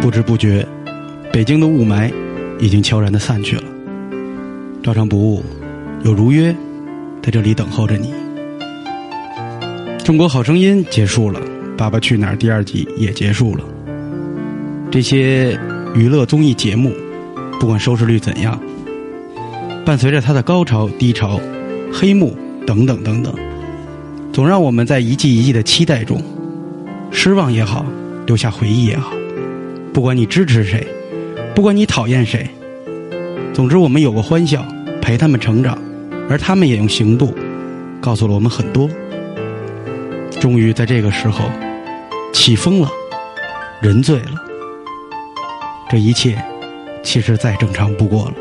不知不觉，北京的雾霾已经悄然的散去了。照常不误，有如约，在这里等候着你。中国好声音结束了，《爸爸去哪儿》第二季也结束了。这些娱乐综艺节目，不管收视率怎样，伴随着它的高潮、低潮、黑幕等等等等，总让我们在一季一季的期待中，失望也好，留下回忆也好。不管你支持谁，不管你讨厌谁，总之我们有过欢笑，陪他们成长，而他们也用行动告诉了我们很多。终于在这个时候，起风了，人醉了，这一切其实再正常不过了。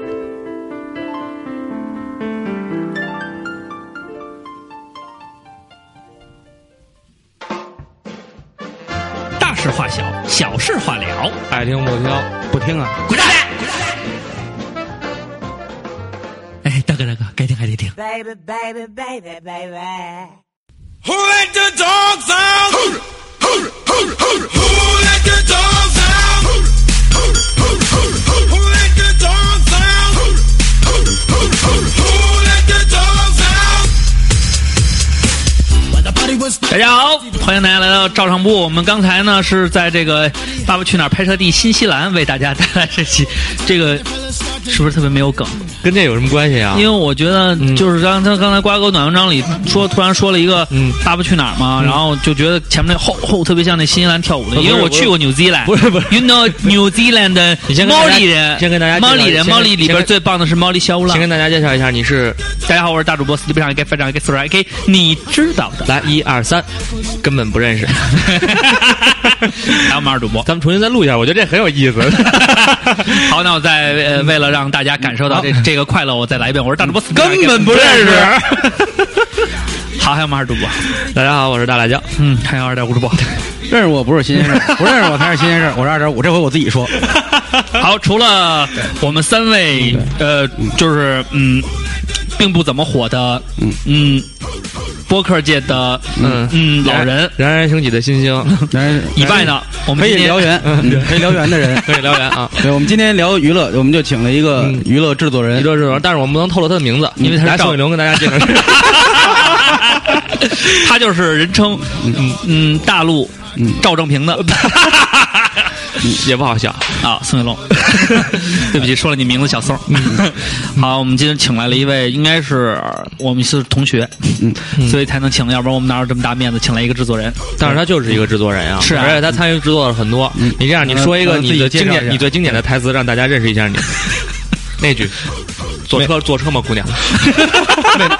大事化小，小事化了。爱听不听，不听啊，滚蛋！哎，大哥大哥，该听还得听。 baby, baby, baby, baby. Who let the dogs out? Who, who, who, who, who let the dogs out? Who, who, who, who, who, who let the dogs out? Who, who, who, who, who let the dogs out? 大家好，欢迎大家来到照常部。我们刚才呢是在这个《爸爸去哪儿》拍摄地新西兰为大家带来这期，这个是不是特别没有梗？跟这有什么关系啊因？为我觉得就是刚他刚才瓜哥暖文章里说，突然说了一个嗯《爸爸去哪儿》嘛，然后就觉得前面那后后特别像那新西兰跳舞的，不是因为我不是去过 New Zealand，不是不是，You know New Zealand 的 你先跟大猫家里人，先跟大家介绍猫里人，先猫里里先边跟最棒的是猫里小乌拉先。跟大家介绍一下，你是大家好，我是大主播斯蒂不上 K 非常 K 四十 K，你知道的。来一二三，根本不认 识。 还有我们二主播。咱们重新再录一下，我觉得这很有意思。好，那我再嗯呃，为了让大家感受到 这这个快乐，我再来一遍。我是大主播，根本不认识。 好，还有我们二主播，大家好，我是大辣椒。嗯，还有二点五主播。认识我不是新鲜 事儿，不认识我才是新鲜事儿。我是二点五，这回我自己说。好，除了我们三位，呃，就是嗯，并不怎么火的，嗯，播客界的，嗯嗯，老人冉冉升起的新星， 但是以外，哎呢，我们 可以今天燎原， 嗯可以燎原的人。可以燎原啊。对，我们今天聊娱乐，我们就请了一个嗯娱乐制作人娱，乐是但是我们不能透露他的名字，因为他是来赵宋雨龙跟大家介绍一 下。 他就是人称嗯大陆赵正平的 也不好笑。啊，宋伟龙， 对不起，说了你名字小宋。 好，我们今天请来了一位，应该是我们是同学，嗯所以才能请，要不然我们哪有这么大面子请来一个制作人？但是他就是一个制作人啊，是啊而且他参与制作了很多。你这样，你说一个嗯你自的己介经绍一下典，你最经典的台词，让大家认识一下你。那句，坐车坐车吗，姑娘？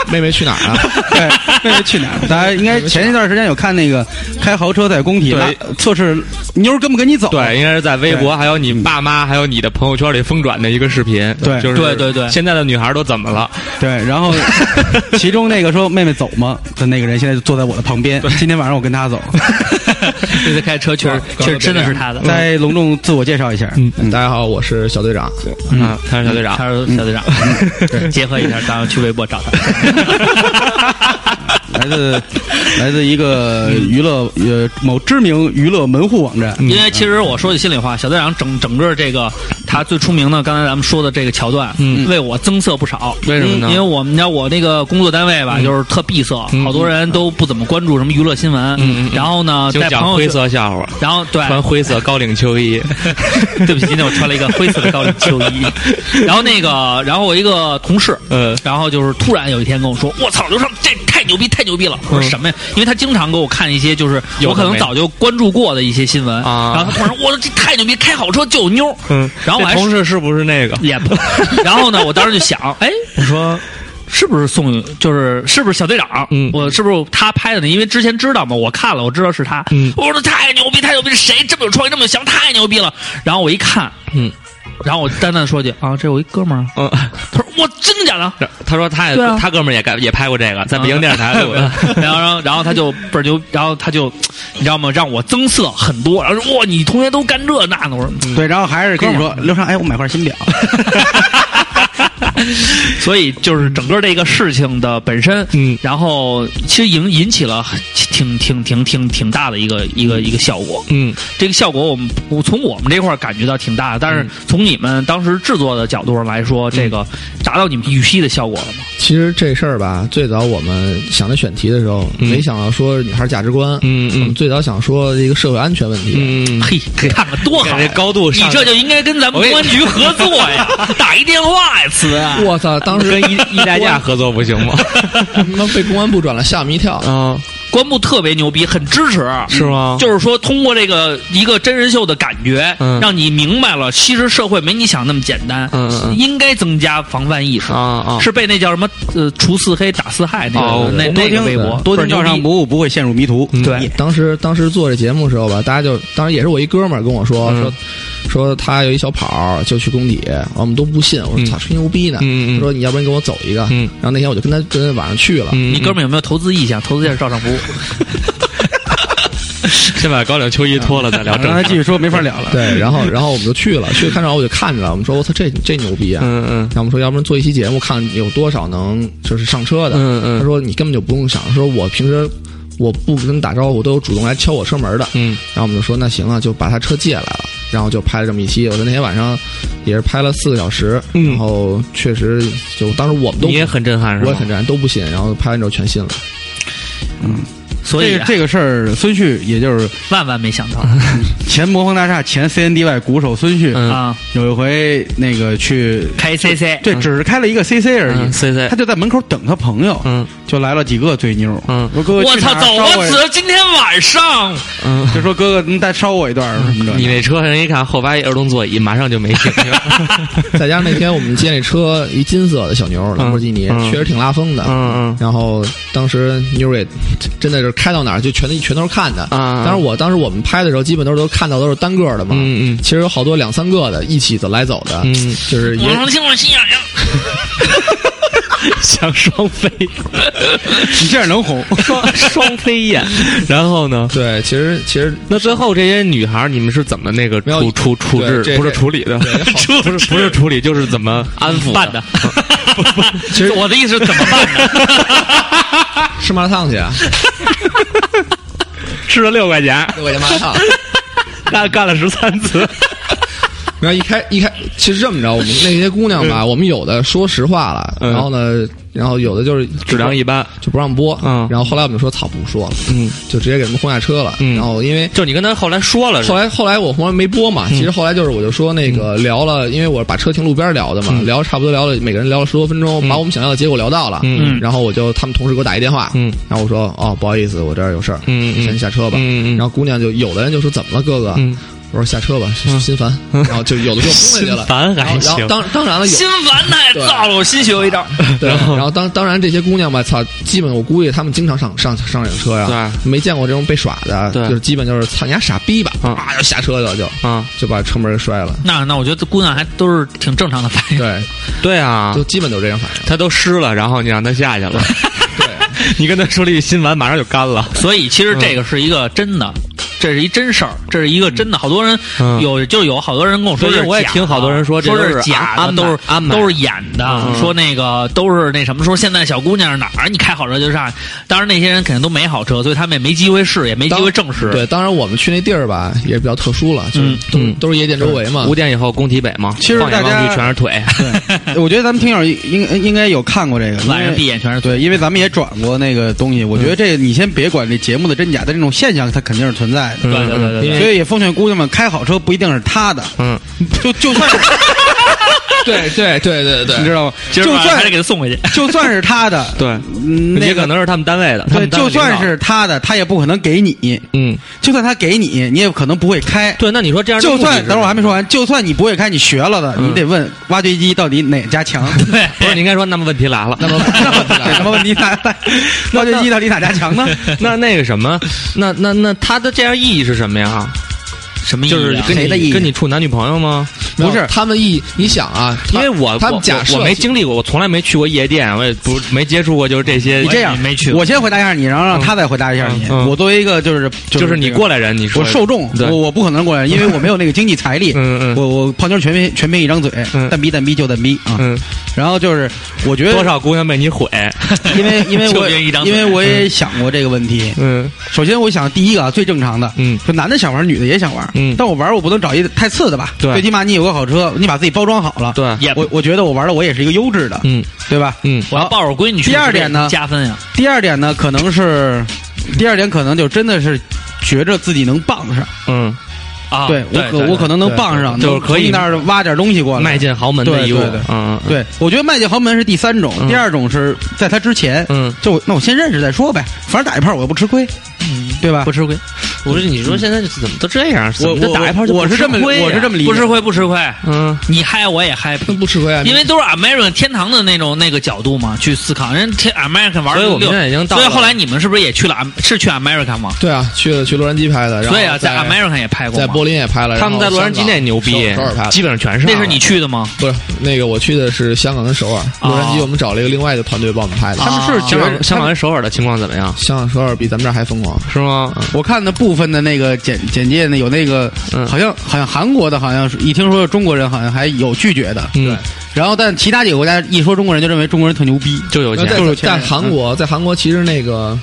妹妹妹去哪儿啊？对，妹妹去哪儿？大家应该前一段时间有看那个开豪车在工体对拉测试妞儿跟不跟你走？ 对，应该是在微博，还有你爸妈，还有你的朋友圈里疯转的一个视频。对就是对对对现在的女孩都怎么了？对，然后其中那个说妹妹走吗的那个人，现在就坐在我的旁边。今天晚上我跟他走，这次开车确实确实真的是他的，嗯再隆重自我介绍一下，大家好，我是小队长。嗯，他是小队长。他是小队长， 结合一下，当然去微博找他。来自来自一个娱乐呃某知名娱乐门户网站。嗯因为其实我说句心里话，小队长整整个这个他最出名的，刚才咱们说的这个桥段，嗯为我增色不少。嗯为什么呢因为我们家我那个工作单位吧，就是特闭塞，嗯好多人都不怎么关注什么娱乐新闻。嗯嗯嗯然后呢，就在讲朋灰友圈，色笑话，然后对，穿灰色高领秋衣。 对不起，今天我穿了一个灰色的高领秋衣。然后那个，然后我一个同事，嗯然后就是突然有一天跟我说：“我操，刘畅这太牛逼，太牛逼了！”我说嗯什么呀？因为他经常给我看一些就是有我的可能没早就关注过的一些新闻，啊然后他突然说：“我这太牛逼，开好车就有妞儿。”嗯，然后我这还同事是不是那个？也不，然后呢，我当时就想，哎，我说。是不是宋雨？就是是不是小队长？嗯我是不是他拍的呢？因为之前知道嘛，我看了，我知道是他。嗯我说太牛逼，太牛逼！谁这么有创意，这么想，太牛逼了！然后我一看，嗯，然后我淡淡地说一句啊，这我一哥们儿啊。嗯，他说我真的假的？他说他也对啊他哥们儿也干也拍过这个，在北京电视台录的。 然后，然后，然后他就倍儿牛，然后他就，你知道吗？让我增色很多。然后说哇，你同学都干这那的，我说对，然后还是跟你说，刘畅，哎，我买块新表。所以就是整个这个事情的本身，嗯然后其实引引起了挺挺挺挺挺大的一个一个一个效果。嗯这个效果我们我从我们这块儿感觉到挺大的，但是嗯从你们当时制作的角度上来说，这个达到你们预期的效果了吗？其实这事儿吧，最早我们想的选题的时候，嗯没想到说女孩价值观，嗯我们嗯最早想说一个社会安全问题。 嗯，嘿，看看多好感！觉高度你上，这就应该跟咱们公安局合作呀，打一电话呀，词啊。我操！当时嗯跟 一一代驾合作不行吗？他被公安部转了，吓我们一跳。 啊，关部特别牛逼，很支持，是 吗就是说，通过这个一个真人秀的感觉，嗯让你明白了，其实社会没你想那么简单，嗯嗯嗯应该增加防范意识。啊啊，是被那叫什么呃，除四黑打四害那个、哦那多那个听微博，多听倍儿牛照逼上不误，不会陷入迷途。对，当时当时做这节目的时候吧，大家就当时也是我一哥们儿跟我说、嗯说说他有一小跑儿就去工体，我们都不信，我说嗯操吹牛逼呢。嗯嗯嗯他说你要不然跟我走一个，嗯然后那天我就跟他跟他晚上去了，嗯你哥们儿有没有投资意向？投资一下照上不误。先把高领秋衣脱了再聊然后正啊 刚才继事。续说没法聊了。 对，然后然后我们就去了，去看着我就看着了，我们说我操这这牛逼啊！嗯嗯然后我们说要不然做一期节目，看有多少能就是上车的。嗯嗯他说你根本就不用想，说我平时我不跟打招呼都有主动来敲我车门的。嗯然后我们就说那行啊，就把他车借来了，然后就拍了这么一期。我在那天晚上也是拍了四个小时，嗯然后确实就当时我们都你也很震撼是吧？我也很震撼，都不信，然后拍完之后全信了。所以这啊啊个这个事儿，孙旭也就是万万没想到、前魔方大厦前 CNDY 鼓手孙旭，嗯啊，有一回那个去开嗯 CC 对，只是开了一个 CC 而已。嗯 CC 他就在门口等他朋友，嗯就来了几个醉妞儿，嗯说哥哥我去哪儿操，走捎啊！我一只呃要今天晚上，嗯，就说哥哥，你再捎我一段儿什么嗯的。你那车人一看后排一儿童座椅，马上就没停。再加上那天我们借那车一金色的小牛兰博基尼，嗯确实挺拉风的。 嗯然后当时妞儿也真的是开到哪儿就全全都是看的。啊当时我当时我们拍的时候，基本都是都看到都是单个的嘛。嗯嗯其实有好多两三个的一起走来走的，嗯就是也我能听我心痒 痒。像双飞， 你这样能红？ 双双飞燕。然后呢？对，其实其实那最后这些女孩儿，你们是怎么那个没有处处处对置？这不是这处理的， 处不是不是处理，就是怎么安抚办的？其实我的意思是怎么办的？吃麻辣烫去 啊， 吃了六块钱，六块钱麻辣烫。 干干了十三次。然后一开一开，其实这么着，我们那些姑娘吧，我们有的说实话了，嗯然后呢，然后有的就是质量一般，就不让播，嗯然后后来我们就说草不说了，嗯，就直接给他们轰下车了，嗯然后因为。就你跟他后来说了是嗯后吧，来，后来我后来没播嘛。其实后来就是，我就说那个聊了，因为我把车停路边聊的嗯嘛，聊差不多聊了，每个人聊了十多分钟，把我们想要的结果聊到了。嗯然后我就他们同事给我打一电话，嗯然后我说哦，不好意思，我这儿有事儿，嗯嗯先下车吧。嗯嗯然后姑娘就有的人就说怎么了，哥哥？ 嗯我说下车吧，心烦。然后就有的就轰下去了。烦然后还然后行。当当然了有心烦太燥了，我新学一招。对，然后当当然这些姑娘吧，操，基本我估计她们经常上上上这种车呀，没见过这种被耍的，对就是基本就是操你家傻逼吧，嗯啊就下车了就啊，就把车门给摔了，那那我觉得这姑娘还都是挺正常的 反应。对，对啊就，基本都这样反应。他都湿了，然后你让他下去 了。 你跟他说了一句心完，马上就干了。所以其实这个是一个真的，这是一真事儿，这是一个真的。好多人嗯有就有好多人跟我说所以这是我也假的听好多人说这说都是是假安的，安都是排安排都是演的，嗯说那个都是那什么，说现在小姑娘哪儿你开好车就上，当然那些人肯定都没好车，所以他们也没机会试，也没机当会证实。对，当然我们去那地儿吧，也比较特殊了，就是嗯都嗯都是夜店周围嘛五。点以后，工体北嘛，其实放眼大家望去全是腿。我觉得咱们听友应应应该有看过这个，因为晚上闭眼全嗯是对，因为咱们也转过那个东西。我觉得这个你先别管这节目的真假，但这种现象它肯定是存在的。对对对对所以也奉劝姑娘们，开好车不一定是他的，嗯， 就就算是对对对对你知对，道吗？今就儿晚上还得算给他送回去。 就算是他的， 对嗯， 那也个可能是他们单位的，他对， 们单位就领导算是他的，他也不可能给你。嗯，就算他给你，你也可能不会开。对，那你说这样的就目的算是等会儿我还没说完，就算你不会开，你学了的，嗯你得问挖掘机到底哪家 强。 对，不是你应该说，那么问题来了，那么对，什么问题哪来？挖掘机到底哪家 强呢？那那个什么，那那那他的这样意义是什么呀？什么意思就啊？是跟谁的意你义跟你处男女朋友吗？没有不是他们一你想啊，因他为我他们我假设我没经历过，我从来没去过夜店，我也不没接触过，就是这些。你这样，没去过我先回答一下你，然后让他再回答一下你。嗯嗯我作为一个就是就是是你这个过来人，你说我受众，对我我不可能过来，因为我没有那个经济财力。 嗯嗯我我泡妞全凭全凭一张嘴，嗯蛋逼蛋逼就蛋逼啊。嗯然后就是我觉多得，少姑娘被你毁？ 因为因为就我别一张因嘴为我也想过这个问题。嗯首先，我想第一个啊，最正常的，嗯就男的想玩，女的也想玩，嗯但我玩我不能找一个太次的吧，对最起码你有个好车，你把自己包装好了，对也我我觉得我玩的我也是一个优质的，嗯对吧？嗯我要抱着闺女去，第二点呢加分呀，第二点呢，可能是，第二点可能就真的是觉着自己能傍上，嗯，啊，对我可我可能能傍上，对就是能可从以你那儿挖点东西过来。迈进豪门的一步对对对，嗯嗯对，我觉得迈进豪门是第三种，嗯第二种是在他之前，嗯，就我那我先认识再说呗，反正打一炮我又不吃亏，嗯对吧不？吃亏，我说你说现在怎么都这样？怎我么就我打一炮就我不是吃这么亏呀我是这么理解不吃亏不吃亏，嗯你嗨我也嗨。那不吃亏啊，因为都是 American 天堂的那种那个角度嘛，去思考人天 American 玩所以我们现在已经到了所以后来你们是不是也去了 Am- 是去 American 吗？对啊，去了去洛杉矶拍的，然后对啊，在 American 也拍过在吗？柏林也拍了，他们在洛杉矶那牛逼首尔拍，的基本上全是啊那是你去的吗？不是那个，我去的是香港跟首尔，洛杉矶我们找了一个另外的团队帮我们拍的。啊啊他们是啊香港香港跟首尔的情况怎么样？香港、首尔比咱们这儿还疯狂，是吗？啊我看的部分的那个简简介呢，有那个嗯好像好像韩国的，好像是一听说中国人，好像还有拒绝的，嗯，然后但其他几个国家一说中国人，就认为中国人特牛逼，就嗯有那在钱。就是有钱在人韩国，在韩国其实那个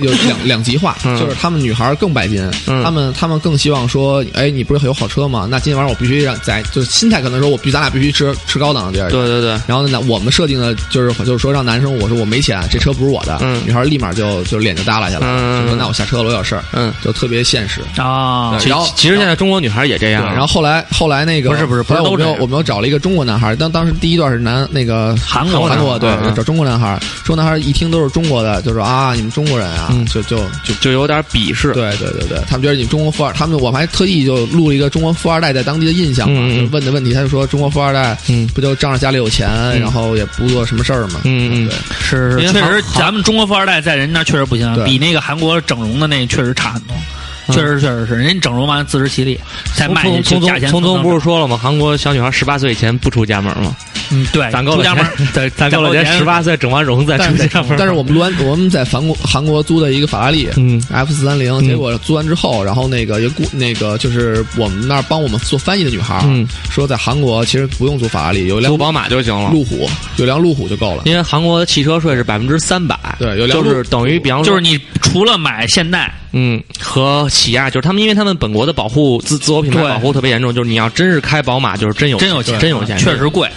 有 两两极化，嗯就是他们女孩儿更拜金，嗯他们他们更希望说，哎，你不是有好车吗？那今天晚上我必须让在，就是心态可能说我必咱俩必须吃吃高档的地儿。对对对，然后呢，我们设定的就是就是说让男生我说我没钱，这车不是我的，嗯女孩儿立马就就脸就耷拉下来了，嗯嗯嗯就说那我下车了，我有事儿，嗯。就特别现实。啊，对其然后其实现在中国女孩也这样，啊对，然后后来后来那个不是不是不是后来都我这们又样我们又找了一个中国男孩儿，当当时第一段是男那个韩国韩男国孩对嗯嗯找中国男孩儿，中国男孩儿一听都是中国的，就说啊你们中国人啊嗯，就就就。就有点鄙视。对对对对，他们觉得你们中国富二，他们我们还特意就录了一个中国富二代在当地的印象嘛，嗯嗯嗯就问的问题，他就说中国富二代嗯不就仗着家里有钱，嗯然后也不做什么事儿嘛，嗯嗯对，是因为确韩实，韩咱们中国富二代在人那确实不行对，比那个韩国整容的那确实差很多。嗯确实，确实是，人家整容完自食其力，才卖去从从这价从钱从能整从不是说了吗？韩国小女孩十八岁以前不出家门吗？嗯对，攒够出了家门，钱，攒攒够了攒够钱，钱十八岁整完容再但出是家门。但是我们录完，我们在韩国韩国租的一个法拉利，嗯 F 四三零，结果租完之后，然后那个也雇那个就是我们那儿帮我们做翻译的女孩儿，嗯说在韩国其实不用租法拉利，有一辆租宝马就行了。路虎，有辆路虎就够了。因为韩国的汽车税是百分之三百，对有两就种是等于比方说，就是你除了买现代，嗯和起亚，就是他们因为他们本国的保护自自我品牌对保护特别严重，就是你要真是开宝马，就是真有真有钱，钱，啊真有钱，确实贵，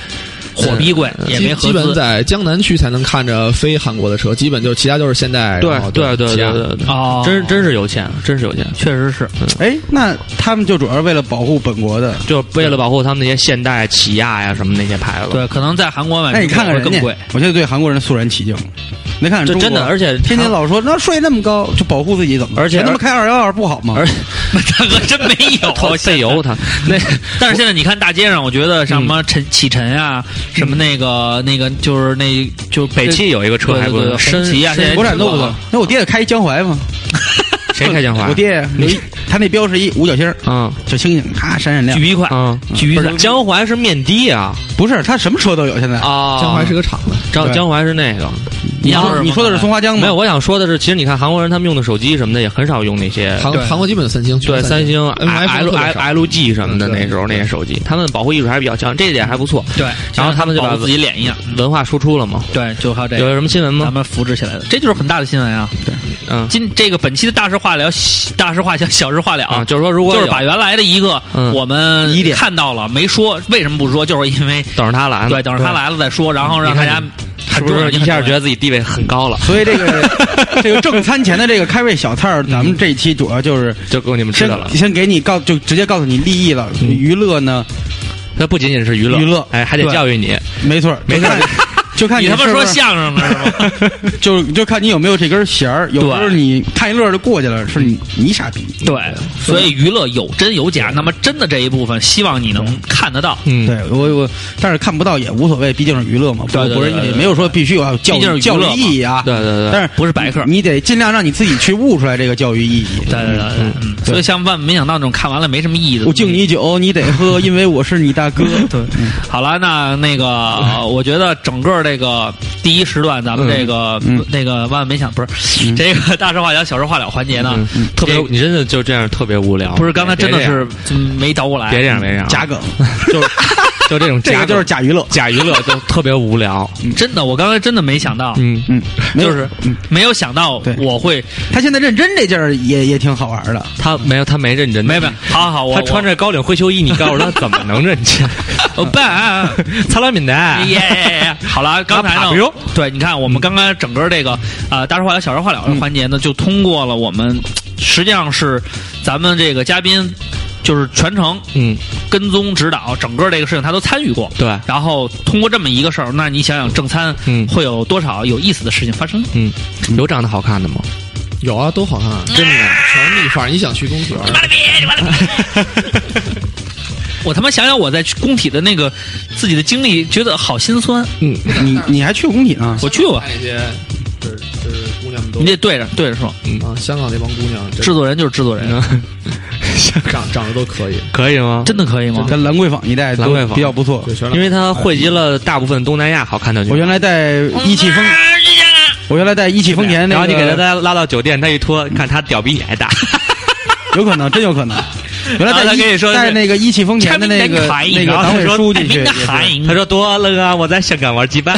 火逼贵，也没基合基本资。在江南区才能看着非韩国的车，基本就是其他就是现代，对然后对对起亚对对对，哦真真是有钱，真是有钱，确实是，哎，那他们就主要是为了保护本国的，就为了保护他们那些现代、起亚呀什么那些牌子。对，可能在韩国买那你看看会人更家，贵。我现在对韩国人肃然起敬。你看看这中国真的而且天天 老说那税那么高，就保护自己怎么？而且全他妈开二幺二不好吗？而那大哥真没有， 头费油他那但是现在你看大街上，我觉得嗯像什么陈启辰啊，什么那个那个就是那就是北汽有一个车还不对对对深红旗啊深现在国产都不错。那我爹也开一江淮嘛，谁开江淮？我爹有一他那标是一五角星儿嗯小星星，咔闪闪亮巨。逼快，嗯，巨逼不快是。江淮是面的啊不是，他什么车都有现在。啊，江淮是个厂子，江对江淮是那个你要说是你说的是松花江吗？没有，，我想说的是，其实你看韩国人他们用的手机什么的也很少用那些。韩对韩国基本三星，全对是三星、嗯 iPhone L 特别 L 少 L G 什么的，嗯对那时候那些手机，他们保护意识还是比较强，这一点还不错。对，然后他们就保把护自己脸一样，文化输出了嘛。对，就靠这有个，什么新闻咱吗？们扶持起来的，这就是很大的新闻啊。嗯今这个本期的大事化了，大事化小，小事化了啊，就是说，如果就是有把原来的一个嗯我们疑点看到了没说，为什么不说？就是因为等着他来呢，对，等着他来了再说，然后让你大看家是很不重要是一下觉得得自己地位很高了？所以这个这个正餐前的这个开胃小菜儿，咱们这一期主要就是就够你们吃先的了。先给你告，就直接告诉你利益了。嗯娱乐呢，它不仅仅是娱乐，娱乐哎，还得对教育你。没错，没错就看，就看你他妈是不说是相声呢是吗？就就看你有没有这根弦儿。有时候对嗯你看一乐就过去了，是你你傻逼。对，所以娱乐有真有假，那么真的这一部分，希望你能看得到。嗯，对我我，但是看不到也无所谓，毕竟是娱乐嘛，对对对不是对对对没有说必须要有教毕竟育是教娱育乐嘛意义啊。对对对但是不是白客你得尽量让你自己去悟出来这个教育意义。对对对对，嗯所以像万没想到那种看完了没什么意义的。我敬。你酒，你得喝，因为我是你大哥。对，好了，那那 个，呃我觉得整个这个第一时段，咱们这个、嗯嗯那个万万没想，不是、嗯这个大事化小，小事化了环节呢，特别这，你真的就这样特别无聊。不是刚才别真的这样是没倒过来，别这样，别这样，假梗，就是就这种这假个就是假娱乐。假娱乐就特别无聊。真的，我刚才真的没想到，嗯， 嗯，没有就是嗯，没有想到对我会，他现在认真这劲儿也也挺好玩的。他没有，他没认真，没有没有，好好好，我嗯他穿着高领灰秋衣，你告诉他怎么能认真？我啊办。擦拉敏的，耶耶 耶！好了，刚才打呢比如，对，你看我们刚刚整个这个啊，大事化了，小事化了嗯的环节呢，就通过了我们，实际上是咱们这个嘉宾。就是全程嗯，跟踪指导，整个这个事情他都参与过。对然后通过这么一个事儿，那你想想正餐嗯会有多少有意思的事情发生？嗯，有长得好看的吗？有啊，都好看，真的全是秘方。你想去 公所，我他妈想想我在工体的那个自己的经历，觉得好心酸。嗯，你你还去过工体呢？我去过，那些就是就是姑娘们都你得对着对着说，啊，香港那帮姑娘制作人就是制作人，嗯嗯长长得都可 以，可以吗？真的可以吗？在兰桂坊一带都嗯兰桂坊比较不错。对，全因为他汇集了大部分东南亚好看的女我原孩。来在一汽丰，我原来在一汽丰田那然后个，你给他拉到酒店，他一脱，看他屌比你 还大。有可能，真有可 能。原来然后在他一跟你说在是那个一汽丰田的那个产那品的个卡党印委然后书说哎哎记去，产品的也是卡印他说多冷啊，我在香港玩鸡巴。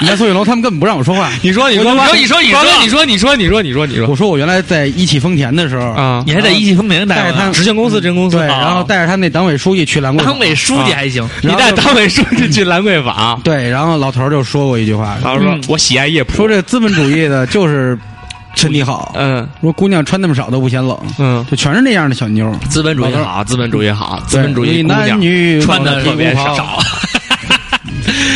你看宋雨龙他们根本不让我说话。 你说你说我你说你说王哥你说你说你说你说你说我说我原来在一汽丰田的时候，啊！你还在一汽丰田待带着着他呢们执行公嗯司执行公司对，啊然后带着他那党委书记去兰桂坊当委书记还行，你然后带党委书记去兰桂坊， 对，然后老头儿就说过一句话，然后说嗯我喜爱夜说蒲。这资本主义的就是身体好，呃嗯说姑娘穿那么少都不嫌冷，嗯，就全是那样的小妞儿，资本主义啊好，资本主义好，资本主对义所以姑娘男女穿的特别老 少。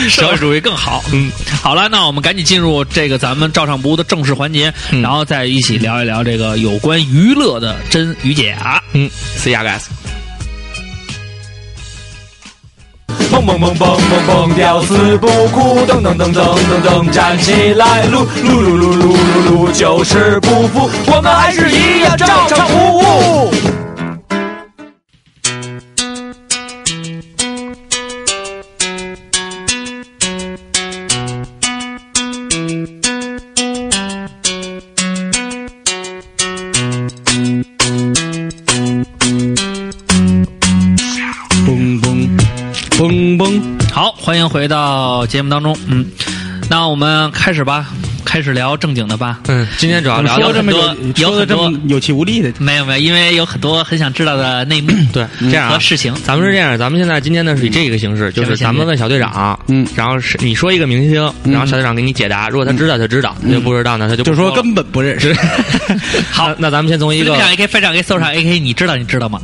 社会主义更好。嗯，好了，那我们赶紧进入这个咱们照常不误的正式环节，嗯然后再一起聊一聊这个有关娱乐的真啊与假。嗯，C R S。蹦蹦蹦蹦蹦蹦，吊死不哭，噔噔噔噔噔噔，站起来，撸撸撸撸撸撸撸，就是不服，我们还是一样照常服务。嘣嘣嘣嘣，好，欢迎回到节目当中。嗯，那我们开始吧，开始聊正经的吧。嗯，今天主要聊啊说有聊这么很多有有说的很这多么有气无力的，没有没有，因为有很多很想知道的内幕嗯对这样和啊。事情。咱们是这样，咱们现在今天呢嗯是以这个形式，就是咱们问小队长，嗯然后是你说一个明星，嗯然后小队长给你解答，如果他知道就知道，他就不知道呢他就就不说了根本不认识。好那那咱们先从一一个嗯个 A K 翻上 A 搜上 A K，你知道你知道吗？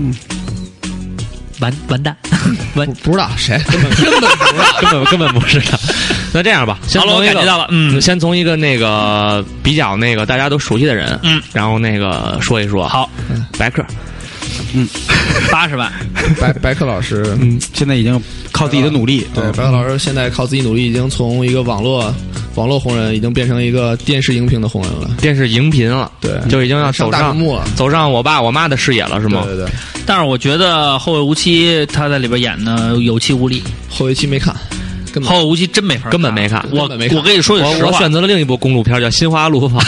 完完蛋， 完不知道 谁，根本根本不是的。那这样吧，先好了，我从一感觉个到了，嗯，先从一个那个比较那个大家都熟悉的人，嗯，然后那个说一说。，嗯好，白客，八十万，白白克老师，嗯 现在已经靠自己的努力，对，嗯白克老师现在靠自己努力，已经从一个网络网络红人，已经变成一个电视荧屏的红人了。电视荧屏了，对就已经要上走大上屏幕了走上我爸我妈的视野了，是对吗？对对，但是我觉得《后会无期》他在里边演的有气无力，后一期没看，根《本后会无期》真嗯没法，根本没看我根本没看我跟你说句实我我话，选择了另一部公路片，叫《心花怒放》。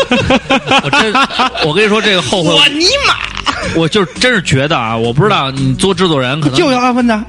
我真， 我跟你说这个后会，我尼玛， 我就是真是觉得啊，我不知道你做制作人可能就要阿凡 达。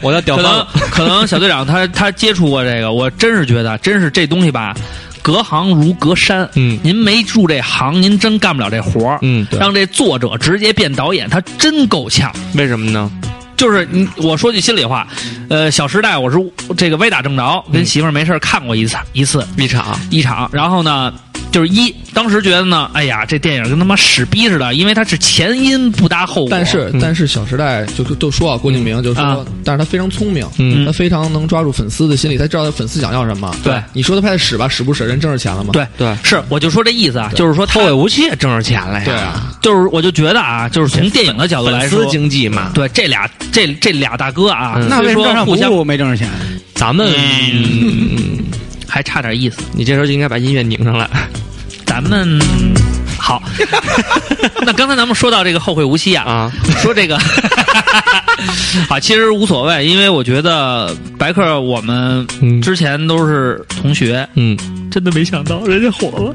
我叫屌可能方， 可能小队长他他接触过这个，我真是觉得，真是这东西吧，隔行如隔山。嗯您没入这行，您真干不了这活儿。嗯对让这作者直接变导演，他真够呛。为什么呢？就是你，我说句心里话，呃，《小时代》我是这个歪打正着，跟媳妇儿没事儿看过一次一次立场，一场，然后呢。就是一，当时觉得呢，哎呀，这电影跟他妈屎逼似的，因为它是前因不搭后果。但是但是《小时代》就就说啊，郭敬明就啊说，但是他非常聪明，嗯他非常能抓住粉丝的心理，他知道他粉丝想要什么。对你说他拍的屎吧，屎不屎？人挣着钱了吗？对对是，我就说这意思啊，就是说他后会无期也挣着钱了呀。对啊，就是我就觉得啊，就是从电影的角度来粉说丝，经济嘛。对这俩这这俩大哥啊，嗯那为什虽么照说上互不相嗯误没挣着钱？咱们，还差点意思，你这时候就应该把音乐拧上来。咱们好。 那刚才咱们说到这个后会无期啊，啊说这个 啊，其实无所谓，因为我觉得白客我们嗯之前都是同学，嗯，真的没想到人家火了。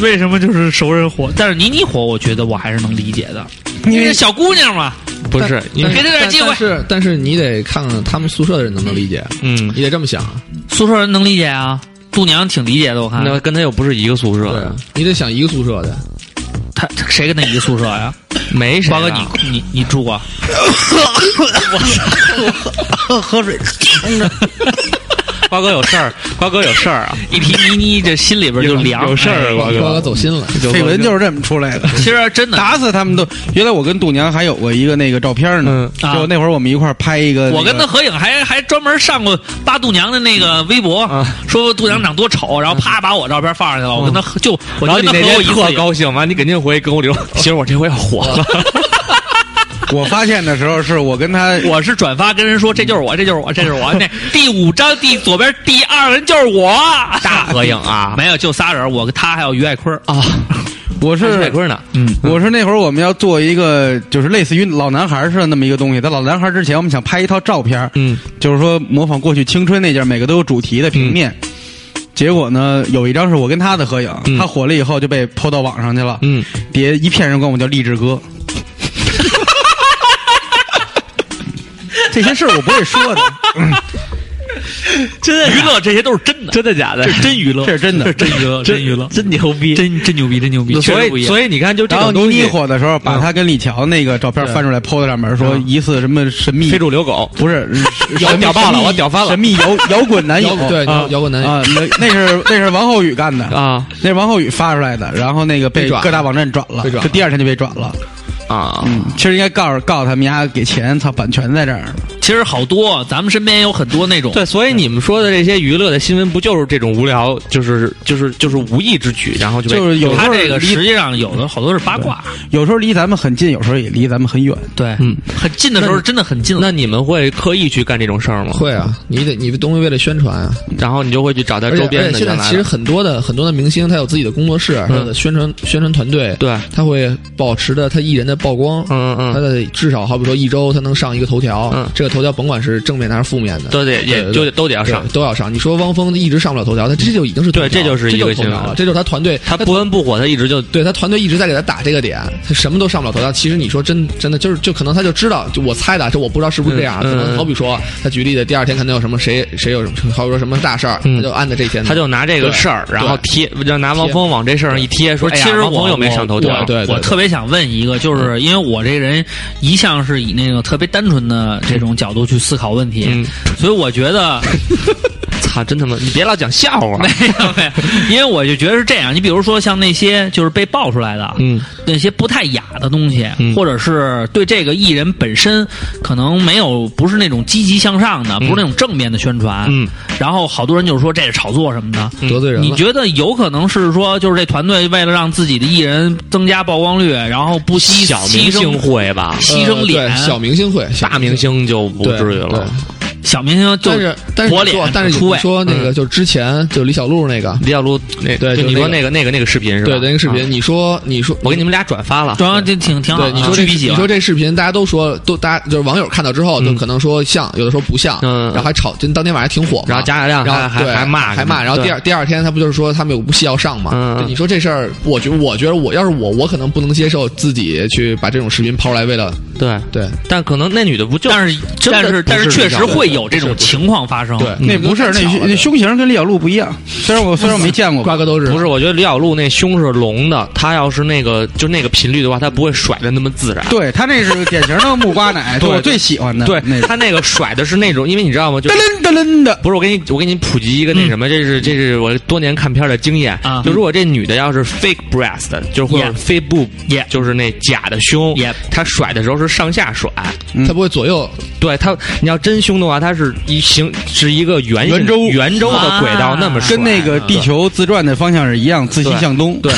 为什么就是熟人火？但是你你火，我觉得我还是能理解的。因为小姑娘嘛，不是，你因为给他点机会但是但是你得看看他们宿舍的人能不能理解，嗯，你得这么想啊，宿舍人能理解啊，度娘挺理解的，我看那跟他又不是一个宿舍对啊的，，你得想一个宿舍的，他他谁跟他一个宿舍呀？没谁瓜啊。哥，你你你住 过？瓜哥有事儿，瓜哥有事儿啊，一提倪妮，这心里边就凉。 有事儿，啊哎瓜瓜哥哥。走心了，绯闻就是这么出来的。 其实真的，打死他们都！原来我跟度娘还有过一个那个照片呢，嗯就那会儿我们一块儿拍一个那个、我跟他合影还还专门上过八度娘的那个嗯微博，啊说度娘长多丑，然后啪把我照片放上去了。我跟他合就我嗯然后就跟你他那合天过一次特影。高兴，完你肯定回去跟我说，其实我这回要火 了。我发现的时候，是我跟他我是转发跟人嗯说这就是我，这就是我，这就是我。那第五张第左边第二个人就是我，大合影啊没有就仨人，我跟他还有于爱坤啊。我哪是嗯坤呢？嗯我是那会儿我们要做一个就是类似于老男孩似的那么一个东西，在老男孩之前，我们想拍一套照片，嗯，就是说模仿过去青春那件，每个都有主题的平面。结果呢，有一张是我跟他的合影，嗯他火了以后就被抛到网上去了，嗯，底下一片人管我叫励志 哥。这些事儿我不会说的，真娱乐这些都是真的，真的假的这是真娱乐，这是真的这是真娱乐，真娱乐，真牛逼！真真牛逼，真牛逼，所确实不一以样。所以你看，就 这然后种倪东妮西，火的时候，把他跟李乔那个照片翻出来抛在上面，说疑似什么神秘嗯非主流狗，不是，我屌爆了神秘我屌翻了神秘摇摇滚男友摇，嗯对摇滚男啊，那那是那是王浩宇干的啊，那是王浩宇发出来的，然后那个被被转了各大网站转了，被转了就第二天就被转了。啊，嗯，其实应该告诉告诉他们家给钱，操，版权在这儿。其实好多，咱们身边有很多那种对，所以你们说的这些娱乐的新闻，不就是这种无聊，就是就是就是无意之举，然后就被就是有时他候这个离实际上有的好多是八卦，有时候离咱们很近，有时候也离咱们很远。对，嗯哎很近的时候那真的很近了。那你们会刻意去干这种事儿吗？，会啊，你得你的东西为了宣传啊，然后你就会去找他而且周而边且的现原在来其实的。很多的很多的明星，他有自己的工作室，啊他的宣传宣传团队，对，他会保持着他艺人的曝光，嗯他嗯，的至少好比说一周他能上一个头条，嗯这个头条甭管是正面的还是负面的，都得对也对就都得要对上，都要上。你说汪峰一直上不了头条，他这就已经是头条对这就是一个这头条新闻了，这就是他团队他不温不火，他一直就对他团队一直在给他打这个点，他什么都上不了头条。其实你说真真的就是就可能他就知道，就我猜的，这我不知道是不是这样。啊嗯嗯可能好比说他举例的，第二天可能有什么谁谁有什么，好比说什么大事儿，嗯他就按着这呃天，他就拿这个对事儿，然后贴，就拿王贴峰往这事儿上一贴，说哎呀其实王王鹏峰又没上头条我，对对对我特别想问一个，就是因为我这人一向是以那个特别单纯的这种角度去思考问题，嗯所以我觉得 操，真他妈，你别老讲笑话没，有没有，因为我就觉得是这样。你比如说像那些就是被爆出来的，嗯，那些不太雅的东西，嗯或者是对这个艺人本身可能没有不是那种积极向上的，不嗯是那种正面的宣传，嗯，然后好多人就是说这是炒作什么的，嗯得罪人你了。觉得有可能是说，就是这团队为了让自己的艺人增加曝光率，然后不惜小明牺牲星会吧，牺牲脸呃，对小明星会，小大明星就不对至于对了。小明星就但是但是薄你说脸但是出你位说嗯那个就是之前就李小璐那个，李小璐那对就就你说那那个那个那个视频是吧？对那个视频，啊，你说你说我给你们俩转发了。中央就挺挺好的对，啊，你说这巨比喜你欢说这视频，大家都说都大家就是网友看到之后，就可能说像，有的时候不像，嗯然后还吵，就当天晚上还挺火嘛，然后贾乃亮然啊还后还对还还骂什么骂，然后第二第二天他不就是说他们有部戏要上嘛？嗯嗯对你说这事儿，我觉我觉得我要是我，我可能不能接受自己去把这种视频抛出来，为了对，对但可那女的不就？但是真的但是不但是是确实这样会有这种情况发生。对，那不是，那巧了那胸型跟李小璐不一样。虽然我虽然我没见过，瓜哥都是不是，我觉得李小璐那胸是隆的，她要是那个就那个频率的话，她不会甩的那么自然。对他那是典型的木瓜奶，是对我最喜欢的。对那，她那个甩的是那种，因为你知道吗？就噔是噔噔噔的，不是我给你，我给你普及一个那什么，这是这是我多年看片儿的经验啊就如果这女的要是 fake breast，就是或者 Yeah fake boob， Yeah 就是那假的胸 Yep 她甩的时候是上下甩。他不会左右，对它，你要真凶的话，它是一形是一个圆形圆周圆周的轨道啊，那么甩跟那个地球自转的方向是一样，自西向东。 对，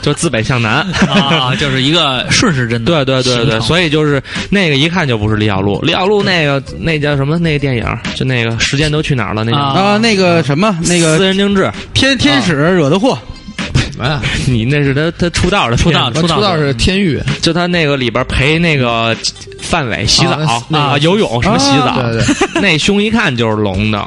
就自北向 南。啊，就是一个顺时针的对形成。对对对，所以就是那个一看就不是李小璐，李小璐那个那叫什么那个电影，就那个时间都去哪儿了那啊个啊，那个什么，那私个人定制，天天使惹的祸，哎，你那是他他啊出道的嗯出道片出出道道是天域，子就他那个里边陪那个范伟洗啊澡那那啊个游泳什么洗 对澡，对，那胸一看就是隆的，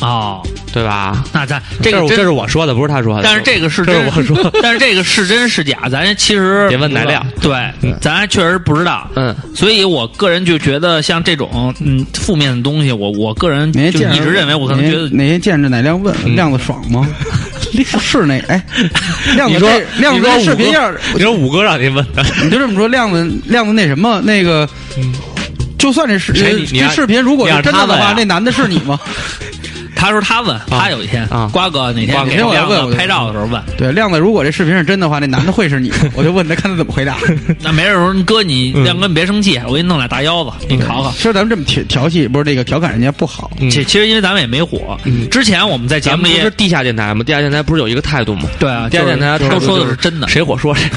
哦，对吧？那咱这个是真这是我说的，不是他说的。但是这个是这真是我说，但是这个是真是假，咱其实别问乃亮对，咱还确实不知道。嗯，所以我个人就觉得像这种嗯负面的东西，我我个人就哪天见着一直认为，我可能觉得哪天哪天见着哪亮问亮子爽吗？是那哎，亮你子说这亮子你说这视频样儿，你说五哥让你问的，你就这么说，亮子亮子那什么那个，就算这视呃谁你你这让视频如果你是让真他的的问话，啊那男的是你吗？ 他说他问他有一天啊瓜哥哪瓜天哥给亮我要问我子就拍照的时候 问，对，亮子如果这视频是真的话，那男的会是你吗？我就问他，看他怎么回答。那没人说哥你嗯亮哥你别生气，我给你弄俩大腰子，你烤烤。其实咱们这么调调戏，不是那个调侃人家不好，嗯其其实因为咱们也没火，之前我们在节咱目们里不也是地下电台吗？地下电台不是有一个态度吗？对啊，地下电台就是态都度说就的是真的， 谁火说谁。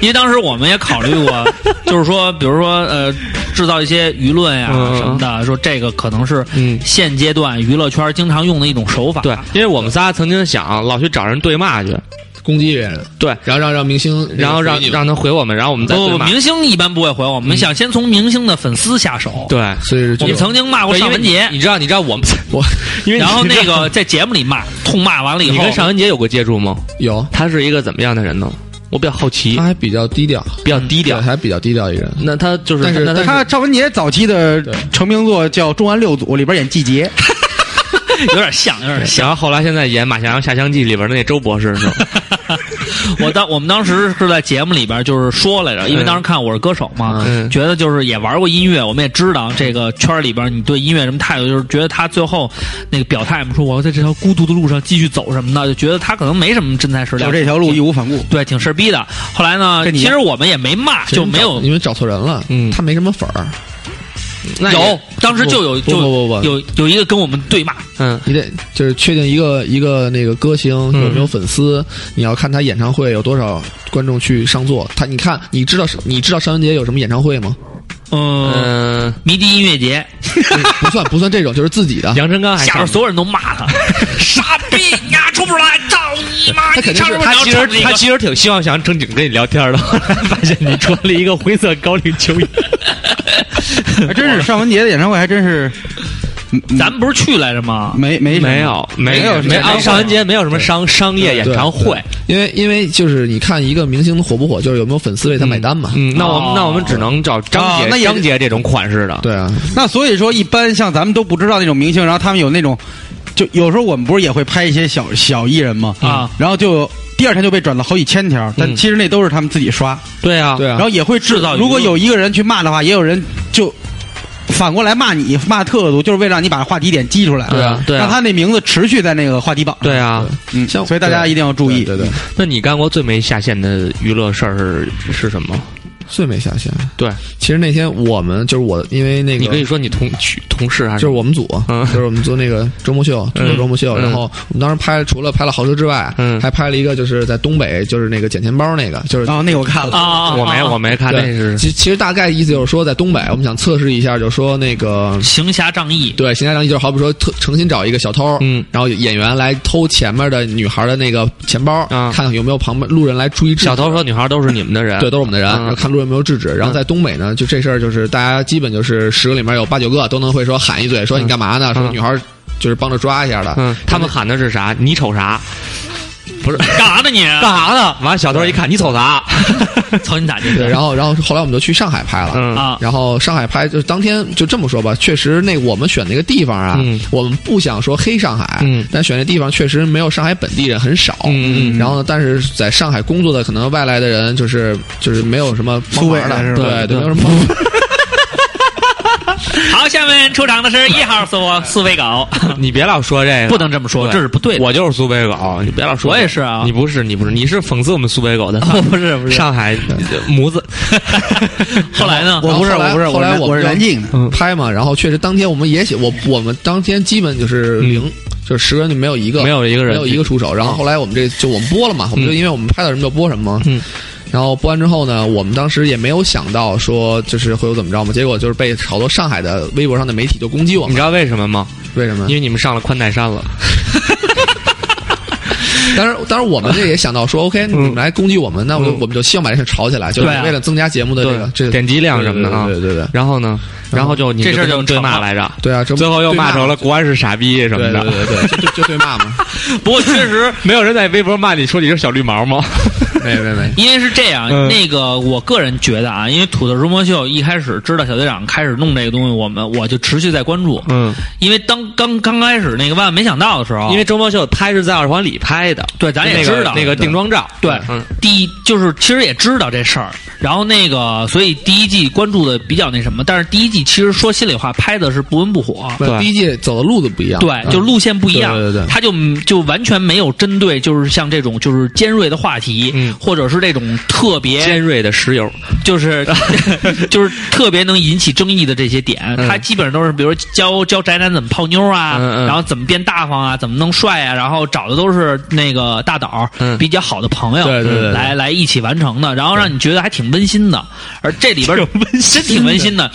因为当时我们也考虑过，就是说，比如说，呃，制造一些舆论呀、嗯什么的，说这个可能是嗯现阶段娱乐圈经常用的一种手法。对，因为我们仨曾经想老去找人对骂去，攻击别人， 对，然后让让明星，然后让回你们让他回我们，然后我们再不，对不骂。嗯明星一般不会回我们，我们想先从明星的粉丝下手。，对，所以是我就们曾经骂过对尚因为雯你婕，你知道你知道我们我因为你然后知道那个在节目里骂，痛骂完了以你后，跟尚雯婕有过接触吗？有，他是一个怎么样的人呢？我比较好奇他，还比较低调，比较低调对。还比较低调一个人。那他就是，但是那他他赵文杰早期的成名作叫《重案六组》，里边演季杰，有点像，有点像。然后后来现在演《马向阳下乡记》里边的那周博士是吗？ 我当我们当时是在节目里边就是说来着，因为当时看《我是歌手》嘛，嗯觉得就是也玩过音乐，我们也知道这个圈儿里边你对音乐什么态度，就是觉得他最后那个表态嘛，说我要在这条孤独的路上继续走什么的，就觉得他可能没什么真材实料，走这条路义无反顾。对，挺事儿逼的。后来呢，跟你一其样实我们也没骂，就没有因为找错人了，嗯他没什么粉儿，那有也，当时就有不就不不不有有一个跟我们对骂，嗯，你得就是确定一个一个那个歌星有没有粉丝，你要看他演唱会有多少观众去上座。他你看，你知道你知道尚雯婕有什么演唱会吗？ 嗯，嗯，迷笛音乐节，不算不算这种，就是自己的。杨晨刚还下边上所有人都骂他，傻逼，你丫出不来，操你妈！他你肯定唱什是么？他你要其唱实这个他其实挺希望想正经跟你聊天的， 后来发现你穿了一个 灰色高领球衣。 还真是尚雯婕的演唱会，还真是，嗯嗯咱们不是去来着吗？没没什么没有，没没有 没演唱有，会上啊完节没有什么商商业演唱会。因为因为就是你看一个明星火不火，就是有没有粉丝为他买单嘛。嗯，那我哦们那我们只能找张哦那杰也张杰这种款式的。对啊，那所以说，一般像咱们都不知道那种明星，然后他们有那种，就有时候我们不是也会拍一些小小艺人吗？啊然后就第二天就被转了好几千条，但嗯其实那都是他们自己刷，对啊，对啊然后也会制制造舆论如果有一个人去骂的话，也有人就反过来骂你，骂特族，就是为了让你把话题点激出来，对啊对啊让他那名字持续在那个话题榜。对啊。嗯，像所以大家一定要注意。对对对，那你干过最没下限的娱乐事儿是是什么？最没下限。对，其实那天我们就是我，因为那个你可以说你同去同事还就是是我们组，嗯就是我们做那个周末秀，做周末秀。嗯然后我们当时拍，除了拍了豪车之外，嗯还拍了一个就是在东北，就是那个捡钱包那个，就是然后那个我看了，啊，我没我没看那对，是其其实大概意思就是说，在东北，我们想测试一下，就是说那个行侠仗义，对邢家仗义，就是好比说特诚心找一个小偷，嗯然后演员来偷前面的女孩的那个钱包，啊看看有没有旁边路人来注意制止小偷和女孩都是你们的人。 对，都是我们的人，嗯然后看路人有没有制止。然后在东北呢，就这事儿就是大家基本就是十个里面有八九个都能会说喊一嘴，说你干嘛呢？说嗯女孩儿就是帮着抓一下的。嗯，他们喊的是啥？你瞅啥？不是干啥呢你？ 干啥呢？完，小偷一看你瞅啥？操你咋地？对，然后然后后来我们就去上海拍了。嗯啊， 然后上海拍就是当天就这么说吧，确实那我们选那个地方啊，嗯我们不想说黑上海，嗯但选那地方确实没有上海本地人很少，嗯嗯嗯然后呢，但是在上海工作的可能外来的人就是就是没有什么帮苏忙北的是的，吧对对对，没有什么帮忙。好，下面出场的是一号苏苏菲狗，你别老说这个，不能这么说，哎对这是不对的。我就是苏北哦狗，你别老说。我也是啊你不是，你不是，你是讽刺我们苏北狗的。 我不是不是。上海模子，后来呢？我不是然后后我不来是，后来我是我我们是就南京的。拍嘛，然后确实当天我们也写我我们当天基本就是零，就是十个人就没有一个嗯没有一个人没有一个出手。然后后来我们这就我们播了嘛，我们就因为我们拍到什么就播什么嘛。嗯。然后播完之后呢，我们当时也没有想到说就是会有怎么着嘛，结果就是被好多上海的微博上的媒体就攻击我你们知，道为什么吗？为什么嗯因？为你们上了宽带山了。当然，当然我们这也想到说，OK，你嗯们来攻击我们，那我就我们就希望把这事吵起来，就是对啊为了增加节目的这个这个点击量什么的啊。对对对对对对。然后呢，然后就你这事儿就就跟对成骂了来着，对啊，这不最后又对骂成了国安是傻逼什么对对的。对对，就就就对 骂嘛，不过确实，没有人在微博骂你说你是小绿毛吗？没没没，因为是这样，嗯那个我个人觉得啊，因为土豆如魔秀一开始知道小队长开始弄这个东西，我们我就持续在关注，嗯，因为当刚刚开始那个万万没想到的时候，因为周末秀拍是在二环里拍的，对哦咱也那个知道那个定妆照，对嗯，第一就是其实也知道这事儿，然后那个所以第一季关注的比较那什么，但是第一季其实说心里话拍的是不温不火，嗯啊不第一季走的路子不一样，嗯对，就路线不一样，对对对对他就就完全没有针对，就是像这种就是尖锐的话题，嗯或者是这种特别尖锐的石油，就是 就是特别能引起争议的这些点，嗯他基本上都是比如说教教宅男怎么泡妞啊，嗯嗯然后怎么变大方啊，怎么弄帅啊，然后找的都是那个大导、嗯比较好的朋友，对对对对来来一起完成的，然后让你觉得还挺温馨的，而这里边 真挺温馨的，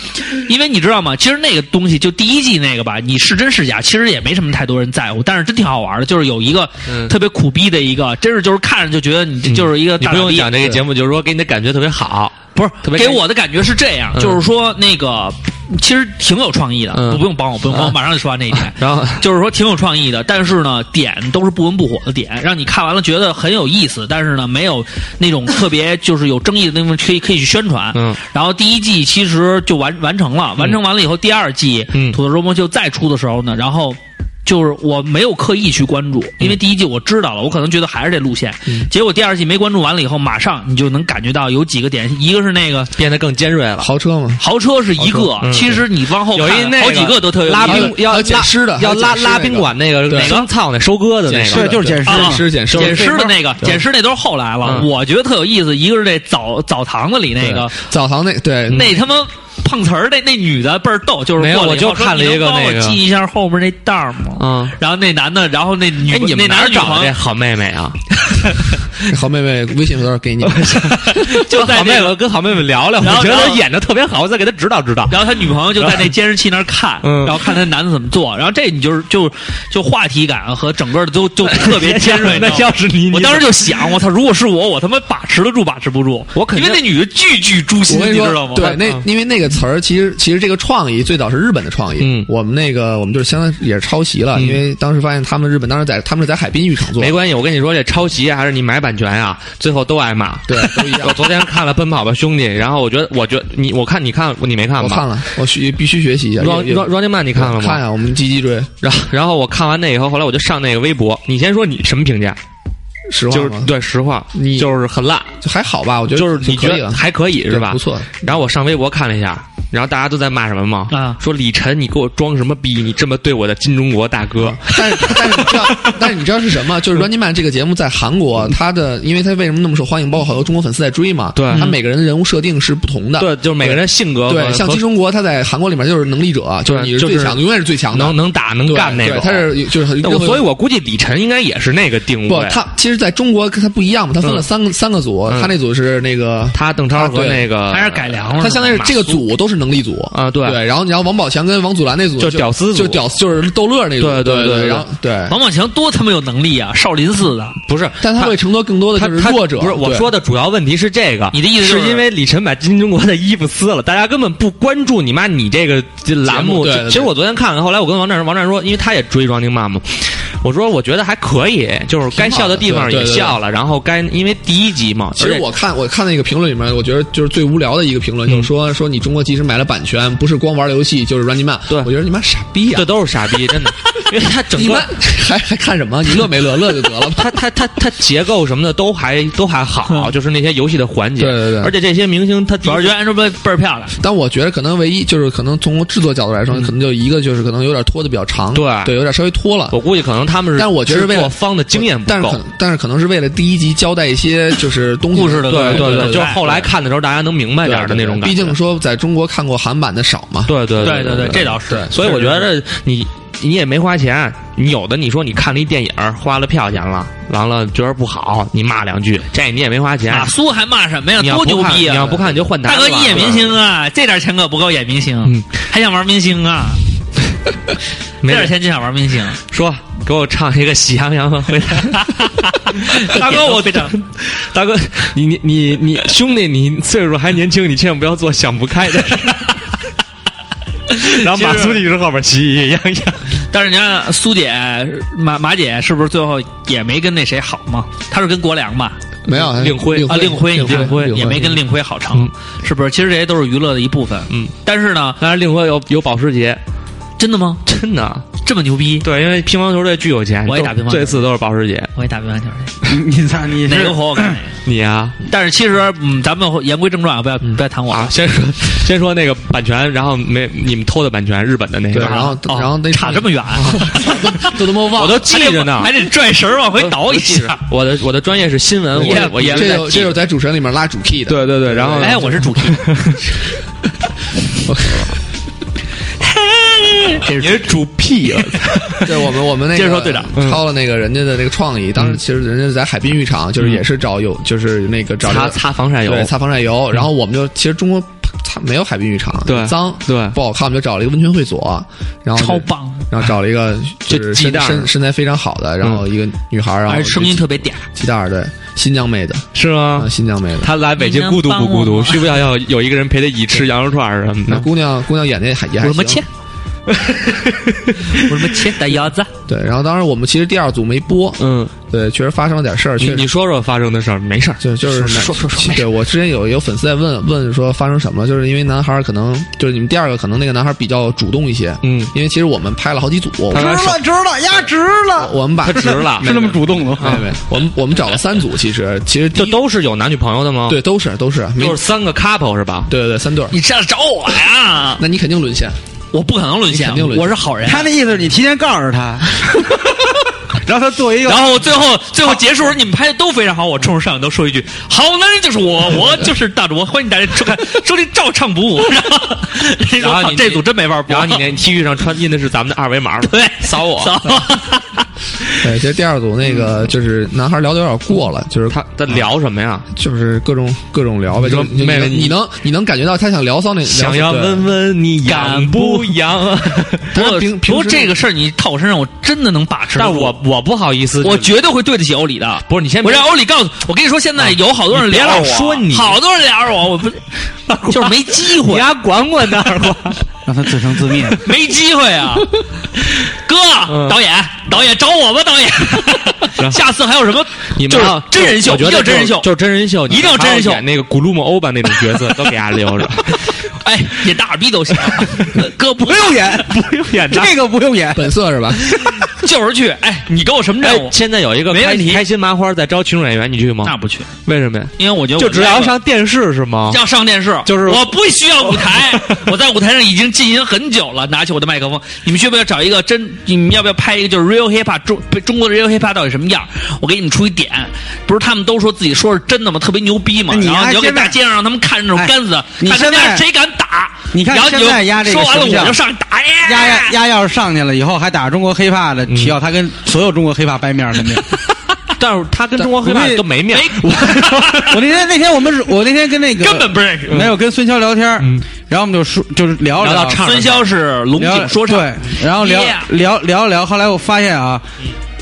因为你知道吗？其实那个东西就第一季那个吧，你是真是假，其实也没什么太多人在乎，但是真挺好玩的，就是有一个嗯特别苦逼的一个，真是就是看着就觉得你这就是一个你大不傻用逼。讲这个节目，就是说给你的感觉特别好，不是特别给开心我的感觉是这样，嗯就是说那个其实挺有创意的，嗯不不用帮我，不用帮我，马上就说完这一点。然后就是说挺有创意的，但是呢，点都是不温不火的点，让你看完了觉得很有意思，但是呢，没有那种特别就是有争议的地方可以可以去宣传。嗯，然后第一季其实就完完成了，完成完了以后，第二季嗯土豆周末就再出的时候呢，然后。就是我没有刻意去关注，因为嗯第一季我知道了，我可能觉得还是这路线。结果第二季没关注完了以后，马上你就能感觉到有几个点，一个是那个变得更尖锐了。豪车嘛，豪车是一个豪，车嗯其实你往后有一看那好几啊个个都特别有拉意思冰要还有捡尸的要拉还有捡尸那拉个宾馆那个对哪个操那收割的那捡个，尸对，的就是捡尸啊捡尸捡尸捡尸的那个，捡尸那都是后来了。嗯我觉得特有意思，一个是这澡澡堂子里那个，嗯澡堂那对那他妈碰瓷儿那那女的倍儿逗，就是没有过来我以后就看说了你一个能帮那我个记一下后面那袋儿吗？嗯，然后那男的，然后那女哎，你那们男哪的儿女找朋的这友好妹妹 啊？好妹妹微信多少 给你，就在那好妹个，妹跟好妹妹聊聊，然后我觉然得后演的特别好，我再给她指导指导。然后他女朋友就在那监视器那儿看，嗯。然后看他男的怎么做，然后这你就是就就话题感和整个的都就特别尖锐 那要是你，我你当时就想，我操！如果是我，我他妈把持得住，把持不住。我肯定因为那女的句句诛心，我跟你你知道说吗，？嗯对，那因为那个词儿，其实其实这个创意最早是日本的创意，嗯我们那个我们就是相当于也是抄袭了，因为当时发现他们日本当时在他们是在海滨浴场做，没关系，我跟你说，这抄袭啊还是你买版权啊，最后都挨骂。对，都一样我。昨天看了《奔跑吧兄弟》，然后我觉得，我觉得你，我看你看你没看吧？我看了，我学必须学习一下。 Run 也也 Run Running Man 你看了吗？看啊，我们积极追，然后 然后我看完那以后，后来我就上那个微博，你先说你什么评价？实话就嘛是对实话，你就是很烂，就还好吧，我觉得就是你可觉以得了，还可以对是吧不？错，然后我上微博看了一下，然后大家都在骂什么吗？啊说李晨，你给我装什么逼？你这么对我的新中国大哥，但是但是你知道， 但是你知道是什嗯么？就是《Running Man》这个节目在韩国，它的因为它为什么那么受欢迎，包括好多中国粉丝在追嘛。对嗯它每个人的人物设定是不同的。对，就是每个人性格对，和像和新中国，他在韩国里面就是能力者，就是你是就是最强的，永远是最强的，能能打能对干那对种。他是就是那我，任何所以我估计李晨应该也是那个定不位。，他其实在中国跟他不一样嘛，他分了三个三个组，嗯他那组是那个。他邓超和啊对那个还是改良了他相当于是这个马苏组都是能力组啊对对，然后你要王宝强跟王祖蓝那组就屌丝组就屌就是逗乐那组，对对对对对然后对，王宝强多他妈有能力啊！少林寺的，不是，但他会承托更多的他就是他弱者，不是我对说的主要问题是这个，你的意思就是因为李晨把金中国的衣服撕了，大家根本不关注你妈你这个这栏目。节目对其对对其实我昨天看了，后来我跟王战王战说，因为他也追 Running Man 嘛，我说我觉得还可以，就是该笑的地方挺也好的对对对笑了，然后该因为第一集嘛，其而实且我看我看那个评论里面，我觉得就是最无聊的一个评论，嗯就是说说你中国即使买了版权，不是光玩游戏就是 Running Man。对我觉得你妈傻逼呀这！都是傻逼， 真的，因为他整你妈 个。。还还看什么？你乐没乐？乐就得了他他他他结构什么的都还都还好，就是那些游戏的环节，嗯对对对而且这些明星他主要是觉得 Angelababy 倍儿漂亮。但我觉得可能唯一就是可能从制作角度来说，可能就一个就是可能有点拖的比较嗯长，对对，有点稍微拖了。我估计可能他们是，但我觉得是为了方的经验不但是够可，能但是可能是为了第一集交代一些就是东西故事的对对对，对就是后来看的时候大家能明白对点儿的那种对感觉。毕竟说在中国看过韩版的少嘛。对对对对对，这倒是对。所以我觉得你你也没花钱，你有的你说你看了一电影儿花了票钱了，完了觉得不好，你骂两句，这你也没花钱。马苏还骂什么呀？你要多不牛看逼你要啊！不看你就换台大了哥，你演明星啊，这点钱可不够演明星嗯，还想玩明星啊？这 没点事钱就想玩明星？说给我唱一个《喜羊羊 和灰太狼》。大哥，我非常大哥，你你你你兄弟，你岁数还年轻，你千万不要做想不开的事。 然后马苏女士后边喜羊羊，但是你看苏姐马马姐是不是最后也没跟那谁好嘛？她是跟国良吧？没有令辉啊，令辉，令你看 辉嗯也没跟令辉好成，是不是？其实这些都是娱乐的一部分。嗯，但是呢，当然令辉有有保时捷，真的吗？真的啊这么牛逼？对，因为乒乓球队巨有钱，我也打乒乓球这次都是保时捷。我也打乒乓球你 你咋你去，哪个是火我 看哪个。你啊但是其实，嗯，咱们言归正传啊，不要嗯不要谈我啊，，先说 先说那个版权，然后没你们偷的版权，日本的那对，个，然后哦然后那啊差这么远， 都 他妈忘我了。都记着呢还。得拽绳儿往回倒一下。我的我的专业是新闻，也我我也一这直在有记这有在主持人里面拉主 key 的，对对对，然后哎，我是主 key，你是主 P 啊，对，我们我们那个嗯接着说队长嗯抄了那个人家的那个创意。当时其实人家在海滨浴场，嗯就是也是找有就是那个找擦这个擦防晒油，嗯对擦防晒油，然后我们就其实中国 它没有海滨浴场，对脏对不好看，我们就找了一个温泉会所，然后就超棒，然后找了 一个就就是鸡身蛋儿嗯身身材非常好的，然后一个女孩儿，然后而且声音特别嗲。鸡蛋儿对新疆妹子是吗啊，？新疆妹子。他来北京孤独你不孤能帮我独？吗需不需要要有一个人陪他一起吃羊肉串儿什么那的？姑娘，姑娘演的也还也我还什么哎行， 切？我什么切？大腰子。对。然后当时我们其实第二组没播，嗯，对，确实发生了点事儿，你确实你说说发生的事儿，没事儿。就就是说说说说没事对我之前有有粉丝在问问说发生什么了，就是因为男孩儿可能就是你们第二个可能那个男孩儿比较主动一些，嗯因为其实我们拍了好几组，我他们拿手值了，压值了，我们把他值 了，是那 么主动的没吗？没，我们我们找了三组，其实其实第这一都是有男女朋友的吗？对，都是都是没就是三个 couple 是吧？对对对三对儿，你这样找我呀？那你肯定沦陷，我不可能沦陷你肯定，沦陷我是好人。啊他那意思是你提前告诉 他，然后他作为一个然后最后最后结束时，你们拍的都非常好，我冲着摄像头说一句：“好男人就是我，我就是大主播，欢迎大家收看，收听照唱不误。”然后你然后说你这组真没法播，然后你那 T 恤上穿印的是咱们的二维码，对扫我。操，对，其实第二组那个就是男孩儿聊的有点过了，就是他他聊什么呀？就是各种各种聊呗，你就说是你妹妹能你你能你能感觉到他想聊骚那想要问问你敢啊痒不痒？不过不平不过平时这个事儿你套我身上，我真的能把持得但住。我我不好意思，我绝对会对得起欧里的。不是你先我别让欧里告诉我跟你说，现在有好多人你别聊着老我，说你好多人聊着我，我不就是没机你会，丫管管那儿吧。让他自生自灭。 没机会 啊！哥，嗯导演，导演找我吧，导然后演，下次还有什么？ 你们就是啊真人秀，我一觉得定要真人秀就。就是真人秀，一定要你还真人秀演那个古鲁姆欧巴那种角色都给大家留着， 哎，演大耳逼 都行，哥不用 演，不用演这个不用演，本色 是吧？就是去。哎，你给我什么哎任务，？现在有一个没开问题开心麻花在招群众演员，你去吗？那不去，为什么呀？因为我觉得就我只来要了上电视是啊吗？要上电视，就是我不需要 舞台，我在舞台上已经进行很久了。拿起我的麦克风，你们需不需要找一个真？你们要不要拍一个就是 real hip hop 中中国的 real hip hop 到底什么样？我给你们出一点，不是他们都说自己说是真的吗？特别牛逼吗？哎你然后还你要给现在大街上让他们看这种哎杆子，你看他现们在谁敢打？你看然后现就在压这个说完了形象我就上去打哎耶！丫丫丫要是上去了以后，还打着中国黑怕的旗号，他跟所有中国黑怕掰面儿肯 定。哎但是他跟中国黑怕都没面儿，我那天那天我们是我那天跟那个根本不认识。没有嗯跟孙骁聊天儿，然后我们就说就是聊聊到聊唱孙骁是龙聊井说唱，对，然后聊 Yeah 聊聊聊，后来我发现啊。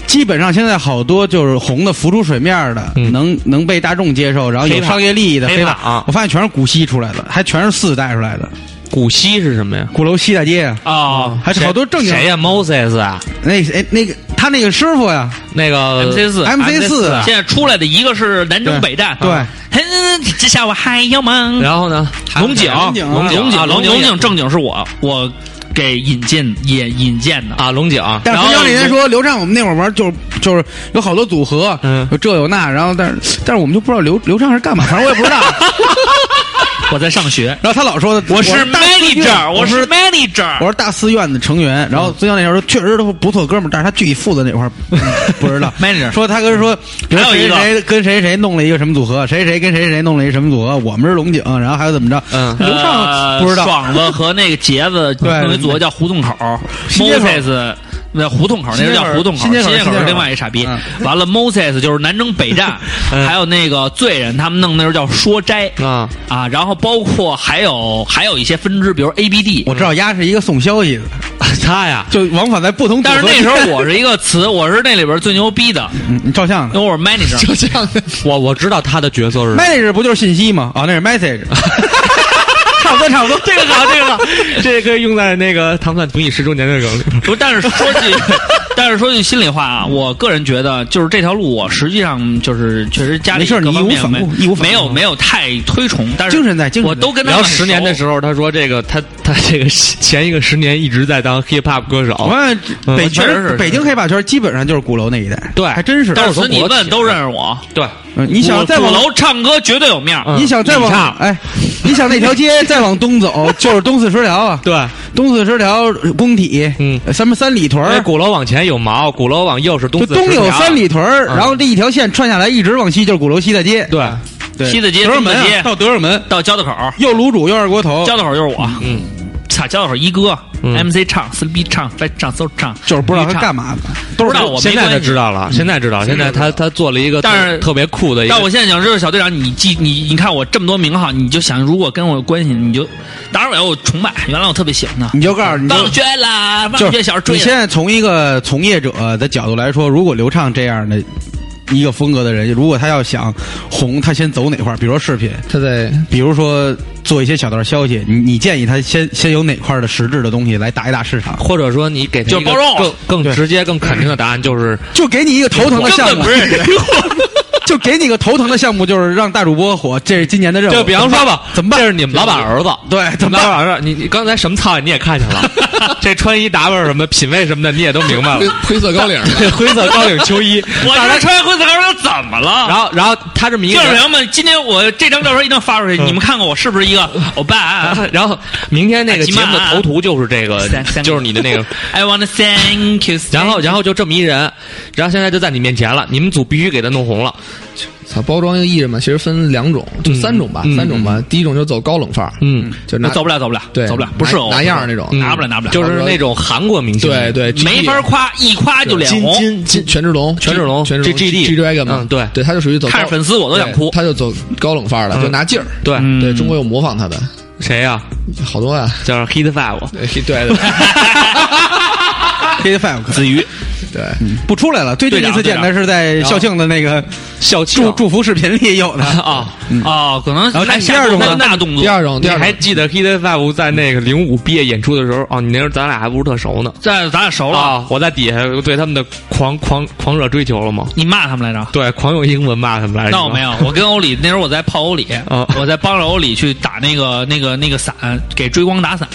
基本上现在好多就是红的浮出水面儿的，嗯能能被大众接受，然后有黑怕商业利益的黑黑怕怕啊我发现全是古稀出来的，还全是四带出来的，古稀是什么呀？鼓楼西大街啊，哦还是好多正经谁呀？Moses 啊，那哎那个他那个师傅呀，那个 MC 呃四 MC 四现在出来的一个是南征北战，对啊，嗯这下我还要吗？然后呢？龙井，龙井啊龙龙井井，啊龙龙井龙井正经是我，我给引荐引引荐的。啊，龙井啊，但是然后孙骁那天说刘畅，我们那会儿玩就是就是有好多组合，嗯有这有那，然后但是但是我们就不知道刘刘畅是干嘛，反正我也不知道。我在上学，然后他老说的 我是大四院 manager，我我是嗯是 manager，我是大四院的成员。然后孙骁那时候说确实都不错哥们儿，但是他具体负责哪 块儿不知道。 manager 说他跟说，比如还有一谁个谁跟谁谁弄了一个什么组合，谁谁跟谁谁弄了一个什么组合，我们是龙井，然后还有怎么着？嗯刘呃畅不知道。爽子和那个杰子对弄一组合叫胡同口新街口，Moses 那胡同口那是叫胡同口，新街口新新街口口是另外一傻逼嗯。完了，Moses 就是南征北 战，还有那个罪人，他们弄那时候叫说斋啊，啊，然后包括还有还有一些分支，比如 ABD，我知道丫是一个送消息的，他呀，就往返在不同组合。 但是那时候我是一个词，我是那里边最牛逼的，嗯你照相因的为我是 manager。就这样的，我我知道他的角色是什么。 ，message 不就是信息吗？啊，那是 message。差不多，差不多，这个好， 这个好，这个可以用在那个糖蒜读你十周年的梗里。不是，但是说句， 但是说句心里话啊，我个人觉得，就是这条路，我实际上就是确实家里没事儿各方你义无面反没顾义无反没有顾没有太推崇，但是精神在精神在我都跟他聊十年的时候，候，他说这个他他这个前一个十年一直在当 hip hop 歌手，完嗯北确实是京北京黑怕圈基本上就是鼓楼那一带，对还真是。但是你问都认识我，对，嗯， 你想再鼓往楼唱歌绝对有面儿。嗯你想再你往唱哎，你想那条街再往东走 就是东四十条啊，对，东四十条工体，嗯，什么三里屯因为儿，鼓楼往前有毛，鼓楼往右是东就四东有三里，里屯儿，嗯然后这一条线串下来一直往西就是鼓楼西大街，对，对西大街德胜门东大啊街到德胜门，到交道口儿，右卤煮右二锅头，交道口儿就是我，嗯，操，交道口儿一哥嗯，MC 唱，撕逼唱，白唱，搜唱，就是不知道他干嘛。嘛的，不知道我没现在他关系嗯知道了，现在知道，现在他他做了一个特，但是特别酷的一但我个，现在想知道，小队长，你记你你看我这么多名号，你就想如果跟我有关系，你就当然我有崇拜，原来我特别喜欢他。你就告诉你就放学啦，放就学小是时候追你的现在从一个从业者的角度来说，如果刘畅这样的一个风格的人，如果他要想红，他先走哪块儿？比如说视频，他在比如说做一些小道消息，你你建议他先先有哪块儿的实质的东西来打一打市场？或者说你给他就是一个包容更更直接、更肯定的答案就是就给你一个头疼的根项本目不，认识。就给你个头疼的项目，就是让大主播火，这是今年的任务。就比方说吧，怎么办？这是你们老板儿子，对，你怎们么老办？板儿子，你你刚才什么操你也看见了，这穿衣打扮什么、品味什么的你也都明白灰了。 灰色高领儿，对，灰色高领秋衣，我这穿着灰色高跟怎么了？然后然后他这么一就个是人，朋友们，今天我这张照片一定要发出去，你们看看我是不是一个欧巴啊 然后明天那个节目的头图就是这个三三，个就是你的那个。 ？I want to thank you。然后，然后就这么一人，然后现在就在你面前了，你们组必须给他弄红了。操，包装艺人嘛，其实分两种，就三种吧，嗯三种吧。第一种就走高冷范儿，嗯，就拿走不了，走不了，对，走不了，不是我拿样儿那种，嗯拿不了拿不了就是那种韩国明星，对，对，没法夸，一夸就脸金红。金金金权志龙，权志龙权志龙 GGD G Dragon 嘛，嗯对对，他就属于走高看着粉丝我都想哭对他就走高冷范儿了，嗯就拿劲儿，对嗯对，中国有模仿他的谁呀？好多啊， 叫 Hit Five，对对 对 K Five 子瑜，对，不出来了。最近一次队见长他是在校庆的那个校庆祝祝福视频里有的啊。哦，可能然后还第二种呢大动作第。二种，你哦第二还种记得 Hit Five 在那个零五毕业演出的时候？哦，你那时候咱俩还不是特熟呢。这咱俩熟了，啊，我在底下对他们的狂狂狂热追求了吗？你骂他们来着？对，狂用英文骂他们来着。那我没有，我跟欧里那时候我在泡欧里，哎啊我在帮着欧里去打那个那个那个伞，给追光打伞。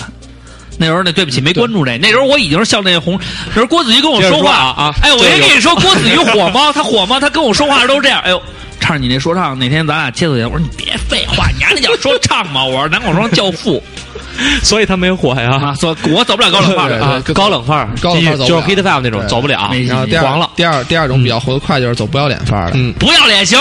那时候那对不起没关注这，那时候我已经是像那红，那时候郭子仪跟我接着说说话啊啊哎，我这先有跟你说郭子仪火吗？他火吗？他跟我说话都是这样，哎呦。唱你那说唱，哪天咱俩接触去？我说你别废话，你还是想说唱吗？我说南广庄教父 所以他没火啊，呀。说我走不了高冷范儿对啊啊，高冷范儿，高冷范儿就走不了是 Hit Five 那种对走不了没，然后第黄二了。第二第二种比较活得快，就是走不要脸 范儿的。嗯，不要脸行，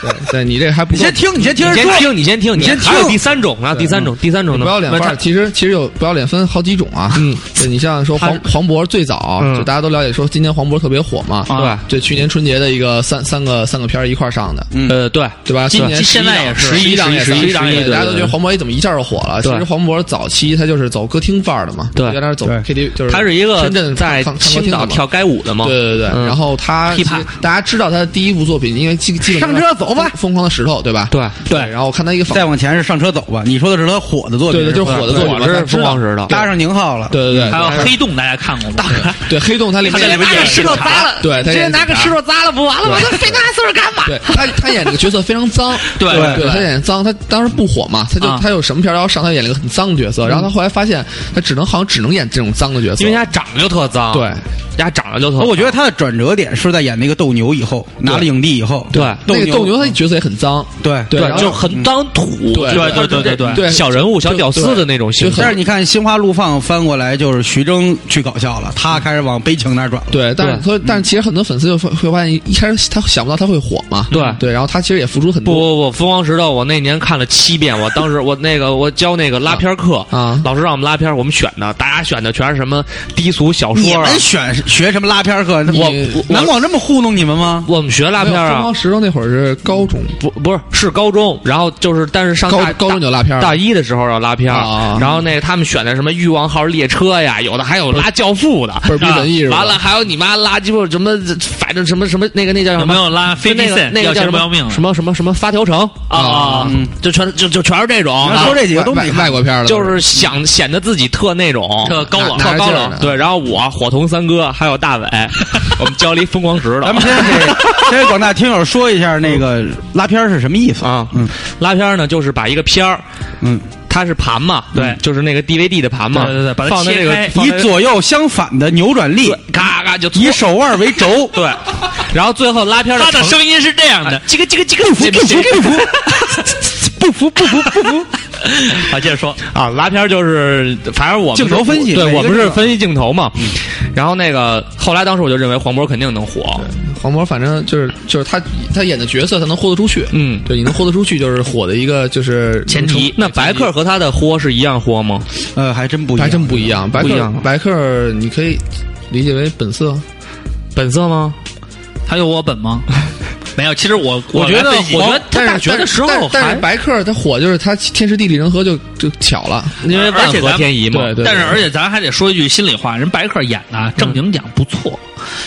对，对你这还不你够先听，你先听你人先说，听，你先听，你先还有听第三种，啊还有第三种，第三种呢？嗯不要脸问范他儿，其实其实有不要脸分好几种啊。嗯对，你像说黄黄渤最早嗯，就大家都了解说今年黄渤特别火嘛，啊对，去年春节的一个三三个三个片儿一块儿上的，呃，对，对吧？今今年现在也是十一档也十上一档也对对大家都觉对得黄渤哎怎么一下就火了？其对实黄渤早期他就是走歌厅范儿的嘛，对原来是走对 KTV，就是他是一个深圳在唱唱歌青厅的岛嘛跳街舞的嘛。对对对，嗯然后他 Hip-hop 其实大家知道他的第一部作品，因为基基本上车走吧疯疯狂的石头，对吧？对对。然后我看他一个访再，往前是上车走吧。你说的是他火的作品，对对，就是火的作品嘛，我是大家知疯道狂石头，搭上宁浩了，对对对，还对有黑洞，嗯大家看过吗？对黑洞，它里他面在里面演石头砸了，对，他演警察头砸了不完了吗？他非拿石头干嘛？ 对他他演这个角色非常脏，对对对他演脏，他当时不火嘛，他就啊他有什么片儿都要上，他演了一个很脏的角色，然后他后来发现他只能好像只能演这种脏的角色，嗯因为他长得就特脏，对，他长得就特脏。我觉得他的转折点是在演那个斗牛以后，拿了影帝以后，对斗那个牛，斗牛嗯他角色也很脏，对对对然，后就很当土，对就是对对对对对小人物、小屌丝对的那种就形但象。是你看《心花怒放》翻过来就是徐峥去搞笑了，他开始往悲情那儿转了。对，但对嗯是所以但是其实很多粉丝就会会发现，一开始他想不到他会火嘛，嗯对对，然后他其实也付出很不多，不不，《疯狂石头》我那年看了七遍。我当时我那个我教那个拉片课啊老师让我们拉片，我们选的，大家选的全是什么低俗小你说啊们。选学什么拉片儿课？我你我南广这么糊弄你们吗？我们学拉片没有疯啊狂，石头那会儿是高中，不不是是高中，然后就是但是上高大高中就拉片儿大一的时候要拉片儿啊，然后那个他们选的什么欲望号列车呀，有的还有拉教父的，倍儿逼文艺是吧完了还有你妈拉鸡巴什么，反正什么什么那个那叫什有没么？有拉就飞那机个线那要个叫钱什不要么命？什么什么什么发条城啊啊嗯，就全就就全是这种，你要啊说这几个外都没外外看，国片儿了，就是想显得自己特那种，特高冷哪特哪高劲儿冷呢。对，然后我伙同三哥还有大 伟，我们教了一疯狂石咱头们先给先给广大听友说一下那个拉片儿是什么意思啊嗯拉片儿呢，就是把一个片儿，嗯，它是盘嘛，对就是那个 DVD 的盘嘛，对对对把它放在这切个开放以在左右相反的扭转力对，嘎嘎就搓以手腕为轴，对，然后最后拉片儿他的成声音是这样的，这个这个这个这个这个不服不服不服，好，接着说，啊，拉片儿就是，反正我们是镜头分析对每一个我们镜是头分析镜头嗯嘛。然后那个后来，当时我就认为黄渤肯定能火，黄渤，反正就是就是他他演的角色才能豁得出去，嗯对，你能豁得出去就是火的一个就是前提。那白客和他的豁是一样豁吗？呃，还真不一样还真不一样，白不一客样白客你可以理解为本色，本色吗？他有我本吗？没有，其实我我觉得来分析我觉得他但大是学的时候但是但还是白客他火就是他天时地利人和就就巧了，因为万而且咱合们天宜嘛，对对但是而且咱还得说一句心里话，人白客演的啊正经讲不错，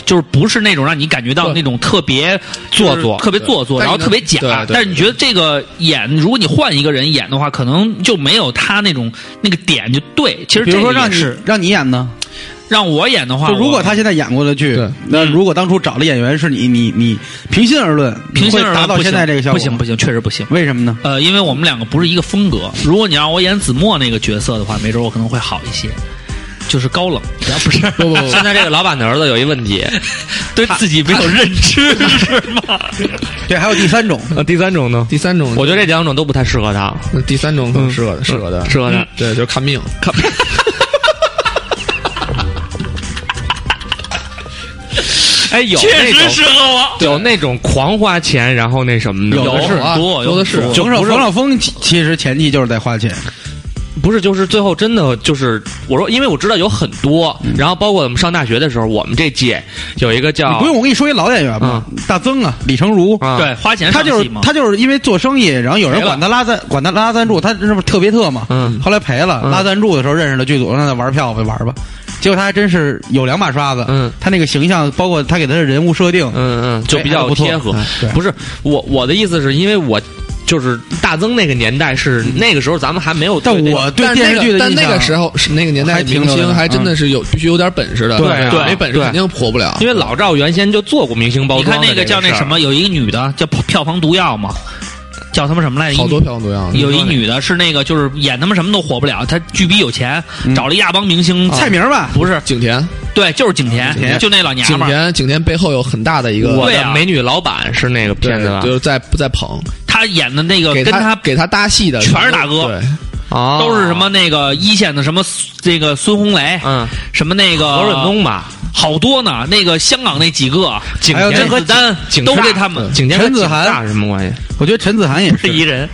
就是不是那种让你感觉到那种特别做作特别做作，对然后特别假但是呢。对对但是你觉得这个演，如果你换一个人演的话，可能就没有他那种那个点就对。其实比如这说个也让你是让你演呢，让我演的话，就如果我嗯他现在演过的剧对，那如果当初找的演员是你，你你平心而论，平心你而会论达到不行现在这个效果，不行不行，确实不行。为什么呢？呃，因为我们两个不是一个风格。如果你让我演子墨那个角色的话，没准我可能会好一些，就是高冷，啊不是不不不， 现在这个老板的儿子有一问 题，对自己没有认知，是吗？对，还有第三种，那啊第三种呢？第三种我觉得这两种都不太适合他，那第三种可能适合的适合的适合他。对，就是看命，哎，有确那实种适合我。有那种狂花钱，然后那什么的，有的是啊很多，有的是很多冯绍冯绍峰其其实前期就是在花钱，不是，就是最后真的就是我说，因为我知道有很多，嗯然后包括我们上大学的时候，我们这届有一个你啊叫不用我跟你说一老演员吧，嗯大曾啊，李成儒。啊，对，花钱他上就是戏嘛他就是因为做生意，然后有人管他拉赞管他拉赞助，他这不是特别特嘛？嗯后来赔了，嗯拉赞助的时候认识了剧组，让他玩票呗，玩吧。结果他还真是有两把刷子，嗯他那个形象，包括他给他的人物设定，嗯嗯，就比哎还较不错贴合哎。对不是我我的意思是因为我就是大增那个年代是那个时候咱们还没有嗯但对那个我对但电那视个剧的但印那象个时候是那个年代还的停明留着星呢还真的是有必须有点本事的，对啊没本事对肯定火不了，因为老赵原先就做过明星包你装看的那这个叫那事儿什，么，有一个女的叫票房毒药嘛，叫他们什么来着？好多票房毒药呢，有一女的是那个，就是演他们什么都火不了，她巨逼有钱，找了一大帮明星，蔡明吧，不是，景甜，对，就是景甜，啊甜就那老娘景们儿，甜，景甜背后有很大的一个我对的啊美女老板是那个对片子吧？就是在在捧，她演的那个给呃跟他她给他搭戏的全是大哥对，啊，都是什么那个一线的什么这个孙红雷，嗯，什么那个何润东吧？好多呢，那个香港那几个景还有甜这甄和子丹景都大给他们景嗯甜和陈子景涵大什么关系？我觉得陈子涵 也是，人，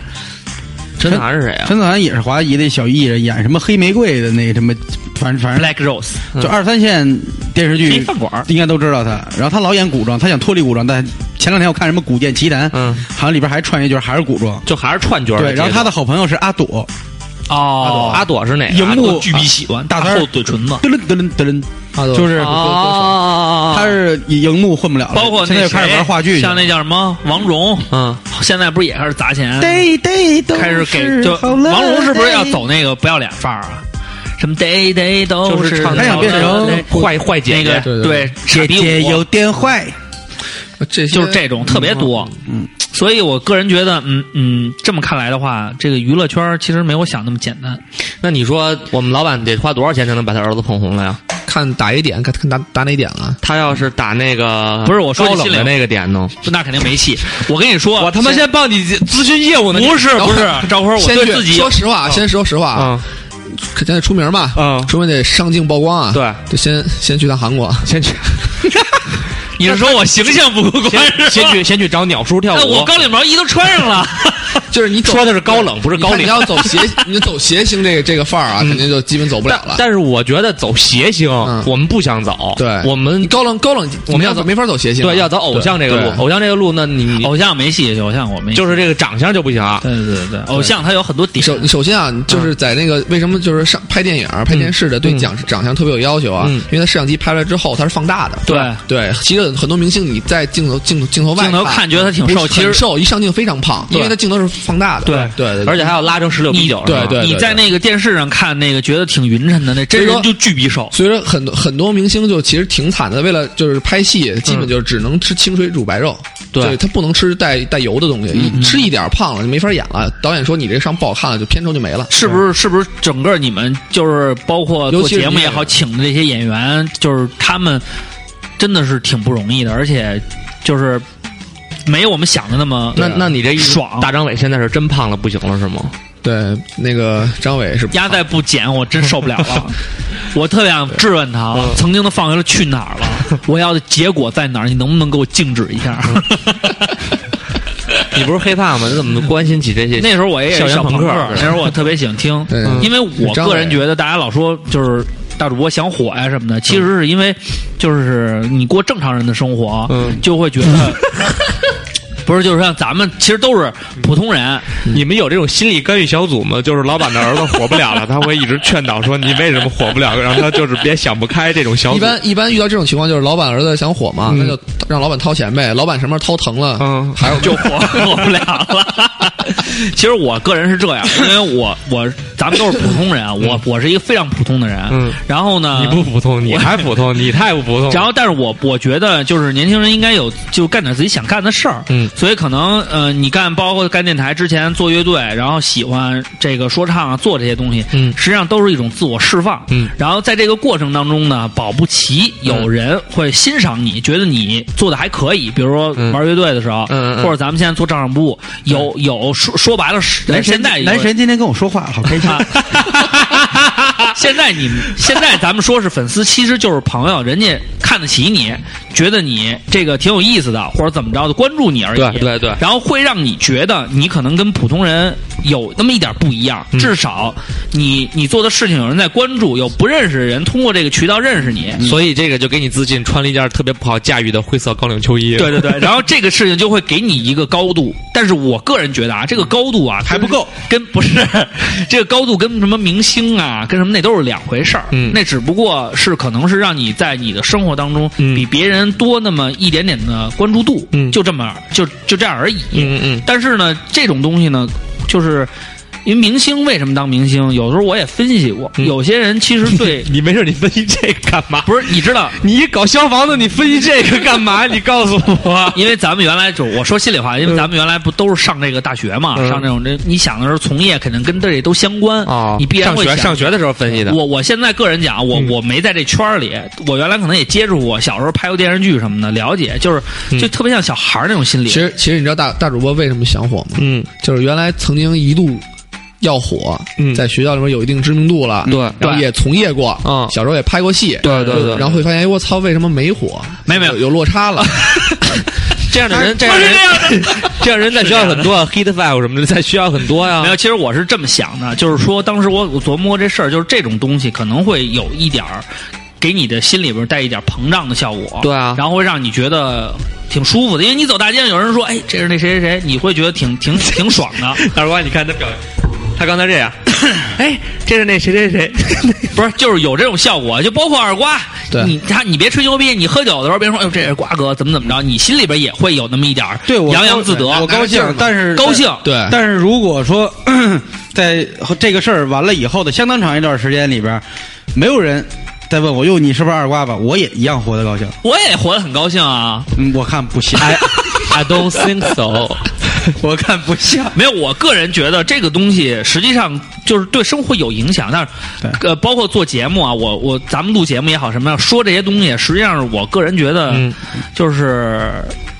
陈子涵是谁啊？陈子涵也是华谊的小艺人，演什么黑玫瑰的那什么，反正反正 Black Rose 就二三线电视嗯黑剧饭馆儿，应该都知道他。然后他老演古装，他想脱离古装，但前两天我看什么《古剑奇谭》，嗯，好像里边还串一句还是古装。就还是串角儿对，然后阶他段的好朋友是阿啊朵，哦，阿朵是哪个？啊荧幕巨逼喜欢大大三儿厚嘴唇子，嘚楞嘚楞嘚楞，大哥就是啊他是荧幕混不了了，包括现在那又开始谁玩话剧去了，像那叫什么王蓉，嗯，现在不是也开始砸钱， day day 都开始给就好了王蓉是不是要 day 走那个不要脸范儿啊？什么 day day 都就是唱他想变成坏坏姐那个姐，对对对姐傻逼姐舞有点坏，这些就是这种特别多，嗯，所以我个人觉得，嗯嗯，这么看来的话，这个娱乐圈其实没我想那么简单。那你说我们老板得花多少钱才能把他儿子捧红了呀？看打一点，看看打打哪点了。他要是打那个不是我说高你冷心里的那个点呢？那肯定没戏。我跟你说，先帮你咨询业务不是不是，赵坤，我先对去自己嗯说实话，先说实话，啊，肯定得出名吧，嗯出名得上镜曝光啊，对得先先去趟 韩国，先去你是说我形象不过关是先吧？哎哎去先去找鸟叔跳那舞 我，高领毛衣都穿上了，就是你走说的是高冷，不是高领嗯你看你。要走邪，你走邪星这个这个范儿啊，肯定就基本走不了了。但是我觉得走邪星嗯，我们不想走。对我们你高冷高冷，我们要你走没法走邪星啊，对哦要走偶像这个对路，偶像这个路，那你偶像没戏，偶像我没戏就是这个长相就不行。啊对对对，偶像他有很多点，首首先啊，嗯就是在那个为什么就是上拍电影、拍电视的对长长相特别有要求啊？嗯因为他摄像机拍出来之后，它是放大的。对对，其实很多明星你在镜头镜头镜头外镜头看觉得他挺不是瘦其实很瘦，一上镜非常胖，因为他镜头是放大的。对对对，而且还要拉成十六比九，对是吧对你在那个电视上看那个，觉得挺匀称的，那真所以人说就巨逼瘦。所以说很多很多明星就其实挺惨的，为了就是拍戏，基本就只能吃清水煮白肉，对就是他不能吃带带油的东西，你吃一点胖了就没法演了。导演说你这上不好看了，就片酬就没了。是不是？是不是整个你们就是包括做尤其是节目也演好，员请的这些演员，就是他们真的是挺不容易的，而且就是没有我们想的那么那那你这一爽大张伟现在是真胖了不行了是吗？对，那个张伟是压再不减，我真受不了 了。我特别想质问他，曾经的放学了去哪儿 了？我要的结果在哪儿？你能不能给我静止一下？你不是黑怕吗？你怎么关心起这些？ 那时候我也是校园小朋朋克克，那时候我特别喜欢听嗯对，因为我个人觉得大家老说就是大主播想火呀什么的，其实是因为就是你过正常人的生活，就会觉得。 不是，就是像咱们其实都是普通人，你们有这种心理干预小组吗？就是老板的儿子火不 了了，他会一直劝导说你为什么火不了，让他就是别想不开这种小组。一般一般遇到这种情况，就是老板儿子想火嘛，那就让老板掏钱呗。老板什么时候掏疼了，嗯还有 就火火不了了。其实我个人是这样，因为我我咱们都是普通人啊，我我是一个非常普通的人。嗯然后呢，你不普通，你还普通，你太不普通了。然后，但是我我觉得就是年轻人应该有就干点自己想干的事儿，嗯所以可能呃，你干包括干电台之前做乐队，然后喜欢这个说唱啊，做这些东西，嗯实际上都是一种自我释放，嗯然后在这个过程当中呢，保不齐有人会欣赏你，觉得你做的还可以，比如说嗯玩乐队的时候，嗯嗯嗯或者咱们现在做账上部，有有说说白了，是男现在神，男有神今天跟我说话，好开心。啊！ 现在你们现在咱们说是粉丝，其实就是朋友，人家看得起你，觉得你这个挺有意思的，或者怎么着的，关注你而已。对对对然后会让你觉得你可能跟普通人有那么一点不一样，嗯至少你你做的事情有人在关注，有不认识的人通过这个渠道认识你。所以这个就给你自信，穿了一件特别不好驾驭的灰色高领秋衣。对对对，然后这个事情就会给你一个高度，但是我个人觉得啊，这个高度啊还不够，跟不是 这个高度跟什么明星啊，跟什么那都是两回事儿，嗯那只不过是可能是让你在你的生活当中嗯比别人多那么一点点的关注度，嗯就这么就就这样而已，嗯嗯但是呢，这种东西呢，就是。因为明星为什么当明星？有时候我也分析过，嗯有些人其实对 嗯，你没事，你分析这个干嘛？ 不是你知道，你一搞消防的，你分析这个 干嘛？你告诉我。因为咱们原来就我说心里话，因为咱们原来不都是上这个大学嘛，嗯上这种这你想的是从业，肯定跟这都相关哦，你必然上会学想上学的时候分析的。我我现在个人讲，我、嗯我没在这圈儿里，我原来可能也接触过，小时候拍过电视剧什么的，了解就是嗯就特别像小孩儿那种心理。其实其实你知道大大主播为什么想火吗？嗯就是原来曾经一度要火，嗯在学校里面有一定知名度了，对然后也从业过，嗯小时候也拍过戏，对对对然后会发现，哎，我操，为什么没火？没没有有落差了，这样 的人，这样的人，这样的人在学校 很多，hit five 什么的，在学校很多呀没。有，其实我是这么想的，就是说，当时我我琢磨这事儿，就是这种东西可能会有一点儿，给你的心里边带一点膨胀的效果。对啊然后会让你觉得挺舒服的，因为你走大街上有人说，哎，这是那谁谁谁，你会觉得挺挺挺爽 的。大叔，你看他表情，他刚才这 样，哎，这是那谁谁谁，不是，就是有这种效果，就包括二瓜，对你他你别吹牛逼，你喝酒的时候别说，哎呦，这是瓜哥怎么怎么着，你心里边也会有那么一点儿对我洋洋自得，我高兴，但是高兴。对，但是如果说在这个事儿完了以后的相当长一段时间里边儿，没有人再问我哟，你是不是二瓜吧？我也一样活得高兴。我也活得很高兴啊，嗯，我看不像，哎 I don't think so。我看不像。 没有，我个人觉得这个东西实际上就是对生活有影响，但是呃，包括做节目啊，我我咱们录节目也好，什么呀，说这些东西，实际上是我个人觉得嗯就是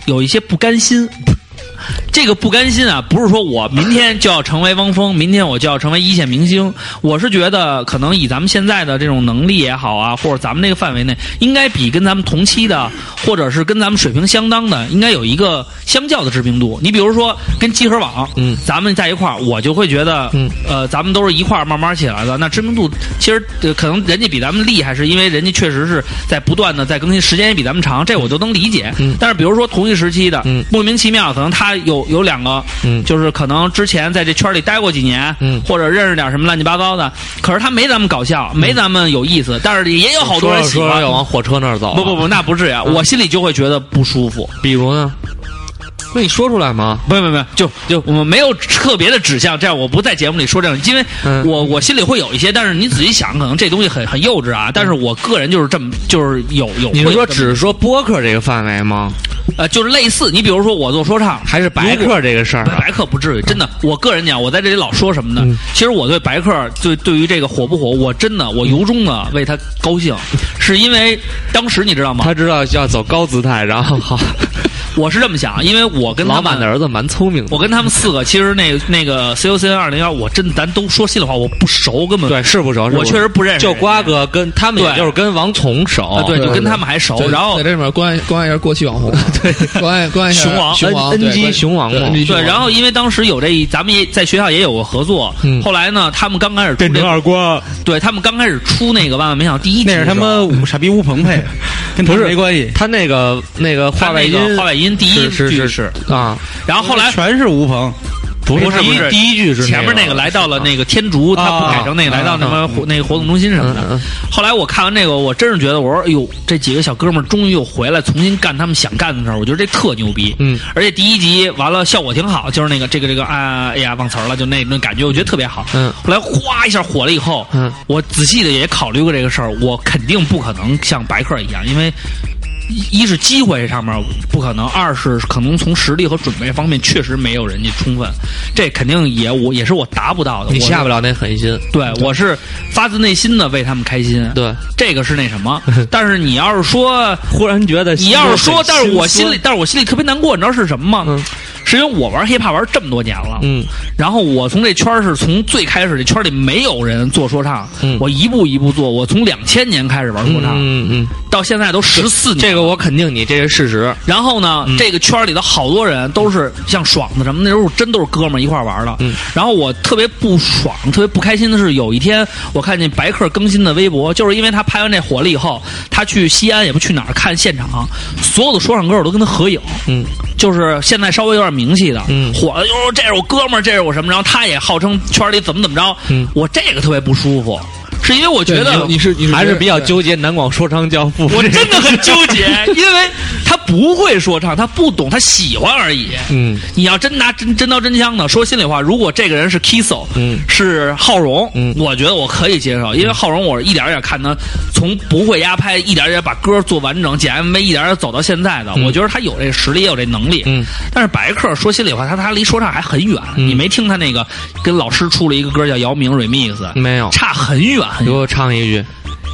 有一些不甘心。这个不甘心啊，不是说我明天就要成为汪峰，明天我就要成为一线明星。我是觉得，可能以咱们现在的这种能力也好啊，或者咱们这个范围内，应该比跟咱们同期的，或者是跟咱们水平相当的，应该有一个相较的知名度。你比如说跟集合网，嗯咱们在一块儿，我就会觉得，嗯，呃，咱们都是一块儿慢慢起来的，那知名度其实、呃可能人家比咱们厉害，是因为人家确实是在不断的在更新，时间也比咱们长，这我都能理解。嗯但是比如说同一时期的，嗯莫名其妙，可能他有有两个，嗯就是可能之前在这圈里待过几年，嗯或者认识点什么乱七八糟的，可是他没咱们搞笑，没咱们有意思，但是也有好多人喜嗯说说嗯欢要。往火车那儿走，不不，不，那不至于啊，我心里就会觉得不舒服。比如呢？那你说出来吗？没有没有没有，就就我们没有特别的指向，这样我不在节目里说这样，因为嗯我我心里会有一些，但是你仔细想，可能这东西很很幼稚啊。但是我个人就是这么，就是有有，嗯你是会有说这么只是说播客这个范围吗？呃，就是类似，你比如说我做说唱，还是白如果客这个事儿啊？白客不至于，真的。我个人讲，我在这里老说什么呢？嗯其实我对白客，对对于这个火不火，我真的我由衷的为他高 兴，是因为当时你知道吗？他知道要走高姿态，然后好，我是这么想，因为我跟 老他们板的儿子蛮聪明的。我跟他们四个，其实那个那个 COCN 二零幺，我真的咱都说心里话，我不熟，根本对是不熟，是不我熟确实不认识就人家瓜哥跟他们，对也就是跟王从熟啊，，对，对就跟对他们还熟在。然后在这里面关爱关爱一下过气网 红，对，关爱关爱一下熊王熊王 N- 对 NG 关熊王嘛 NG 对，熊王然后因为当时有这一，咱们也在学校也有过合作。嗯后来呢，他们刚开始出变成这，二瓜，对他们刚开始出那个《万万没想到》第一集那的时是候，他妈五傻逼乌鹏配，跟他们不是没关系。他那个那个他话外那音个，话外音第一是是句是啊，然后后来全是吴鹏，不不是第不一是第一句是前面那个来到了那个天竺，他不改成那个啊来到什么活那个活动中心什么嗯嗯的嗯。后来我看完这个，我真是觉得我说，哎呦，这几个小哥们儿终于又回来，重新干他们想干的事儿，我觉得这特牛逼。嗯，而且第一集完了效果挺好，就是那个这个这个啊，哎呀忘词儿了，就那那感觉，我觉得特别好。嗯后来哗一下火了以后，嗯，我仔细的也考虑过这个事儿，我肯定不可能像白客一样，因为。一一是机会上面不可能，二是可能从实力和准备方面确实没有人家充分，这肯定也我也是我达不到的。你我下不了那狠心，对，我是发自内心的为他们开心。，对，这个是那什 么，但是你要是说忽然觉得你要是说，但是我心里，但是我心里特别难过，你知道是什么吗？嗯是因为我玩 hiphop 玩这么多年了，嗯，然后我从这圈儿是从最开始这圈儿里没有人做说唱，嗯我一步一步做，我从两千年开始玩说唱，嗯嗯，到现在都十四年。这个我肯定你，这是事实，然后呢，嗯这个圈儿里的好多人都是像爽子什么，那时候真都是哥们儿一块儿玩儿的。嗯然后我特别不爽、特别不开心的是，有一天我看见白客更新的微博，就是因为他拍完这火了以后，他去西安也不去哪儿看现场，所有的说唱歌手都跟他合影。嗯，就是现在稍微有点名气的，嗯火了，哟，这是我哥们儿，这是我什么，然后他也号称圈里怎么怎么着，嗯我这个特别不舒服，是因为我觉对得你你是你是还是觉得比较对纠结南广说唱教父， 我真的很纠 结，因为他不会说唱，他不懂，他喜欢而已。嗯，你要真拿真真刀真枪的说心里话，如果这个人是 Kiso，嗯是浩荣，嗯我觉得我可以接受，因为浩荣我是一点儿一点儿看他从不会压拍，一点儿一点儿把歌做完整，剪 MV，一点儿一点儿走到现在的，嗯我觉得他有这实力，也有这能力。嗯，但是白客说心里话，他他离说唱还很远，嗯你没听他那个跟老师出了一个歌叫《姚明 Remix》。没有，差很远很给远，我唱一句，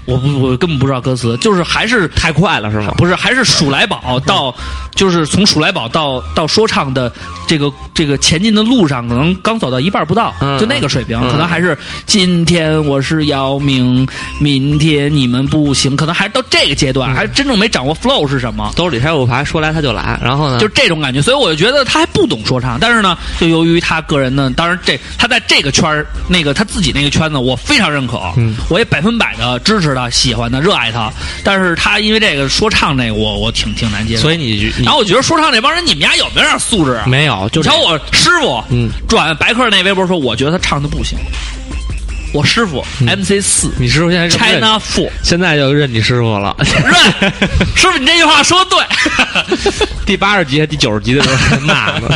我不我根本不知道歌词，就是还是太快了是吗？不是，还是鼠来宝到，就是从鼠来宝到到说唱的这个这个前进的路上，可能刚走到一半不到，嗯就那个水平，嗯可能还是今天我是姚明，明天你们不行，可能还是到这个阶嗯段，还真正没掌握 flow 是什么。兜里还有牌，说来他就来，然后呢，就是这种感觉，所以我就觉得他还不懂说唱。但是呢，就由于他个人呢，当然这他在这个圈儿，那个他自己那个圈子，我非常认可，嗯我也百分百的支持他、喜欢他、热爱他。但是他因为这个说唱这个，我我挺挺难接受。所以你你然后我觉得说唱这帮人，你们家有没有点素质啊？没有，就你是瞧我师傅，嗯转白客那微博说，我觉得他唱的不行。我师傅、MC 四你师傅现在嗯认不认 China Four，现在就认你师傅了。对，师傅你这句话说得对。 第八十集、第九十集的时候骂呢，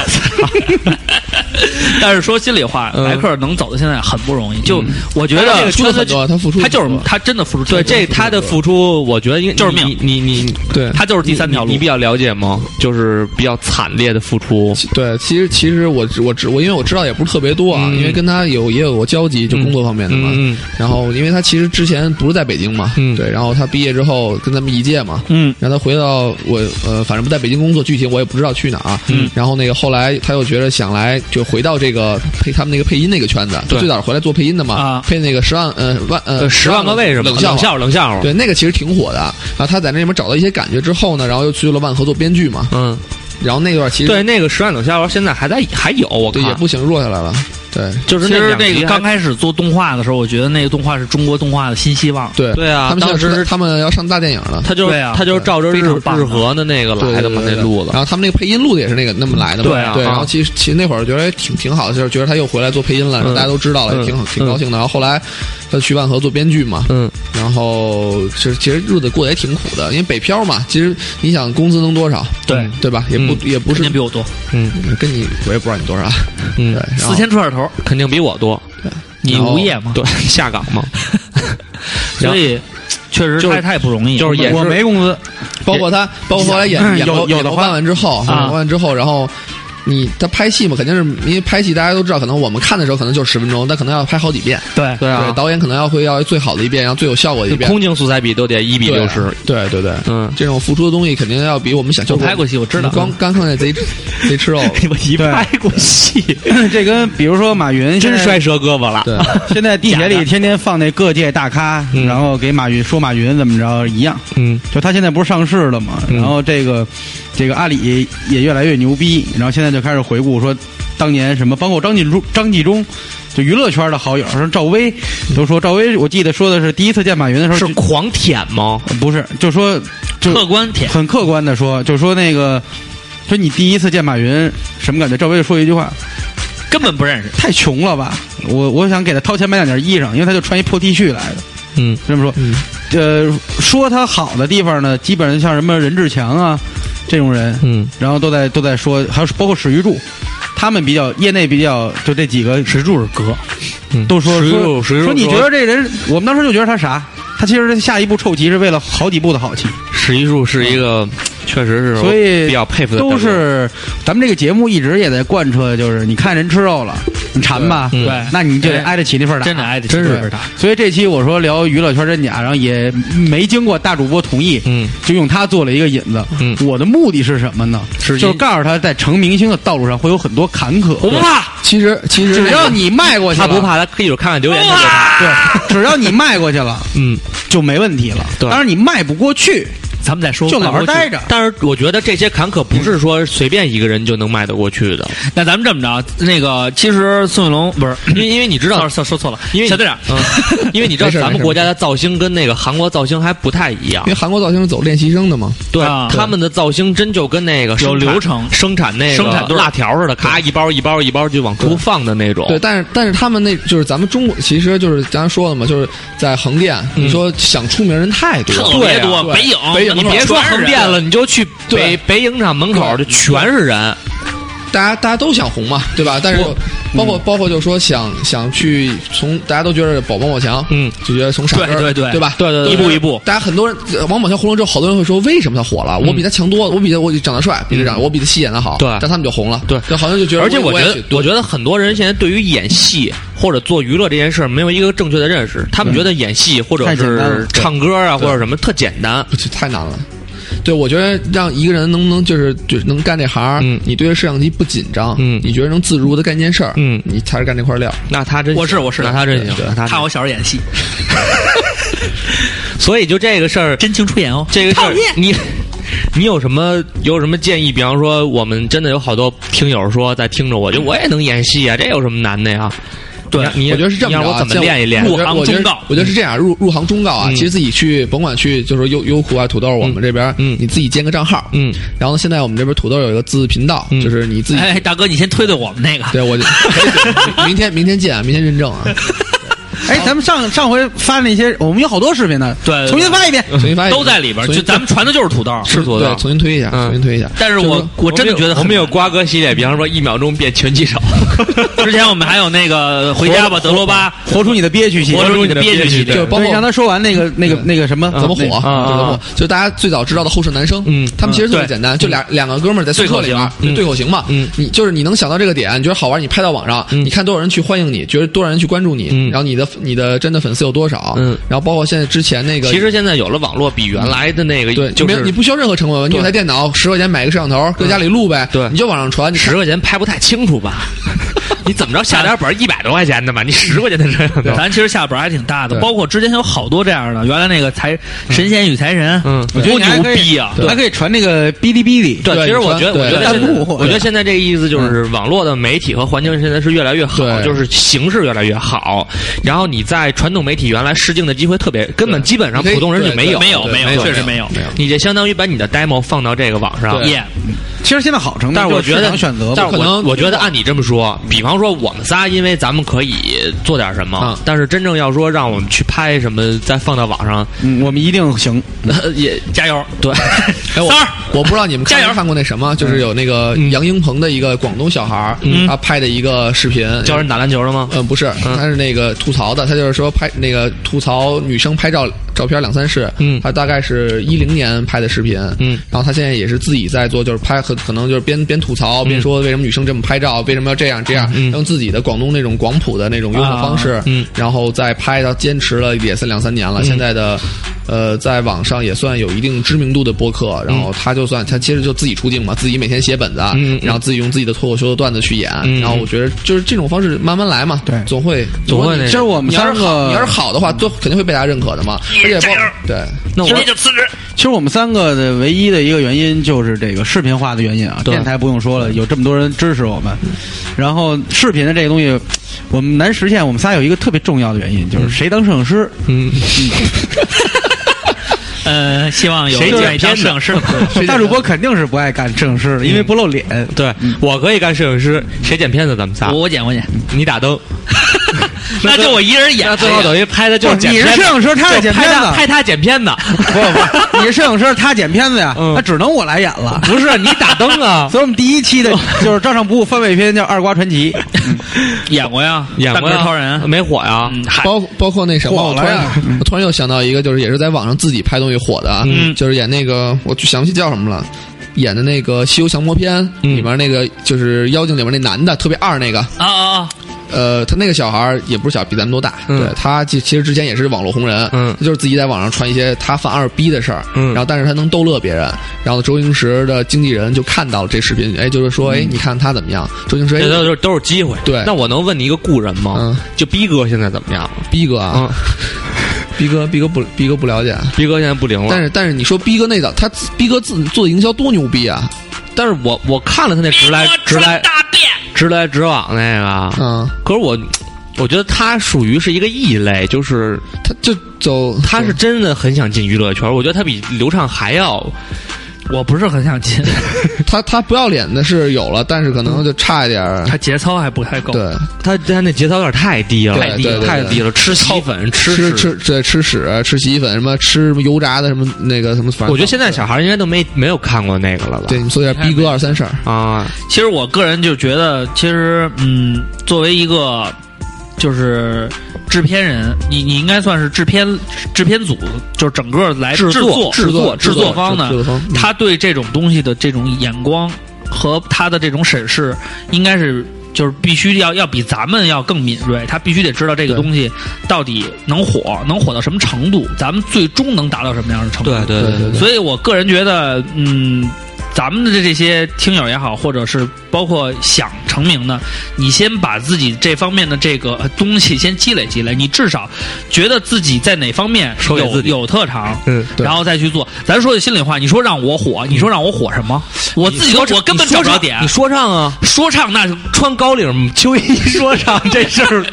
但是说心里话，嗯白客能走到现在很不容易。就我觉他这得个付出了很多，他付出了他就是很多他真的付出挺 对多，这他的付出，我觉得应该就是命你你你你对他就是第三条路你，你比较了解吗？就是比较惨烈的付出，其对，其实其实我知我知我因为我知道也不是特别多啊，嗯因为跟他有也有过交集，就嗯工作方面什么。嗯嗯然后，因为他其实之前不是在北京嘛，嗯对，然后他毕业之后跟咱们一届嘛，嗯，然后他回到我呃，反正不在北京工作，具体我也不知道去哪儿。啊嗯，然后那个后来他又觉得想来，就回到这个配他们那个配音那个圈子，就对最早回来做配音的嘛，啊配那个十万呃万呃呃，十万个为什么冷冷笑笑冷笑话，对，那个其实挺火的。然后他在那里面找到一些感觉之后呢，然后又去了万合做编剧嘛。嗯，然后那段其实对，那个十万冷笑话现在还在还有，我对看也不行，弱下来了。对就是其实两那集个还刚开始做动画的时候，我觉得那个动画是中国动画的新希望。对对啊他们现在当时是他们要上大电影了。他就是对啊他就是照着非日常棒啊日和的那个对来的嘛，对对那对路子然。后他们那个配音录的也是那个那么来的嘛。对啊对。啊然后其实其实那会儿觉得挺挺好的，就是觉得他又回来做配音了，然后嗯大家都知道了，也嗯挺好，挺嗯高兴的。然后后来他去万合做编剧嘛，嗯，然后其实其实日子过得也挺苦的，因为北漂嘛，其实你想工资能多少？对嗯对吧？也不也不肯是定比我多，跟你我也不知道你多少啊。嗯对，然后四千出点头，肯定比我多。你无业嘛，对， 下岗 嘛，所以确实就是太太不容易了，就是也我是没工资，包括他，包括后来演嗯演有过有演的过话办完之后，啊演过完之后，然后你他拍戏嘛，肯定是因为拍戏大家都知道，可能我们看的时候可能就十分钟，但可能要拍好几遍，对对对，啊，导演可能要会要最好的一遍，然后最有效果的一遍，空镜素材比都得一比对啊六十。对对对，嗯，这种付出的东西肯定要比我们想啊我象拍过戏，我知道。嗯刚刚看见贼贼 吃肉了，我一对拍过戏， 这跟比如说马云真现在摔折胳膊了。啊对， 现在地铁里天天放那各界大咖，嗯然后给马云说马云怎么着一样。嗯就他现在不是上市了嘛，嗯然后这个这个阿里也越来越牛逼，然后现在就开始回顾说当年什么，包括张纪中张纪中，就娱乐圈的好友，说赵薇都说赵薇，我记得说的是第一次见马云的时候嗯是就狂舔吗？不是就说就客观舔，很客观的说，就说那个说你第一次见马云什么感觉？赵薇就说一句话，根本不认识，太穷了吧，我我想给他掏钱买两件衣裳，因为他就穿一破 T 恤来的。嗯这么说，呃，说他好的地方呢，基本上像什么任志强啊这种人，嗯，然后都在都在说，还有包括史玉柱，他们比较业内比较就这几个，史玉柱是哥，嗯都说史玉说柱史玉柱说你说觉得这人，我们当时就觉得他啥？他其实下一步臭棋是为了好几步的好棋，史一树是一个，确实是，所以比较佩服的都德国人。是咱们这个节目一直也在贯彻，就是你看人吃肉了，你馋吧，嗯对那你就得挨得起那份打，真的挨得起真那份是打。所以这期我说聊娱乐圈真假，然后也没经过大主播同意，嗯，就用他做了一个引子。嗯我的目的是什么呢？是就是一告诉他在成明星的道路上会有很多坎坷，我不怕，其实其实只那个要你迈过去他了，不。怕，他可以看看留言。他就怕对，只要你迈过去了， 嗯，就没问题了。对当然你迈不过去，咱们再说，就老实待着。但是我觉得这些坎坷不是说随便一个人就能迈得过去的，嗯那咱们这么着，啊那个其实宋玉龙不是，因为因为你知道 说，说说错了，因为小队长，嗯，因 为你知道没事咱没们事国家的造星跟那个韩国造星还不太一样因为，韩国造型是走练习生的嘛，对啊他们的造星真就跟那个有生产流程生产那生产个队儿辣条似的，咔一包一包一包就往出放的哦那种。对，但是但是他们那就是咱们中国，其实就是刚才说了嘛，就是在横店，嗯你说想出名人太多了，特别多，对北影，北影门你口别说全是横人啊店了，你就去北对北影厂门口，就对全是人。大家大家都想红嘛，对吧？但是我包嗯括、包括就说想想去从大家都觉得宝宝宝强，嗯，就觉得从傻根儿对对对对吧？对对对一步一步，大家很多人，呃王宝强红了之后，好多人会说为什么他火了？我比他强多了，我比他我长得帅，比他长，我比他戏演的好，嗯对但他们就红了，对就好像就觉得，而且我我觉也得许，我觉得很多人现在对于演戏或者做娱乐这件事儿没有一个正确的认识，他们觉得演戏或者太简单是了唱歌啊或者什么特简单。这太难了。对，我觉得让一个人能不能就是就是能干这行儿，嗯你对着摄像机不紧张，嗯你觉得能自如的干一件事儿，嗯你才是干这块料。那他真我是行我是那他真行对，那他真看我小时候演戏，行所以就这个事儿，真情出演哦。这个事儿，你 你有什么有什么建议？比方说，我们真的有好多听友说在听着我，就我也能演戏啊，这有什么难的呀？对你你我觉得是这么你着啊，让我怎么像练一练？我觉得入行我觉得忠告我觉得是这样，入入行忠告啊，嗯其实自己去，甭管去就是优优酷啊、土豆，我们这边，嗯你自己建个账号，嗯，然后呢，现在我们这边土豆有一个自频道，嗯就是你自己，哎，大哥，你先推推我们那个，对我就明天明天见啊，明天认证啊，哎，咱们上上回发那些，我们有好多视频呢，对对对重新发一遍。重新发一遍都在里边，重就新咱们传的就是土豆。是做对到。重新推一下，嗯重新推一下。但是就是我说我真的觉得我很们有瓜哥系列，比方说一秒钟变拳击手， 之前我们还有那个回家吧，德罗巴，活出你的憋屈气，活出你的憋屈气对就包括对让他说完那个那个那个什么怎么火？那就个啊怎么啊火？就大家最早知道的后舍男生，嗯他们其实特别对简单，就俩两个哥们儿在宿舍里边儿对口型嗯对口型嘛，嗯你就是你能想到这个点，你觉得好玩，你拍到网上，嗯你看多少人去欢迎你，觉得多少人去关注你嗯，然后你的你的真的粉丝有多少，嗯，然后包括现在之前那个，其实现在有了网络，比原来的那个对，就你是没你不需要任何成本，你有台电脑，十块钱买一个摄像头，搁家里录呗，对你就往上传，你看十块钱拍不太清楚吧？你怎么着 下点本一百多块钱的吧？你十块钱的摄像头，咱其实下本儿还挺大的，对包括之前有好多这样的，原来那个财神仙与财神，嗯多我觉得你还牛可以逼啊！还可以传那个哔哩哔哩，对，对其实我觉得，对嗯我觉得对现弹在幕我觉得现在这个意思就是，网络的媒体和环境现在是越来越好，对就是形式越来越好。然后你在传统媒体原来试镜的机会特别，根本基本上你可以普通人就没有，没有对没没有，有确实没有。没有你这相当于把你的 demo 放到这个网上对。耶，其实现在好成本，但是我就是觉市得场，选择但吧是可我能我觉得按你这么说，比方说我们仨，因为咱们可以做点什么嗯，但是真正要说让我们去拍什么，再放到网上，嗯，我们一定行。嗯也加油。对， 哎，我三儿我不知道你们加看油嗯没看过那什么，就是有那个杨英鹏的一个广东小孩儿，他拍的一个视频，教人打篮球了吗？嗯，不是，他是那个吐槽的，他就是说拍那个吐槽女生拍照照片两三式，嗯他大概是一零年拍的视频，嗯然后他现在也是自己在做，就是拍很可能就是边边吐槽边说为什么女生这么拍照，为什么要这样这样，嗯用自己的广东那种广朴的那种幽默方式，嗯然后再拍到坚持了也三两三年了，现在的呃在网上也算有一定知名度的播客，然后他就算他其实就自己出镜嘛，自己每天写本子，嗯嗯然后自己用自己的脱口秀的段子去演，嗯然后我觉得就是这种方式慢慢来嘛，对总会总会那其实我们你要三是好，你要是个，好的话，都肯定会被大家认可的嘛。而且包对，那我就辞职。其实我们三个的唯一的一个原因就是这个视频化的原因啊。对电台不用说了，有这么多人支持我们，然后视频的这个东西，我们难实现。我们仨有一个特别重要的原因，就是谁当摄影师，嗯，呃，希望有谁愿剪意当片子摄影师 的朋友。大主播肯定是不爱干摄影师的，因为不露脸。对，我可以干摄影师，谁剪片子？咱们仨我，我剪我剪，你打灯，那就我一人演那。最后等于拍的就是不是剪片子你是摄影师他是就剪片子拍他拍他剪片子，啊哎不不，你是摄影师，他剪片子呀，嗯那只能我来演了。不是你打灯啊？所以我们第一期的就是照常不误番外篇，叫《二瓜传奇》。 演过呀，演过蛋壳呀超人。没火呀？嗯，嗨，包包括那什么，火我了突然呀我突然又想到一个，就是也是在网上自己拍东西火的，啊嗯就是演那个我想不起叫什么了。演的那个《西游降魔篇》嗯里面那个就是妖精里面那男的特别二那个，啊啊啊！呃，他那个小孩儿也不是小，比咱们都大。嗯对他其其实之前也是网络红人，嗯就是自己在网上传一些他犯二逼的事儿，嗯然后但是他能逗乐别人。然后周星驰的经纪人就看到了这视频，哎，就是说，嗯哎，你看他怎么样？周星驰，这哎都是都是机会。对那我能问你一个故人吗嗯？就逼哥现在怎么样了？逼哥啊，嗯， 逼哥，逼哥不，逼哥不了解。逼哥现在不灵了。但是但是你说逼哥那早，他自逼哥自做的营销多牛逼啊！但是我我看了他那直来直来大便。直来直往那个，嗯， 可是我我觉得他属于是一个异类，就是他就走，他是真的很想进娱乐圈，我觉得他比刘畅还要我不是很想 进，他他不要脸的是有了，但是可能就差一点儿。他节操还不太够。对，他他那节操有点太低了，对太低对了，对太低了，吃洗洗粉吃吃吃。对吃屎啊吃洗衣粉什么吃什么油炸的什么那个什么，反正我觉得现在小孩应该都没没有看过那个了吧？对你说点逼哥二三事儿，啊，其实我个人就觉得，其实嗯，作为一个就是制片人，你你应该算是制片制片组，就是整个来制作哎作制作制制作方制呢，作嗯方，他对这种东西的这种眼光和他的这种审视，应该是。就是必须要要比咱们要更敏锐，他必须得知道这个对东西到底能火，能火到什么程度，咱们最终能达到什么样的程度。对对对对对，所以我个人觉得，嗯，咱们的这这些听友也好，或者是包括想成名的，你先把自己这方面的这个呃东西先积累积累，你至少觉得自己在哪方面收敛有自己有特长。嗯，对然后再去做，咱说句心里话，你说让我火，你说让我火什么？我自己都我根本找说不着唱点你。说唱啊，说唱那 穿高领 秋衣说唱这事儿，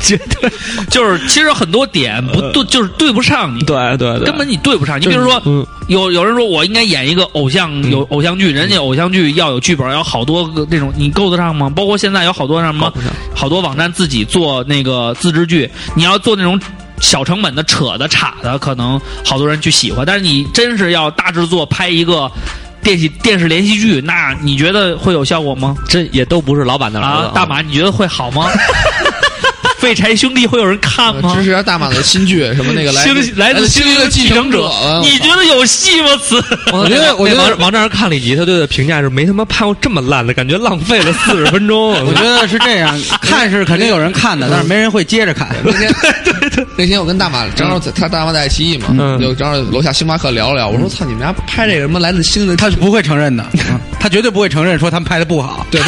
绝对就是其实很多点呃不对，就是对不上你。对对对，根本你对不上。你比如说，嗯有有人说我应该演一个偶像，有偶像剧，人家偶像剧要有剧本，要好多个那种，你够得上吗？包括现在有好多什么够不上，好多网站自己做那个自制剧，你要做那种。小成本的扯的岔的，可能好多人去喜欢，但是你真是要大制作拍一个电视电视连续剧，那你觉得会有效果吗？啊这也都不是老板的儿子啊啊，大马，你觉得会好吗？废柴兄弟会有人看吗？支持一下大马的新剧，什么那个来呃星来自星星星星的的继继承承者嗯者，，你觉得有戏吗？此我觉得，我觉得王王丈人看了一集，他对的评价是没他妈拍过这么烂的，感觉浪费了四十分 钟。 我觉得是这 样，看是肯定有人看的，但是没人会接着看。那天那天我跟大马正好在他大马在爱奇艺嘛，嗯就正好楼下星巴克聊了聊，我说操，你们家拍这个什么来自星的，他是不会承认的， 他绝对不会承认说他们拍的不好，对，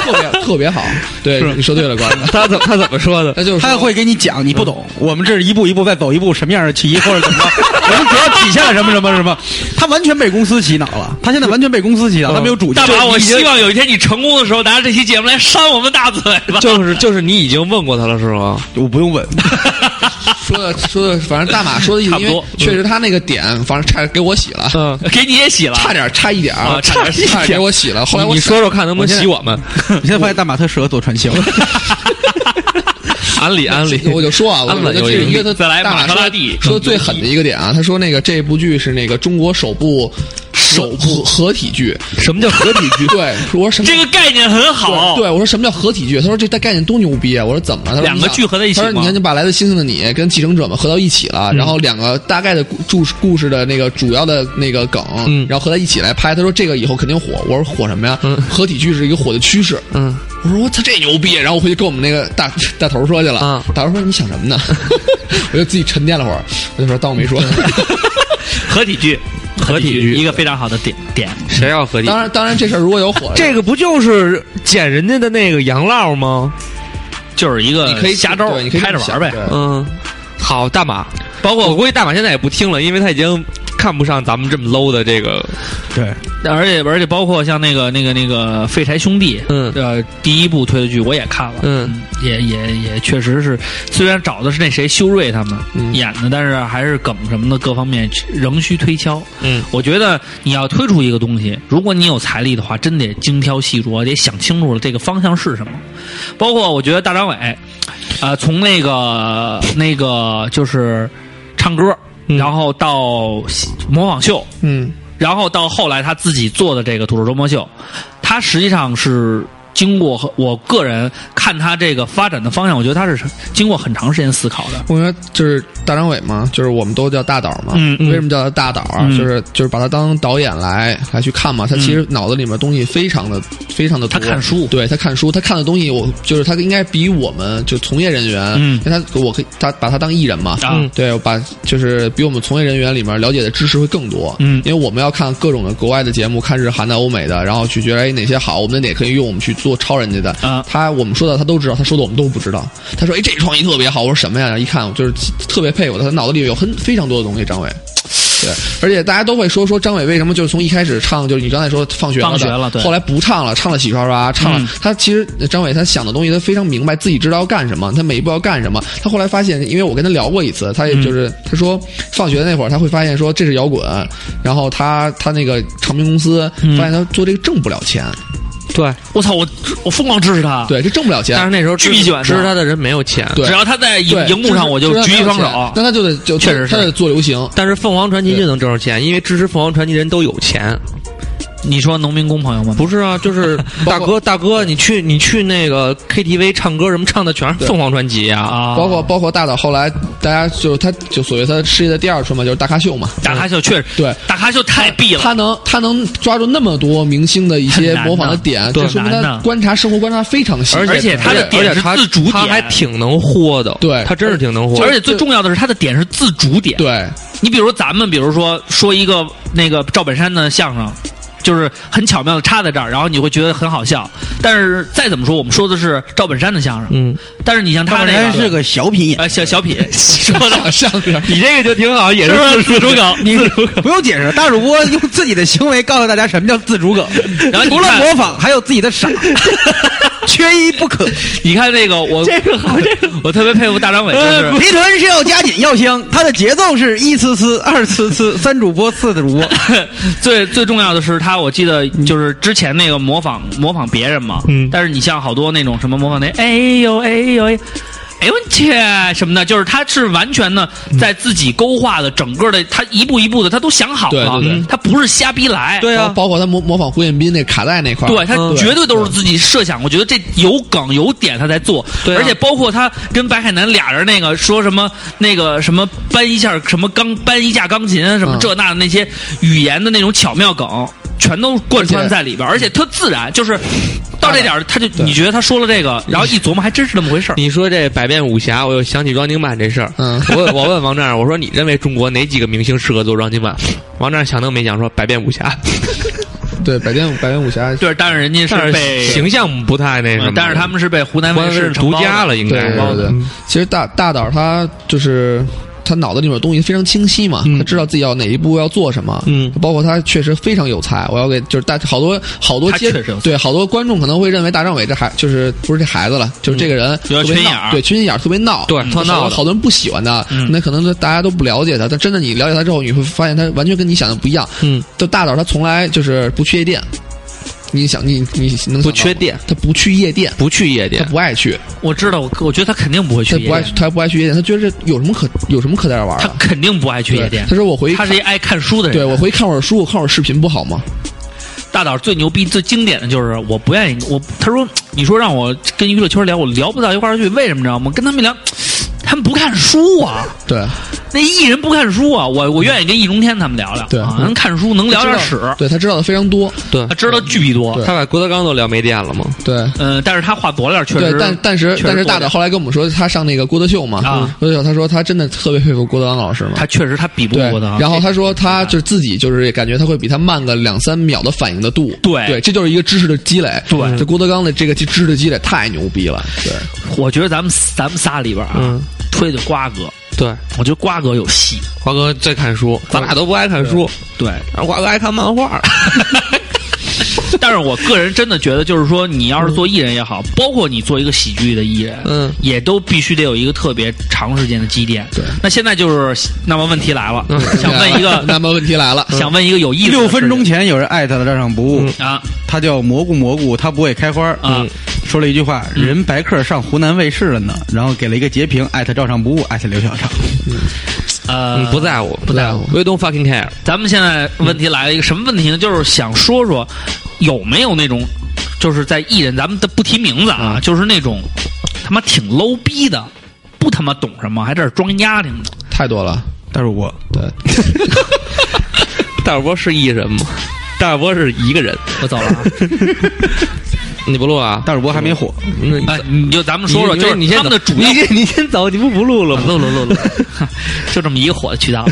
特别特别好，对，你说对了，关子，他怎么他怎么说的？他就是说他会给你讲你不懂。嗯我们这是一步一步再走一步，什么样的棋或者怎 么着，我们主要体现了什么什么什么。他完全被公司洗脑了，他现在完全被公司洗脑，他没有主见嗯 大。就马，是我已经希望有一天你成功的时候，拿着这期节目来扇我们大嘴 巴。就是就是你已经问过他了是吗？我不用 问，说的说的，反正大马说的意思，差不因多为确实他那个点，反正差点给我洗了，嗯，给你也洗了，差点差一点儿啊差点差一点差点给我洗了，后来我你说说看能不能洗我们？你现在发现大马特适合做传销，安利安利，我就说啊，我安了我就有记得一一个他再来大马玛莎说拉蒂说最狠的一个点啊，他说那个这部剧是那个中国首部首部合体剧，什么叫合体剧？对，我说什么这个概念很好。对，我说什么叫合体剧？他说这概念多牛逼啊！我说怎么了？他说两个你想剧合在一起他说吗你看，你把来自星星的你跟继承者们合到一起了，然后两个大概的故故事故事的那个主要的那个梗，嗯然后合在一起来拍。他说这个以后肯定火。我说火什么呀？嗯合体剧是一个火的趋势。嗯，我说我操，这牛逼！然后我回去跟我们那个大大头说去了。啊大头说你想什么呢？ 我就自己沉淀了会儿，我就说当我 没说。合体剧，合体剧一个非常好的点点。谁要合体？当然，当然这事儿如果有火，这个不就是捡人家的那个洋烙吗？就是一个你可以瞎招对，你可以开着这么玩呗想。对嗯，好，大马，包括我估计大马现在也不听了，因为他已经看不上咱们这么 low 的这个。对，而且而且包括像那个那个那个废柴兄弟，嗯呃，第一部推的剧我也看了，嗯，也也也确实是，虽然找的是那谁修睿他们嗯演的，但是还是梗什么的各方面仍需推敲。嗯，我觉得你要推出一个东西，如果你有财力的话，真得精挑细琢，得想清楚了这个方向是什么。包括我觉得大张伟，啊、从那个那个就是唱歌，嗯然后到模仿秀，嗯，然后到后来他自己做的这个《土著周末秀》，他实际上是经过和我个人看他这个发展的方向，我觉得他是经过很长时间思考的。我跟你说，就是大张伟嘛，就是我们都叫大导嘛。嗯嗯为什么叫他大导啊？嗯就是就是把他当导演来来去看嘛。他其实脑子里面东西非常的非常的多。他看书对他看书，他看的东西我就是他应该比我们就从业人员，嗯因为他我可以他把他当艺人嘛。啊，嗯对，我把就是比我们从业人员里面了解的知识会更多，嗯因为我们要看各种的国外的节目，看日韩的、欧美的，然后去觉得哎哪些好，我们哪可以用我们去做超人家的啊他我们说的他都知道，他说的我们都不知道。他说哎这创意特别好，我说什么呀？一看我就是特别佩服他，他脑子里有很非常多的东西，张伟。对，而且大家都会说说张伟为什么就是从一开始唱，就是你刚才说放学了放的，学了对后来不唱了，唱了洗刷刷，唱了、嗯他其实呃张伟他想的东西，他非常明白，自己知道要干什么，他每一步要干什么。他后来发现，因为我跟他聊过一次，他也嗯就是、他说放学那会儿，他会发现说这是摇滚，然后他他那个唱片公司发现他做这个挣不了钱，嗯对，我操，我我疯狂支持他，对，这挣不了但钱是。那时候巨喜欢他支持他的人没有钱。对只要他在对荧荧幕上，我就知道举一双知道他有钱手。啊那他就得就确实是他得做流行，但是凤凰传奇就能挣着钱，因为支持凤凰传奇的人都有钱。你说农民工朋友们，不是啊，就是 大哥，大哥，你去你去那个 KTV 唱歌什么，唱的全是凤凰传奇啊。啊，包括包括大岛后来大家就是他就所谓他事业的第二春嘛，就是大咖秀嘛，大咖秀确实，对大咖秀太必了。他能他能抓住那么多明星的一些很难模仿的呢点，对就说明很难他呢观察生活观察非常细，而且他的而且点是他自主点他还挺能豁的。对他真是挺能豁的。而且最重要的是，他的点是自主点。对你比如咱们，比如说说一个那个赵本山的相声，就是很巧妙的插在这儿，然后你会觉得很好笑。但是再怎么说，我们说的是赵本山的相声，嗯，但是你像他当那然个是个小品演呃小小品说的，上边你这个就挺好，也是不是自主梗？你不用解释，大主播用自己的行为告诉大家什么叫自主梗，然后你除了看模仿，还有自己的 傻，缺一不可。你看那个我这个好，这个我特别佩服大张 伟，就是皮哎臀是要加紧要香，它的节奏是一次次、 二次次、三主播、四主播。 最最重要的是他，我记得嗯就是之前那个模仿模仿别人嘛，嗯但是你像好多那种什么模仿那哎呦哎呦哎呦哎呦我去什么的，就是他是完全的嗯在自己勾画的整个的，他一步一步的他都想好了对对对，啊他不是瞎逼来，包啊包括他模模仿胡彦斌那卡带那块儿，对他嗯绝对都是自己设想，我觉得这有梗有点他在做，对啊而且包括他跟白凯南俩人那个说什么那个什么搬一下什么钢搬一架钢琴啊什么嗯这那的那些语言的那种巧妙梗，全都贯穿在里边，而且特自然，就是到这点儿他就你觉得他说了这个，然后一琢磨还真是那么回事儿。你说这百变武侠，我又想起庄敬曼这事儿。嗯 我问我问王战，我说你认为中国哪几个明星适合做庄敬曼？王战想都没想说百变武侠，对，百变百变武侠，对， 但是人家但是被是形象不太那什么嗯。但是他们是被湖南卫关视是承独包家的了，应对该对对对，其实大大导他就是他脑子里面有东西非常清晰嘛，嗯他知道自己要哪一步要做什么，嗯包括他确实非常有才。我要给就是大好多好多他接确实有才对好多观众可能会认为大张伟这孩就是不是这孩子了，就是这个人有点特别嗯缺心闹眼儿对缺心眼儿特别闹，嗯对特闹好的好多人不喜欢他，嗯那可能大家都不了解他，但真的你了解他之后，你会发现他完全跟你想的不一样。嗯，就大导他从来就是不去夜店。你想你你能不想到吗缺电，他不去夜店，不去夜他店。不爱去，我知道，我我觉得他肯定不会去他夜不爱店去，，他不爱去夜店，他觉得这有什么可有什么可在这玩他的？肯定不爱去对夜店他。说我回去他是一爱看书的人。啊对我回去看会儿书，我看会儿视频不好吗？大导最牛逼、最经典的就是我不愿意我，他说你说让我跟娱乐圈聊，我聊不到一块儿去，为什么你知道吗？跟他们聊，他们不看书啊，对，那艺人不看书啊，我我愿意跟易中天他们聊聊，对啊能看书能聊点屎，对他知道的非常多，对他，知道巨逼多对，他把郭德纲都聊没电了吗？对。嗯，但是他话多了点儿，确对实，，但但是确实但是多大点导后来跟我们说，他上那个郭德秀嘛，啊郭德秀他说他真的特别佩服郭德纲老师嘛，他啊确实他比不对过他，，然后他说他就是自己就是感觉他会比他慢个两三秒的反应的度，对对，这就是一个知识的积累，对这郭德纲的这个知识的积累太牛逼了，对，我觉得咱们咱们仨里边啊，嗯推的瓜哥，对，我觉得瓜哥有戏，华哥最看书，咱俩都不爱看书，对，然后华哥爱看漫画。但是我个人真的觉得，就是说，你要是做艺人也好，包括你做一个喜剧的艺人，嗯也都必须得有一个特别长时间的积淀。对那现在就是，那么问题来了，想问一个， 那么问题来了，嗯想问一个有意思的事情，六分钟前有人艾特了照常不误，啊他叫蘑菇蘑菇，他不会开花儿啊，说了一句话，人白客上湖南卫视了呢，然后给了一个截屏，艾特照常不误，艾特刘小畅，呃嗯，，不在乎，不在乎，We don't fucking care。咱们现在问题来了一个什么问题呢？就是想说说有没有那种，就是在艺人，咱们都不提名字啊，就是那种他妈挺 low 逼的，不他妈懂什么，还在这儿装丫挺的。太多了，大主播，对，大主播是艺人吗？大主播是一个人，我走了啊。你不录啊？嗯大主播还没火，那哎，你就咱们说说，你就是你先他们的走主要你先你先走，你不不录了吗？录录 录录。就这么一个火的 渠道。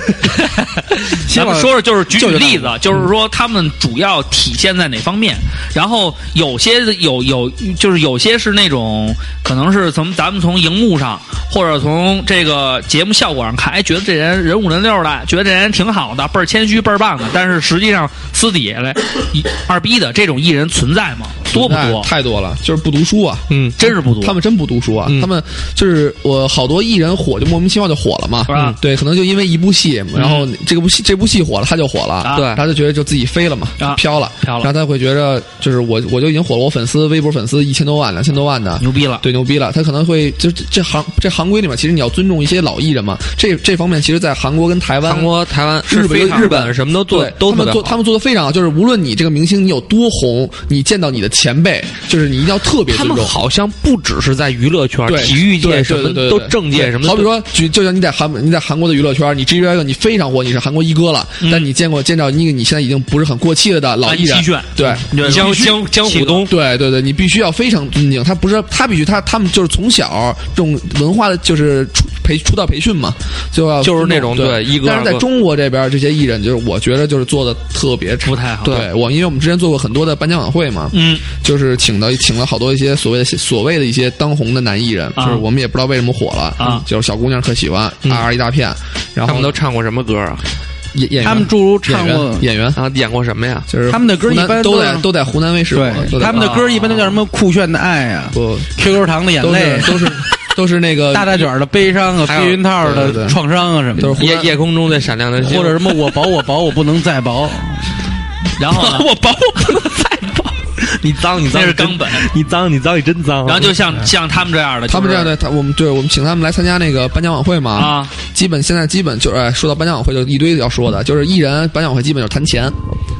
咱往们说说，就是举举救救例子，就是嗯说他们主要体现在哪方面？然后有些有有，就是有些是那种可能是从咱们从荧幕上或者从这个节目效果上看，哎，觉得这人人五人六的，觉得这人挺好的，倍儿谦虚，倍儿棒的。但是实际上私底下来一二逼的这种艺人存在吗？多不多？哎太太多了，就是不读书啊，嗯，真是不多。他们真不读书啊！嗯他们就是我好多艺人火就莫名其妙就火了嘛，嗯是吧对，可能就因为一部戏，然后这部戏这部戏火了，他就火了，啊对他就觉得就自己飞了嘛，啊飘了，飘了然后他会觉得就是我我就已经火了，我粉丝微博粉丝一千多万两千多万的。牛逼了。对，牛逼了！他可能会就是这这行这行规里面，其实你要尊重一些老艺人嘛。这这方面，其实，在韩国跟台湾、韩国、台湾、日本非有日本什么都做对都特他们别做好。他们做的非常好，就是无论你这个明星你有多红，你见到你的前辈，就是你一定要特别他尊们重。好像不只是在娱乐圈、对啊体育界对什么对对对都对政界什么，好比，说，举就像你在韩你在韩国的娱乐圈，你 G Dragon 你非常火，你是韩国一哥了，嗯但你见过见到那个你现在已经不是很过气了的老艺人安七炫，对。江江江虎东，对对对，你必须要非常尊敬他，不是他必须他他们就是从小这种文化的，就是出培出道培训嘛，就要就是尊重那种对对一哥啊但是在二哥中国这边这些艺人，就是我觉得就是做的特别差不太好对我，因为我们之前做过很多的颁奖晚会嘛，嗯，就是请到请了好多一些所谓的所谓的一些当红的男艺人，啊就是我们也不知道为什么火了啊就是小姑娘可喜欢，嗯啊啊一大片，然他后们都唱过什么歌啊？演演员他们诸如演唱过员，演员啊，演过什么呀？就是他们的歌湖南一般都都在是都在湖南卫视播对，，都在啊他们的歌一般都叫什么酷炫的爱啊不，QQ 糖的眼都泪啊是，都是都是那个大大卷儿的悲伤啊，还有避孕套对对的对创伤啊什么都的是。湖夜南夜空中最闪亮的星，或者什么我薄我薄我不能再薄， 然后呢？我保我不能再保。你脏，你脏，那是你真冈本，你脏，你脏，你真脏。然后就像像他们这样的，他们就这是样的，他我们对我们请他们来参加那个颁奖晚会嘛，啊，基本现在基本就是，哎，说到颁奖晚会就一堆要说的，就是艺人颁奖晚会基本就是谈钱，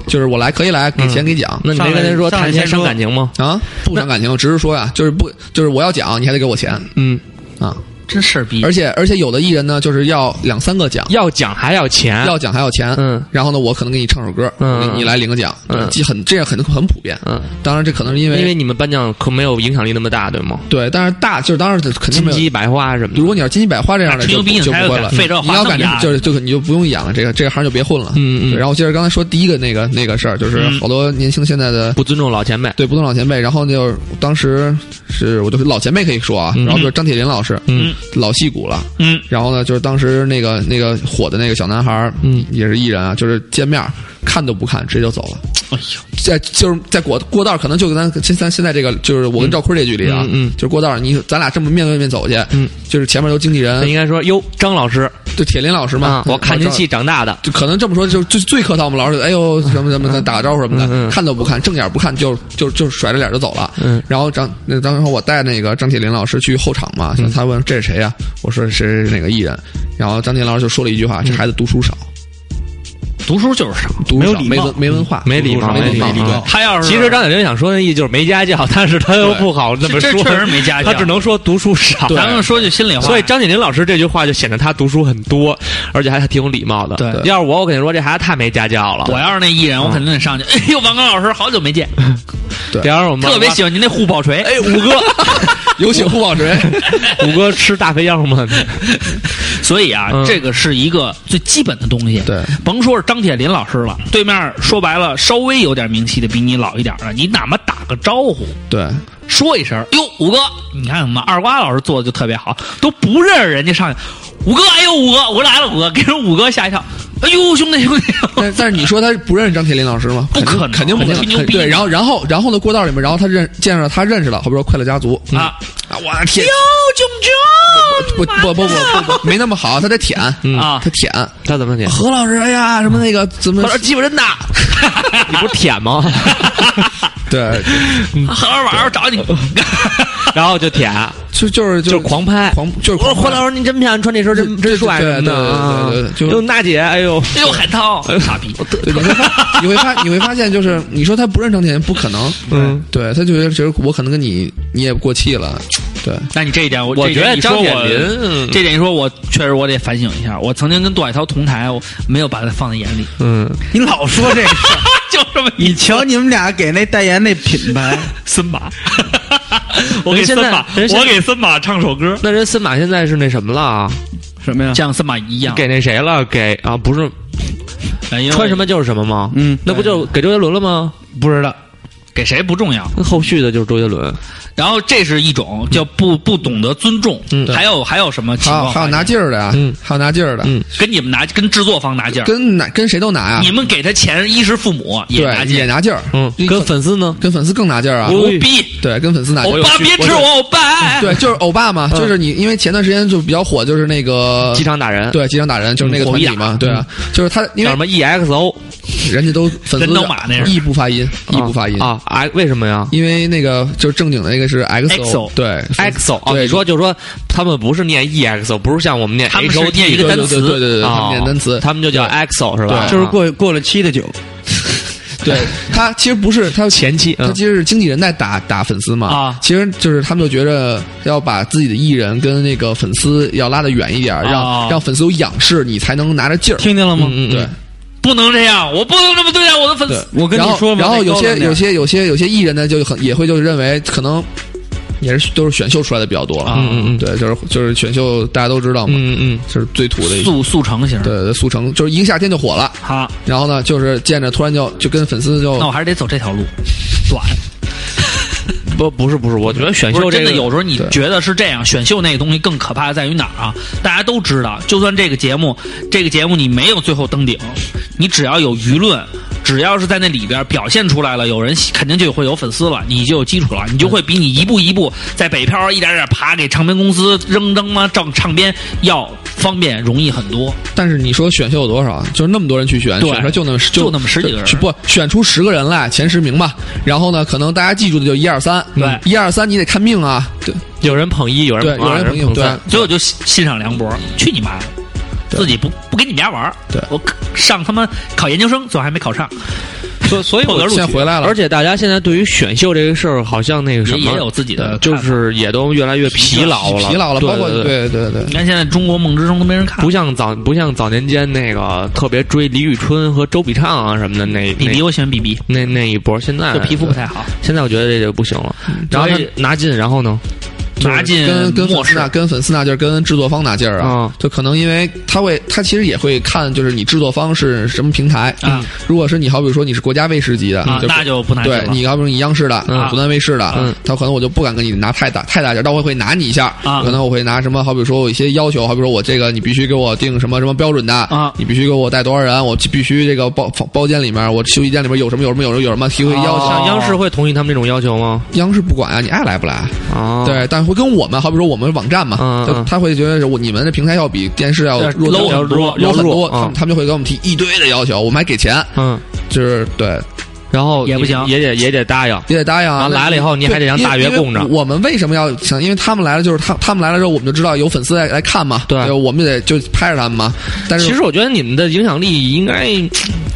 就是我来可以来，给嗯钱给奖、那你没跟他说上来谈先钱伤说感情吗？啊，不伤感情，我只是说呀，就是不就是我要奖，你还得给我钱嗯，啊，真事儿逼而。且而且有的艺人呢，就是要两三个奖，要奖还要钱，要奖还要钱，嗯然后呢，我可能给你唱首歌，嗯我给你来领个奖，嗯这很这样很很普遍，嗯，当然这可能是因为因为你们颁奖可没有影响力那么大，对吗？对，但是大就是当然肯定金没有鸡百花什么的，如果你要金鸡百花这样的，那吹牛就逼你就才不有会感了。费这你要话感这么觉压就是就你就不用演了，这个这个行就别混了。嗯嗯对然后接着刚才说第一个那个那个事儿，就是嗯好多年轻现在的不尊重老前辈，对不动老前辈，然后就当时是我就是老前辈可以说啊，嗯然后就是张铁林老师，嗯，老戏骨了。嗯，然后呢，就是当时那个那个火的那个小男孩儿，嗯也是艺人啊，就是见面儿看都不看，直接就走了。哎呦，在就是在过过道儿，可能就跟咱现咱现在这个，就是我跟赵坤这距离啊，嗯嗯嗯就是过道儿，你咱俩这么面对面走去，嗯，就是前面都经纪人那，应该说哟，张老师就铁林老师嘛啊，，我看您这戏，长大的，就可能这么说，就最最客套我们老师，哎呦什么什么的，打个招呼什么嗯的，嗯看都不看，正眼不看，就就就甩着脸就走了。嗯，然后张那当时我带那个张铁林老师去后场嘛，嗯他问这是谁呀、我说是哪个艺人，然后张铁林老师就说了一句话：这孩子读书少，读书就是少。读没书有少，礼没貌文没文化，没礼貌，没没礼貌没貌。嗯他要是其实张小玲想说的意义就是没家教，但是他又不好那么这说，这确实没家教他只能说读书少。咱们说句心里话，所以张铁林老师这句话就显得他读书很多，而且还挺有礼貌的。对对要是我，我肯定说这孩子太没家教了。我要是那艺人，我肯定得上去。哎呦，王刚老师，好久没见，对要是我妈妈特别喜欢您那护宝锤。哎，五 哥，有请胡宝 锤。五哥吃大肥腰吗？所以啊嗯，这个是一个最基本的东西。对，甭说是张铁林老师了，对面说白了稍微有点名气的，比你老一点的，你哪怕打个招呼，对，说一声“哟，五哥”，你看我们二瓜老师做的就特别好，都不认识人家上去，五哥，哎呦，五哥，我来了，五哥，给人五哥吓一跳，哎呦，兄弟兄弟，但但是你说他不认识张铁林老师吗？不可能肯定肯定不肯定吹牛逼对，然后然后然后呢，过道里面，然后他认见着他认识了，好比说快乐家族啊，啊，我天哟，，炯不炯，不不不不不，没那么好，他得舔嗯啊他舔。他怎么 舔？何老师，哎呀，什么那个怎么我？说欺负人的，你不是舔吗？对，好好玩儿，我找你， 然后就舔， 就就是就是狂拍。狂就是我说何老师，师您真漂亮，穿这身真真帅对什么的啊！对对对对就哟娜姐，哎呦，哎呦，海涛，傻逼，对你会发你会发你会发现，就是你说他不认张铁林，不可能。嗯，对他觉得觉得我可能跟你你也过气了，对那你这一点，我我这一觉点得你张说铁我林嗯这点一说，我确实我得反省一下。我曾经跟杜海涛同台，我没有把他放在眼里，嗯，你老说这事儿，就这么一 你瞧你们俩给那代言那品牌，森 马，我人给现森在马，人现在我给森马唱首歌，那人森马现在是那什么了啊？什么呀？嗯像森马一样，给那谁了？给啊，不是哎因为穿什么就是什么吗？嗯那不就给周杰伦了吗？不知道，给谁不重要。那后续的就是周杰伦，然后这是一种叫不不懂得尊重，嗯还有还有什么情还有况？还有拿劲儿的呀嗯，还有拿劲儿的，嗯跟你们拿跟制作方拿劲儿，跟哪跟谁都拿呀你，们给他钱，衣食父母也拿对，劲也儿，拿劲儿，嗯，跟粉丝呢？跟粉丝更拿劲儿哎啊，牛逼！对，跟粉丝拿劲哦欧儿。巴别吃我，欧哎巴。对，就是欧巴嘛，就是你，因为前段时间就比较火，就是那个机场打人，对，机场打人就是那个团体嘛，对啊，嗯就是他，因叫什么为 E EXO 人家都粉丝人头马那是义不发音，义不发音，啊？哎，为什么呀因为那个就是正经的那个是 XO， XO 对？EXO 啊，对你说就说他们不是念 EXO，不是像我们念他们是 HOT 念一对个对单对词对对对，他啊们念单词，他们就叫 EXO 是吧？对就是过过了七的酒，对他其实不是他前期，他嗯其实是经纪人在打打粉丝嘛啊其实就是他们就觉着要把自己的艺人跟那个粉丝要拉得远一点儿，啊让让粉丝有仰视，你才能拿着劲儿。听见了吗？嗯嗯对嗯，不能这样，我不能这么对待我的粉对丝。，我跟你然后说吧然后那有高冷些点有些有些有些艺人呢，就很也会就认为可能也是都是选秀出来的比较多了，嗯嗯嗯对，就是就是选秀大家都知道嘛，嗯嗯就是最土的一。速速成型，对，哦速成就是一个夏天就火了，好，然后呢，就是见着突然就就跟粉丝就那我还是得走这条路，短。嗯，不不是不是，我觉得选不秀是真这的，个有时候你对觉得是这样，选秀那个东西更可怕在于哪儿啊？大家都知道，就算这个节目，这个节目你没有最后登顶，你只要有舆论只要是在那里边表现出来了，有人喜肯定就会有粉丝了，你就有基础了，你就会比你一步一步在北漂一点点爬给唱片公司扔扔嘛，唱唱片要方便容易很多。但是你说选秀有多少？啊就是那么多人去选，对选出来就那么就那么十几个人去不选出十个人来前十名吧。然后呢，可能大家记住的就一二三，嗯对一二三你得看命啊，对有人捧一，有对，人有捧二，人捧有硬，人对三。所以我就欣欣赏梁博，去你妈的！对自己不不跟你们家玩儿对我上他妈考研究生，最后还没考上，所所以后我边录现在取回来了而，且大家现在对于选秀这个事儿，好像那个什也么呃也有自己的就看法是也都越来越疲劳了，疲劳了，对包括对对对对你，看现在中国梦之声都没人看，不像早不像早年间那个特别追李宇春和周笔畅啊什么的那比比那我喜欢比比，那那一波，现在就皮肤不太好，现在我觉得这就不行了。然后他所以拿进，然后呢？拿进跟跟粉末丝世那跟粉丝那劲儿，跟制作方那劲儿啊嗯，就可能因为他会，他其实也会看，就是你制作方是什么平台嗯啊。如果是你好比说你是国家卫视级的啊，，就那就不拿进对了。你要不是你央视的、嗯湖南卫视的，嗯他可能我就不敢跟你拿太大太大劲儿，但我会拿你一下，啊可能我会拿什么，好比说我一些要求，好比说我这个你必须给我定什么什么标准的，啊你必须给我带多少人，我必须这个包包包间里面，我休息间里面有什么有什么有什么有什么提会要哦求，哦像央视会同意他们这种要求吗？央视不管啊，你爱来不来，哦啊，，对，但会跟我们，好比说我们网站嘛，嗯就嗯他会觉得是我你们的平台要比电视要对弱 low 要很多弱很要弱多，他嗯们他们就会给我们提一堆的要求，我们还给钱，嗯，就是对，然后也不行也得也得答应。你得答应然啊。后那来了以后你对还得让因为大爷因为供着我们为什么要想？因为他们来了，就是他他们来了之后，我们就知道有粉丝来来看嘛，对我们就得就拍着他们嘛。但是其实我觉得你们的影响力应该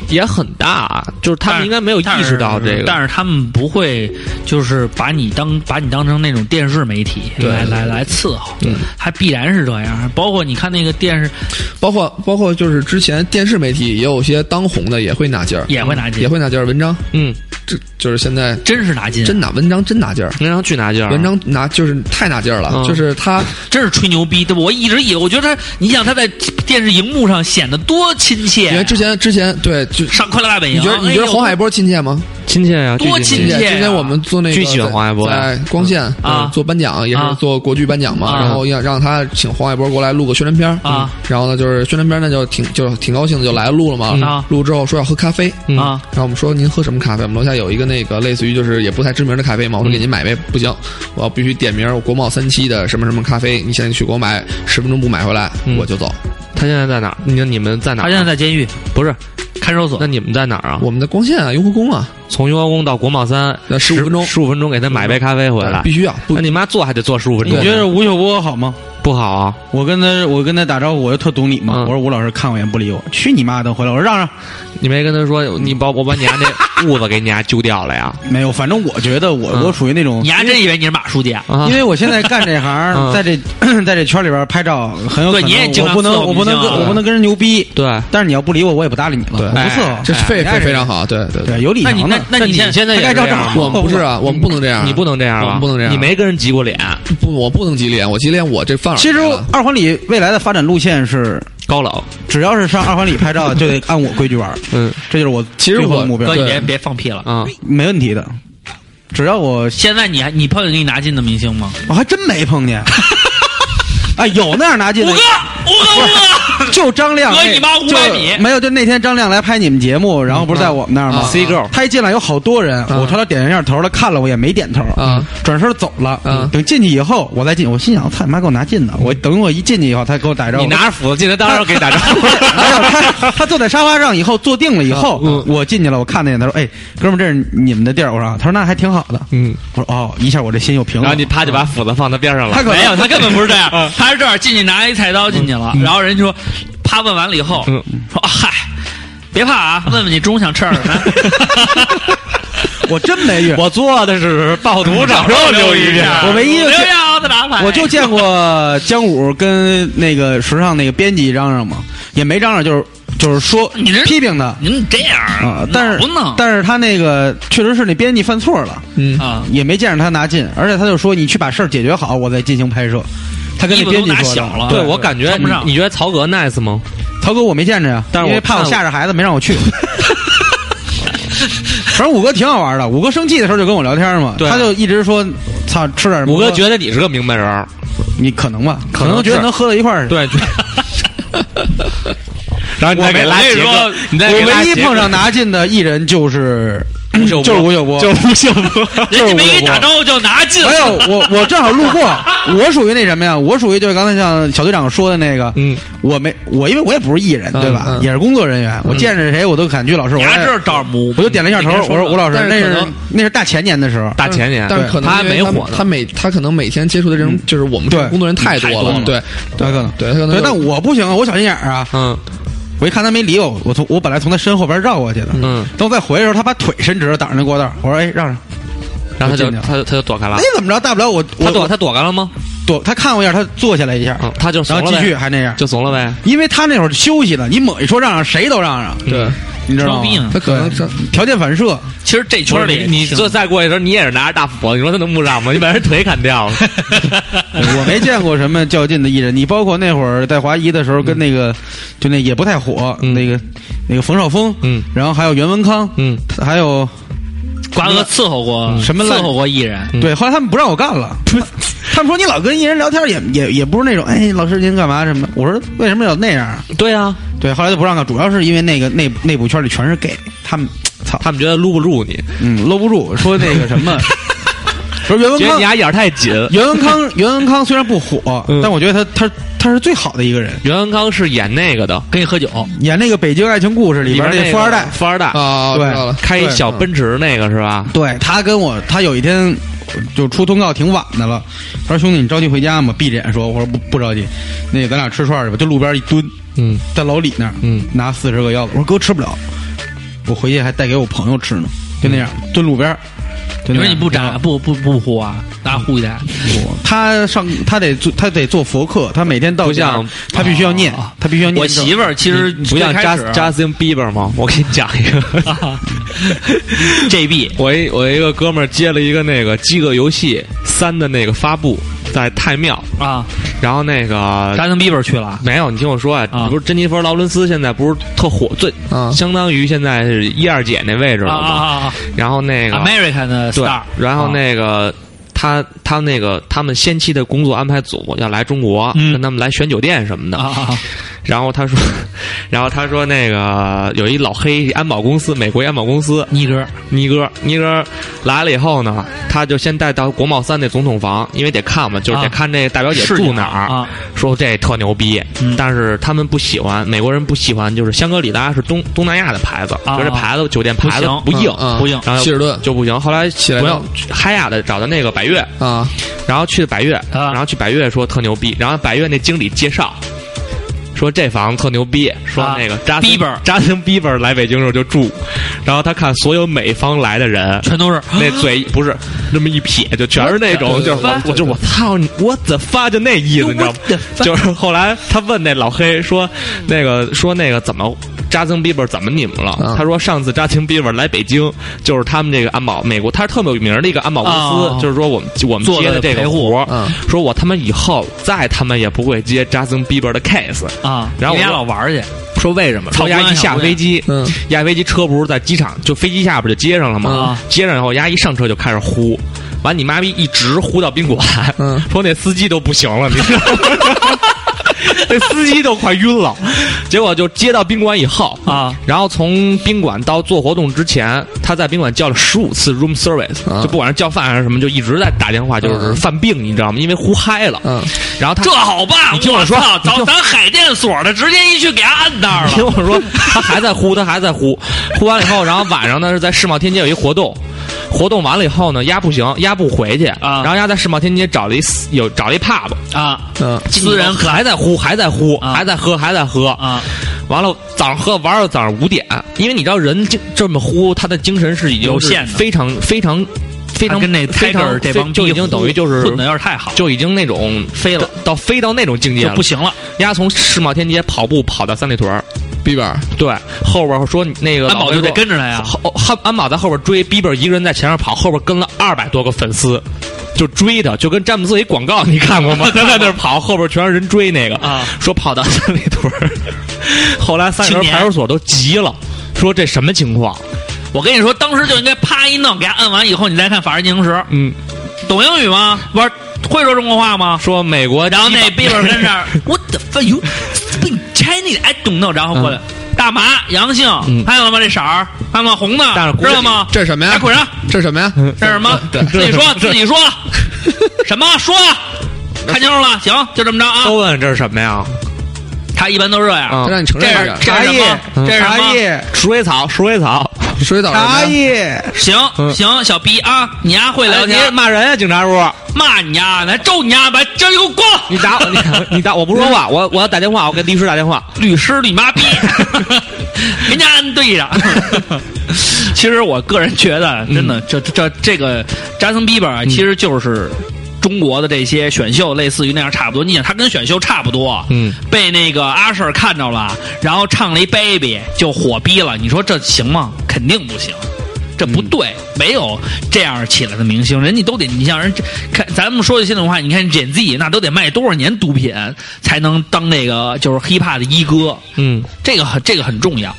也很大，就是他但们是应该没有意识到这个。但是他们不会就是把你当把你当成那种电视媒体对来对来来伺候，嗯他必然是这样。包括你看那个电视包括包括就是之前电视媒体也有些当红的也会拿劲儿，也会拿劲也会拿劲儿。文章嗯，这就是现在真是拿劲，真拿文章真拿劲儿。文章去拿劲儿，文章拿就是太拿劲儿了，啊嗯就是他真是吹牛逼，对吧？我一直以为，我觉得他，你想他在电视荧幕上显得多亲切啊，因为之前之前对就上《快乐大本你营》觉得你觉哎得呦黄海波亲切吗？亲切呀，多巨亲切切。啊之前我们做那个巨喜欢黄海波呀在光线啊嗯做颁奖也啊是做国剧颁奖嘛，啊然后要让他请黄海波过来录个宣传片儿啊，嗯然后呢就是宣传片儿那就挺就是挺高兴的就来录了嗯嘛啊，录之后说要喝咖啡嗯啊，然后我们说您喝什么咖啡？我们楼下有一个那个类似于就是也不太知名的咖啡嘛，嗯我说给您买杯不行，我要必须点名儿我国贸三期的什么什么咖啡，你现在去给我买，十分钟不买回来嗯我就走。他现在在哪儿？你你们在哪儿？啊他现在在监狱不是？看守所那，你们在哪儿啊？我们的光线啊，雍和宫啊，从雍和宫到国贸三，那15分钟十五分钟给他买杯咖啡回来必。须要不那你妈坐还得坐十五分对你钟，觉得吴秀波好吗？不好啊？我跟他我跟他打招呼，我就特懂你嘛。嗯我说吴老师看我一眼不理我，去你妈的！回来我说让让，你没跟他说，你把我把你家 那痦子给你家揪掉了呀？没有，反正我觉得我、嗯我属于那种你，还真以为你是马书记啊？啊 因，为我现在干这行，嗯在这 在这圈里边拍照很有可对能，你也经我常不能伺候我不能明星跟啊我不能跟人牛逼，对。但是你要不理我，我也不搭理你了，对我不伺候，这是非哎非非常好，对对对，有理那想你的那那你现现在他也该是照这照样，我们不是啊，我们不能这样，你不能这样吧，啊我们不能这样，你没跟人急过脸，不，我不能激烈，我激烈我这犯 了。其实二环里未来的发展路线是，高冷。只要是上二环里拍照，就得按我规矩玩，嗯这就是我其实最后的我目标哥，你对别别放屁了。啊，没问题的。只要我现在你还你碰见给你拿进的明星吗？我还真没碰见，啊，有那样拿进五的哥，，五哥，五哥，就张亮那，哥你妈就500米没有，就那天张亮来拍你们节目，然后不是在我们那儿吗啊？C girl，他一进来有好多人，我朝他点了一下头，他看了我也没点头啊，转身走了啊。等进去以后，我再进，我心想，操你妈给我拿进的，我等我一进去以后，他给我打招呼，你拿着斧子进来，当然要给你打招 呼。 没有他，他坐在沙发上以后坐定了以后，我进去了，我看那他说：“哎，哥们儿，这是你们的地儿。”我说：“啊他说那还挺好的。”嗯，我说：“哦，一下我这心又平然了。”后你啪就把斧子放他边上了他。可能没有，他根本不是这样，他是这样进去拿一菜刀进去了，然后人就说，啪问完了以后，嗯说啊嗨，别怕啊，问问你中午想吃点什么。我真没遇，我做的是暴徒掌肉留 一遍，我唯一就啊留下我的打牌，我就见过姜武跟那个时尚那个编辑嚷嚷嘛，也没嚷嚷，就是就是说你这批评他你怎么这样啊，但是不弄，但是他那个确实是那编辑犯错了，嗯啊，也没见着他拿进，而且他就说你去把事儿解决好，我再进行拍摄。他跟衣那服编都辑拿说的小了， 对我感觉穿不上你，你觉得曹格 nice 吗？曹哥我没见着呀，但是我因为怕我看了吓着孩子没让我去。反正五哥挺好玩的，五哥生气的时候就跟我聊天嘛，对他就一直说：“操，吃点什么？”五哥觉得你是个明白人儿，你可能吧，可可能能觉得是能喝到一块儿去。对， 然后你再给我没拉我跟杰你哥说，你再给我拉唯一杰哥碰上拿进的艺人就是就是吴秀波，就是吴秀 波，人家没给你打招呼就拿进了没。有，哎我我正好路过， 我属于那什么呀？我属于就是刚才像小队长说的那个，嗯，我没我因为我也不是艺人，对吧？嗯也是工作人员，我见着谁我都喊句老师，我你还知道找我母，就点了一下头，我说吴老师，但那是可是能那是大前年的时候，大前年，但是可能他因为没火们呢他每他可能每天接触的这种就是我们这种对工作人太太多多了了，对对可能对，他可能对有，但我不行啊，我小心眼儿啊！嗯我一看他没理我，我从我本来从他身后边绕过去的，嗯，等我再回来的时候，他把腿伸直了挡着那过道儿，我说哎让让，然后他就我进去了他就他就躲开了那，怎么着？大不了我他我躲我他躲开了吗？躲他看我一下，他坐下来一下，嗯，他就怂然了后继呗续还那样，就怂了呗，因为他那会儿休息了，你猛一说让让，谁都让让，对嗯你知道装逼吗呢？他可能他条件反 射，其实这不圈是儿里你，你就再过去的时候，你也是拿着大斧，你说他能不让吗？你把人腿砍 掉了，哎我没见过什么较劲的艺人。你包括那会儿在华谊的时候，跟那个就那也不太火，嗯那个那个冯绍峰，嗯然后还有袁文康，嗯，还有瓜哥伺候过什么烂伺候过艺人，嗯对，后来他们不让我干了，他们说你老跟艺人聊天也也也不是那种哎老师您干嘛什么的，我说为什么要那样啊？对啊，对，后来就不让干，主要是因为那个内部内部圈里全是 gay，他们操，他们觉得撸不住你，嗯搂不住，说那个什么，说袁文觉得康你俩眼儿太紧。袁文康，袁文康虽然不火，嗯但我觉得他他他是最好的一个人。袁文康是演那个的，跟你喝酒，演那个《北京爱情故事》里边那那个富二代，富二代啊，我知道了，开一小奔驰那个是吧？对他跟我，他有一天就出通告挺晚的了，他说：“兄弟，你着急回家吗？”闭着眼说：“我说不不着急，那个咱俩吃串儿去吧。”就路边一蹲，嗯，在老李那儿，嗯，拿四十个腰子，我说哥吃不了，我回去还带给我朋友吃呢，就那样蹲路边儿。就你那说样你不然扎后不不不呼啊，拿呼一下，他上他得做他得做佛课，他每天到不家像他必须要念，他必须要念我咒。媳妇儿其实不像最开始 Just Justin Bieber 吗？我给你讲一个， JB 我一我一个哥们儿接了一个那个《饥饿游戏三》的那个发布，在太庙，啊，然后那个扎森比伯去了，没有，你听我说啊，啊不是珍妮弗·劳伦斯现在不是特火，最、啊相当于现在是一二姐那位置啊了啊嘛？啊然后那个啊，American 的对 star，，然后那个。他他那个他们先期的工作安排组要来中国，嗯跟他们来选酒店什么的。啊啊啊然后他说， 然后他说那个有一老黑安保公司，美国安保公司，尼哥，尼哥，尼哥来了以后呢，他就先带到国贸三那总统房，因为得看嘛，就是啊得看这大表姐是住哪儿。啊说这特牛逼，嗯但是他们不喜欢，美国人不喜欢，就是香格里拉是东东南亚的牌子，啊觉得这牌子酒店牌子不不行硬，嗯不硬然后希尔顿就不行。后来起来不了要嗨雅的找的那个百悦，啊，然后去百悦，啊然后去百悦说特牛逼，然后百悦那经理介绍。说这房子特牛逼，说那个啊扎森 Bieber 扎森 Bieber 来北京的时候就住，然后他看所有美方来的人，全都是那嘴不是那么一撇，就全是那种，就是我我就我操你，我怎发就那意思，你知道吗 What the？fuck？ 就是后来他问那老黑说，那个说那个怎么扎森比伯怎么你们了啊嗯？他说上次扎森比伯来北京，就是他们这个安保美国，他是特别有名的一个安保公哦司，就是说我们我们做接的的这陪个护活儿，嗯说我他妈以后再他妈也不会接扎森比伯的 case。啊，然后人家我老玩儿去，说为什么？操说丫不安一小下姑娘飞机，嗯压飞机车不是在机场，就飞机下边就接上了吗？接上以后，压一上车就开始呼，完你妈逼一直呼到宾馆，嗯 说那司机都不行了，你知道吗？ 那司机都快晕了，结果就接到宾馆以后啊，然后从宾馆到做活动之前，他在宾馆叫了十五次 room service，、啊就不管是叫饭还是什么，就一直在打电话，就是嗯犯病，你知道吗？因为呼嗨了，嗯，然后他这好办，你听我说操你找听咱海淀所的，直接一去给他按那儿 听了，我说，他还在呼，他还在呼，呼完了以后，然后晚上呢是在世贸天街有一活动，活动完了以后呢，丫不行，丫不回去啊然后丫在世贸天街找了一私有找了一 pub，啊，嗯私人可还在呼，还在呼，啊还在喝，还在喝啊。完了，早上喝玩到早上五点，因为你知道人这这么呼，他的精神是已经有是限的非常非常非他常跟那非 Tiger 常这帮就已经逼混等于就是混的有点太好，就已经那种飞了到飞到那种境界就了不，行了。丫从世贸天街跑步跑到三里屯儿。 b 本对，后边说你那个安保就得跟着他呀，后后安保在后边追，Bieber 一个人在前面跑，后边跟了二百多个粉丝，就追他，就跟詹姆斯一广告你看过吗？他 在那儿跑，后边全是人追那个啊，说跑到三里屯儿，后来三里青屯年派出所都急了，说这什么情况？我跟你说，当时就应该啪一弄，给他摁完以后，你再看《法制进行时》，嗯，懂英语吗？不是会说中国话吗？说美国， 然后那 Bieber 跟这儿，我的 fuck you， Chinese I don't know，然后过来。嗯大麻阳性，看见了吗？这色儿，看到吗？红的，但是知道吗？这是什么呀哎滚上！这是什么呀？这是什 么？自己说，自己说， 什么说？看清楚了，行，就这么着都啊。问这是什么呀？他一般都是这样。啊他让你承这认一是下，这是什么？这是什茶么？叶、嗯鼠尾草、鼠 尾草、水岛什么呀？叶。行行，小逼啊，你丫会聊嗯哎，你天，骂人啊，警察叔！骂你丫的，揍你啊丫把这给我过来！你打我，你 你打我不说话，我我要打电话，我给律师打电话。律师你 妈逼，人家按对着。 其实我个人觉得，真的，这这这这个扎森比伯啊，其实就是。中国的这些选秀类似于那样差不多，你想他跟选秀差不多，嗯，被那个阿 Sir 看着了，然后唱了一 Baby 就火逼了，你说这行吗？肯定不行，这不对，没有这样起来的明星，人家都得你像人这看，咱们说句心里话，你看 Gen Z 那都得卖多少年毒品才能当那个就是 hiphop 的一哥，嗯，这个很这个很重要，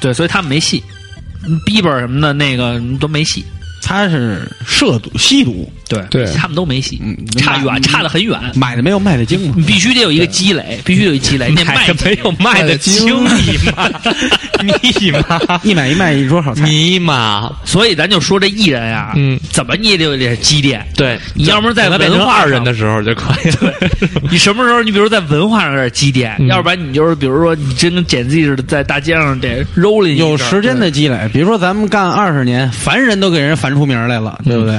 对，所以他们没戏，Bieber 什么的那个都没戏，他是涉毒、吸毒，对对他们都没戏嗯，差远买差得很远。买的没有卖的精嘛 你。必须得有一个积累，必须有一积累。那卖的没有卖的清你妈，你妈，一买一卖一桌好菜，你妈， 所以咱就说这艺人啊，嗯怎么你也得有点积淀。对，你要不然在等他变成文化二人上的时候就可以了。 你什么时候你比如在文化上有点积淀，嗯要不然你就是比如说你真跟简 Z 似的，在大街上得 rolling 一阵儿有时间的积累。比如说咱们干二十年，烦人都给人烦出名来了，对不对？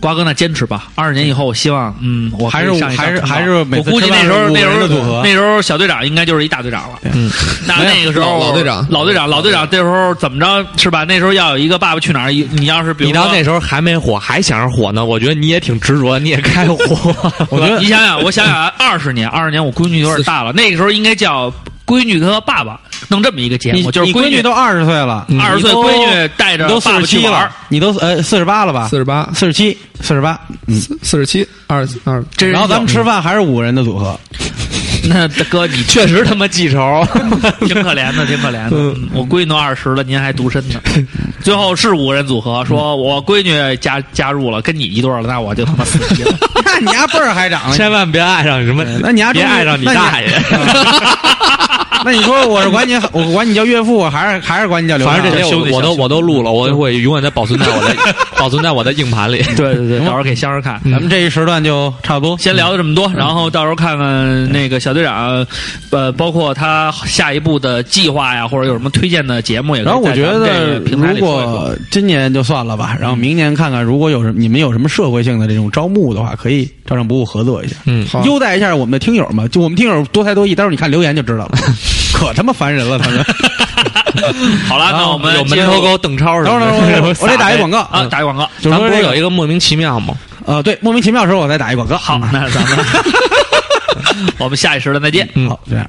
瓜哥，那坚持吧，二十年以后，我希望，嗯，我可还以是上一上还是通告还是每我次估计吃那饭时候是五那时人候的组合那时候小队长应该就是一大队长了。嗯，那那个时候老老队长老队长，老队长，这时候怎么着是吧？那时候要有一个《爸爸去哪儿》，你要是比你如到说那时候还没火，还想着火呢，我觉得你也挺执着，你也该 火。我觉得你想想，我想想啊，二十年，二十年，我闺女有点 大了，那个时候应该叫闺女和爸爸弄这么一个节你目，就你是闺女女都二十岁了，二十岁，你都闺女带着你都四爸爸十去七玩了儿，，你都呃四十八了吧？四十八、四十七、四十八，嗯。四十七、二二，真是然后咱们吃饭还是五人的组合，那大哥，你确实他妈记仇， 挺可怜的，挺可怜的。嗯我闺女都二十了，您还独身呢。最后是五人组合，说我闺女加加入了，跟你一对儿了，那我就他妈死定了。 那你丫辈儿还长千万别爱上什么，那你丫别终于爱上你那你大爷。 那你 说我是管你，我管你叫岳父，还是还是管你叫刘反畅？正这些兄弟我我都小我都录了，我会永远的保存在我的 保存在我的硬盘里。对对对，到时候给香儿看。咱们这一时段就差不多。嗯先聊了这么多，然后到时候看看那个小队长，呃，包括他下一步的计划呀，或者有什么推荐的节目也可以然后我觉在咱们这得个，平台如里说一嗯说果今年就算了吧，然后明年看看，如果有什么你们有什么社会性的这种招募的话，可以照上不误合作一下，嗯好优待一下我们的听友嘛。就我们听友多才多艺，待会儿你看留言就知道了，可他妈烦人 了，他们。好了，那我们啊有门接着头沟邓超什等会么儿，的，等会儿， 我我得打一广告啊，打一广告。就是咱说们不这是有个一个莫名其妙吗？呃，对，莫名其妙的时候我再打一广告。好，那咱 们我们下一时段再见。嗯，好，这样。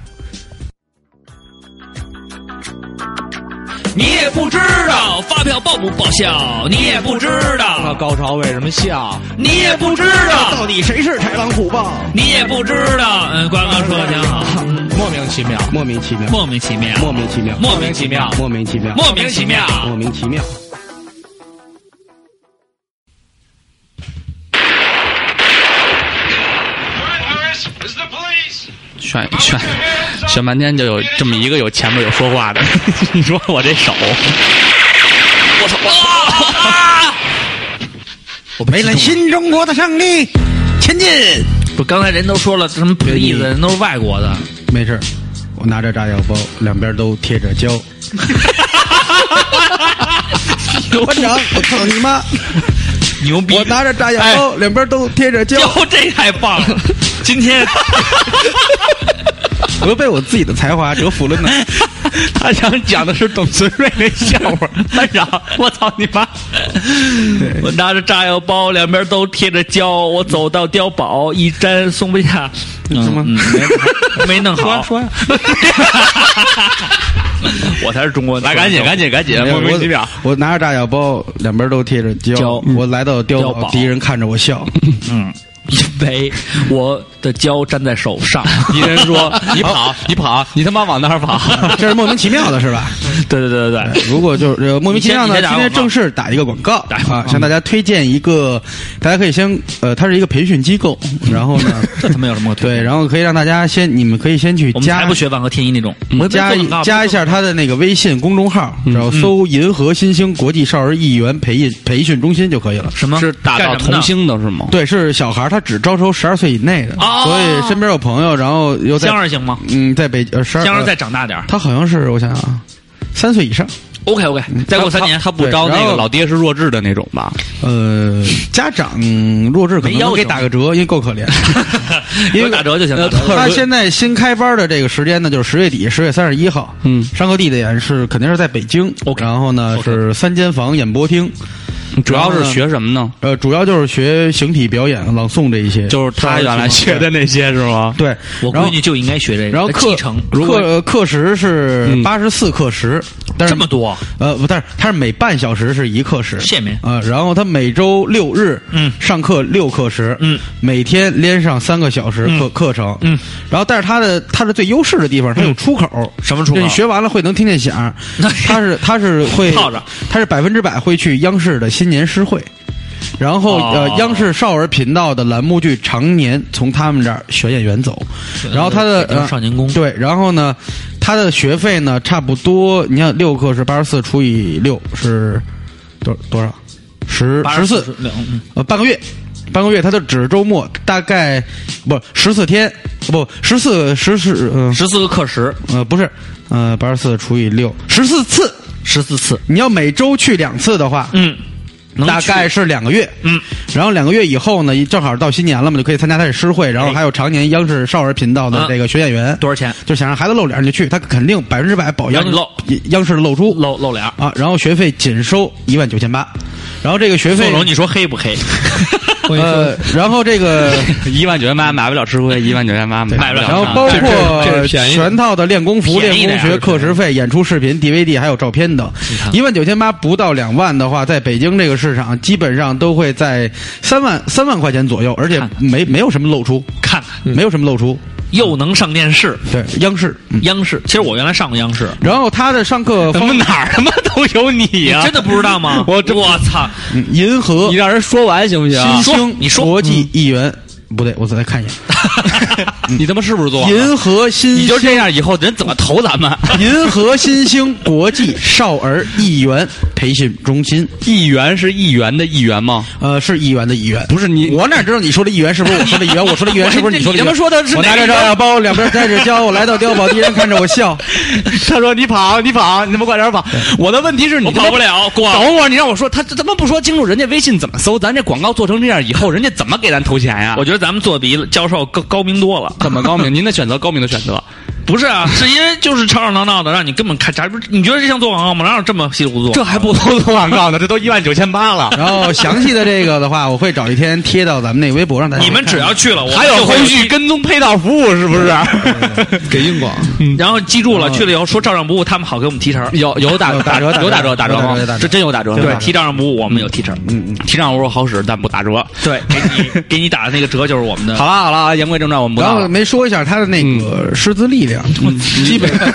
你也不知道发票报不报销，你也不知道，高潮为什么笑？你也不知道，底谁是豺狼虎豹？你也不知道。嗯，瓜哥说的挺好，莫名其妙，莫名其妙，莫名其妙，莫名其妙，莫名其妙，莫名其妙，莫名其妙。莫名其妙。哎选选选半天就有这么一个有前面有说 话的，你说我这手，我操！我为了新中国的胜利，前进！ 不，刚才人都说了什么 please，人都是外国的。没事儿，我拿着炸药包，两边都贴着 胶。班长，我操你妈！牛逼！我拿着炸药哎包，两边都贴 着胶，哟，这太棒了！今天我又被我自己的才华折服了呢。他想讲的是董存瑞那笑 话，哎班长，我操你妈！我拿着炸药包，两边都贴着胶，我走到碉堡，一沾松不下，什么、 嗯没没弄好。说呀， 我才是中国。来，赶紧，赶紧，赶紧，莫名其妙。我拿着炸药包，两边都贴着胶。胶嗯我来到碉碉堡 敌人看着我笑。嗯，为我的胶粘在手上。哦一人说：“ 你跑， 你跑，你他妈往哪儿跑这是莫名其妙的是 吧？对对对对对，如果就是呃莫名其妙你呢，先你先今打个天广告正式打一个广告打一个广啊，告向大家推荐一个，大家可以先呃，它是一个培训机构，然后呢，这他妈有什么可推对，荐？然后可以让大家先，你们可以先去我们加才不学万和天一那种，我们加做一广告嗯加一下他的那个微信公众号，然后搜“银河新星国际少儿艺员培训培训中心”就可以了。什么？ 是打造干什么呢童星的是吗？对，是小孩儿，他只招收十二岁以内的，哦所以身边有朋友，然后又在香儿行吗？嗯，在北呃十二，香儿呃再长大点儿。他好像是我想想啊，三岁以上， OK OK，再过三年他他不招对然那后个老爹是弱智的那种吧？呃，家长弱智可没要能求给打个折，因为够可怜。呃因为打折就行。打 折他现在新开班的这个时间呢，就是十月底，十月三十一号。嗯山河地点是肯定是在北京 OK 然后呢 OK 是三间房演播厅，主要是学什么呢？呃，主要就是学形体表演、朗诵这一些，就是他原来学的那些是吗？对。我然后闺女就应该学这个，然后课继承课课时是嗯八十四课时，但是这么多，呃，不，但是它是每半小时是一课时，谢谢啊、然后它每周六日，嗯上课六课时，嗯，每天连上三个小时课、课程，嗯，然后但是它的它的最优势的地方，它有出口，什么出口就你学完了会能听见响儿， 那它是它是会泡着，它是百分之百会去央视的新年诗会。然后、哦呃，央视少儿频道的栏目剧常年从他们这儿选演员走，然后他的北京呃少年宫对，然后呢，他的学费呢差不多，你看六课是八十四除以六是多多少？十十四两嗯呃半个月，半个月他就只是周末，大概不十四天不十四十四嗯十四个课时，呃不是呃八十四除以六十四次，十四次，你要每周去两次的话，嗯，能大概去是两个月，嗯，然后两个月以后呢，正好到新年了嘛，就可以参加他的诗会，然后还有常年央视少儿频道的这个学演员，哎啊多少钱？就想让孩子露脸，你就去，他肯定百分之百保央让你露央视的露出露露脸儿。啊，然后学费仅收一万九千八，然后这个学费宋龙，你说黑不黑？ 呃，然后这个 一万九千八买不了吃亏，一万九千八买不了然上后当。包这括这是便宜的全套的练功服、便练宜的功呀学、课时费、演出视频、DVD 还有照片等，一万九千八不到两万的话，在北京这个市场基本上都会在三万三万块钱左右，而且看嗯没没有什么露出，看看，没有什么露出，又能上电视，嗯对央视。嗯央视。其实我原来上过央视，然后他的上课怎方么哪儿他妈都有你呀、真的不知道吗？我真我操！嗯银河你让人说完行不行？新说兴你说嗯国际艺员，不对，我再来看一眼，你他妈是不是做完了？银河新你就这样，以后人怎么投咱 们？银河新星国际少儿艺员培训中心，议员是议员的议员吗？呃，是议员的议员，不是你我哪知道你说的议员是不是我说的议员？我说的议员是不是说的议员？你他妈说的是我拿哪个着议张员大包，两边带着胶，我来到碉堡，敌人看着我 笑。他说你跑，你跑，你他妈快点跑！我的问题是你我跑不。了，挂了。等会儿你让我说，他他妈不说清楚，人家微信怎么搜？咱这广告做成这样以后，人家怎么给咱投钱呀？我觉得咱们做比教授高高明多了。 怎么高明？您的选择高明的选择，不是啊，是因为就是吵吵闹闹的，让你根本看啥不是？你觉得这像做广告吗？哪有这么稀里糊涂？ 这还不投广告呢？这都一万九千八了。然后详细的这个的话，我会找一天贴到咱们那微博让大家你们只啊要去了，我还有就后会续跟踪配套服务是不是？给硬广，然后记住了，去了以后说照上不误，他们好给我们提成。有有打有打折有打折有打折折有打吗？折这真有打折。对，提照上不误，我们有提成。嗯，嗯。提上我说好使，但不打折。对，给你给你打的那个折就是我们的。好了好了，言归正传，我们不然闹后了。没说一下他的那嗯个师资力量，基本 上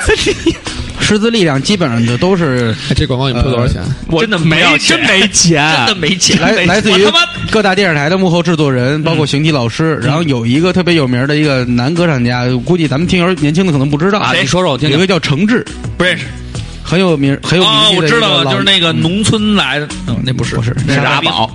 师资力量基本上的都是哎这广告你们付多少钱？我真的没有钱真没钱，真的没 钱，来来自于我他妈各大电视台的幕后制作人，包括形体老师，然后有一个特别有名的一个男歌唱家，估计咱们听友年轻的可能不知道啊！你说说我听有一听个。叫程志，不认识。很有名，很有哦，名气我的一知个道了，老嗯就是那个农村来的，嗯，那不是，不是那是阿宝，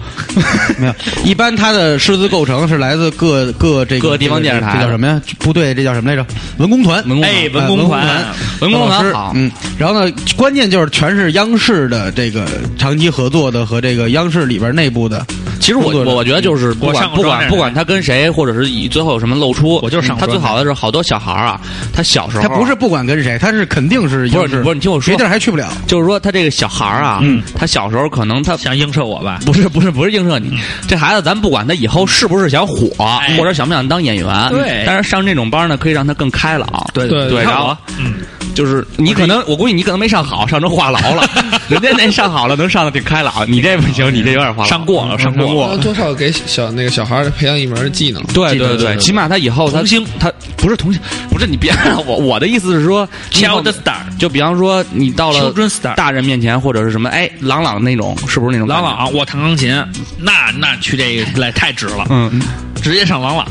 没有。一般他的师资构成是来自各各这个各地方电视台这叫什么呀？部队这叫什么来着？文工团，文工哎，文工工团，文工老团师好，嗯，然后呢，关键就是全是央视的这个长期合作的和这个央视里边内部的，其实工我作我人我觉得就是不嗯我管上过不专业管人不管他跟谁，或者是以最后有什么露出，我就是上过他最专业好的是好多小孩儿啊，他小时候他不是不管跟谁，他是肯定是不央是视，不是你听我说别地儿还去不了。就是说他这个小孩儿啊，嗯他小时候可能他想映射我吧？不是不是不是映射你，这孩子咱不管他以后是不是想火，或者想不想当演员，对但是上这种班呢，可以让他更开朗，对对对，你看然后我嗯，就是你可能我估计你可能没上好，上成话痨了，人家那上好了能上的挺开朗，你这不行，你这有点话痨上过了，上过过然后多少给小那个小孩儿培养一门技能。对记得对记得对，起码他以后他星，他不是童星，不是你别我我的意思是说 Child 你以后 star 就比方说你到了 Children star 大人面前或者是什么，哎，朗朗那种是不是那种感朗觉？朗，我弹钢琴，那那去这个来太值了，嗯， 直接上朗 朗，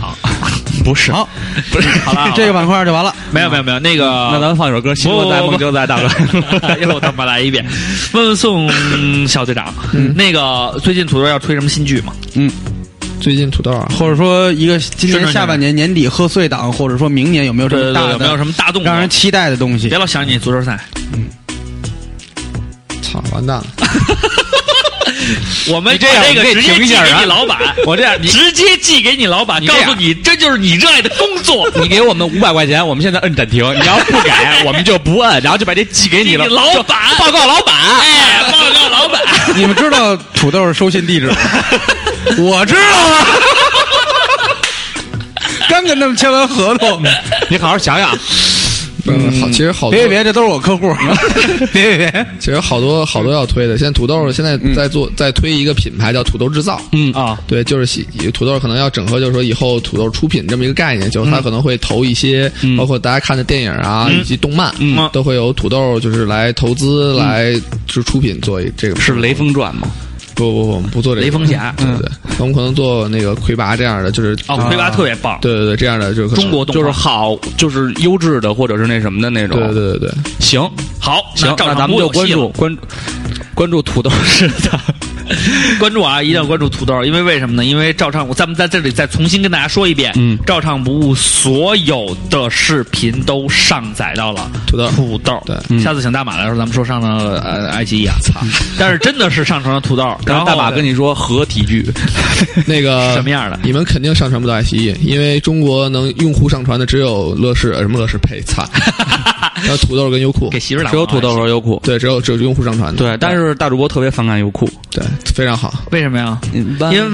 不是，好，不是好 了，这个板块就完了。没有没有没有那个， 那咱们放一首歌，《心不若在，不，梦就在》，大 哥又他妈来 一遍。问问宋小队长，嗯那个最近土豆要推什么新剧吗？最近土豆啊，或者说一个今年下半年年底贺岁档，或者说明年有没有什对么对大对，的有没有什么大动作让？人期待的东西别？老想你足球赛，操，完蛋了！我们你这样把这我可个以直接停一寄下给啊你老板，我这样你直接寄给你老板，你告这样诉你这就是你热爱的工作。你给我们五百块钱，我们现在摁暂停，你要不改，我们就不摁，然后就把这寄 给你你了。老板，报告老板，哎，报告老板，你们知道土豆收信地址吗？我知道啊，刚跟他们签完合同， 你好好 想想，嗯不是不嗯是好，其实好多别别别，这都是我客户，别别别，其实好多好多要推的。现在土豆现嗯在在做，在推一个品牌叫土豆制造。嗯啊，对，就是喜土豆可能要整合，就是说以后土豆出品这么一个概念，就是它可能会投一些，包括大家看的电影啊，以及动漫，嗯嗯都会有土豆就是来投资，来就是出品做一这个。是《雷锋传》吗？不不不，我们不做这个。雷锋侠嗯对对，对我们可能做那个魁拔这样的，就是哦，魁拔特别棒，对对对，这样的就是可能中国动画啊就是好，就是优质的或者是那什么的那种。对对对对对。行好，行，照那常咱们播有就关戏了注关注关注土豆市场。 关注啊，一定要关注土豆，因为为什么呢？因为照唱，我咱们在这里再重新跟大家说一遍，嗯照唱不误，所有的视频都上载到了土豆土豆。嗯对下次请大马的时候，咱们说上传了呃爱奇艺啊，操！但是真的是上传了土豆，然嗯 然后后大马跟你呃说合体剧，那个 什么样的你们肯定上传不到爱奇艺，因为中国能用户上传的只有乐视，呃什么乐视配菜，然后土豆跟优酷给，媳妇儿打只有土豆和优酷。对，只有只有用户上传的。对，但是大主播特别反感优酷，对，非常好。为什么呀？因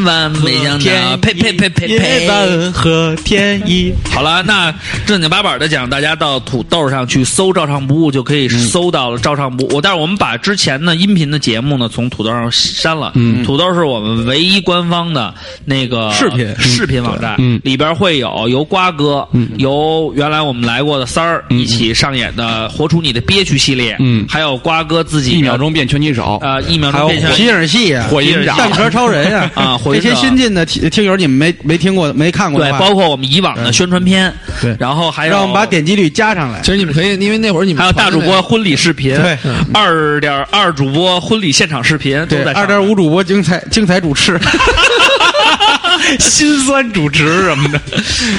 为没想到，呸呸呸呸夜呸！晚和天一。好了，那正经八板的讲，大家到土豆上去搜“照唱不误”，就可以搜到了“照唱不误”我但是我们把之前的音频的节目呢，从土豆上删了。嗯，土豆是我们唯一官方的那个视频视频网站，嗯里边会有由瓜哥，由原来我们来过的三儿一起上演的《活出你的憋屈》系列，嗯还有瓜哥自己的一秒，钟变拳击手呃，一秒还钟有变火成啊皮影戏啊，火影掌蛋壳超人啊，啊火影这些掌新进的听听友你们没没听过没看过对的，话，包括我们以往的宣传片，对然后还有让我们把点击率加上来其。实你们可以，因为那会儿你们嗯还有大传的主那个播婚礼视频，对，二点二主播婚礼现场视频都对，在二 点五主播精彩精彩主持，心酸主持什么的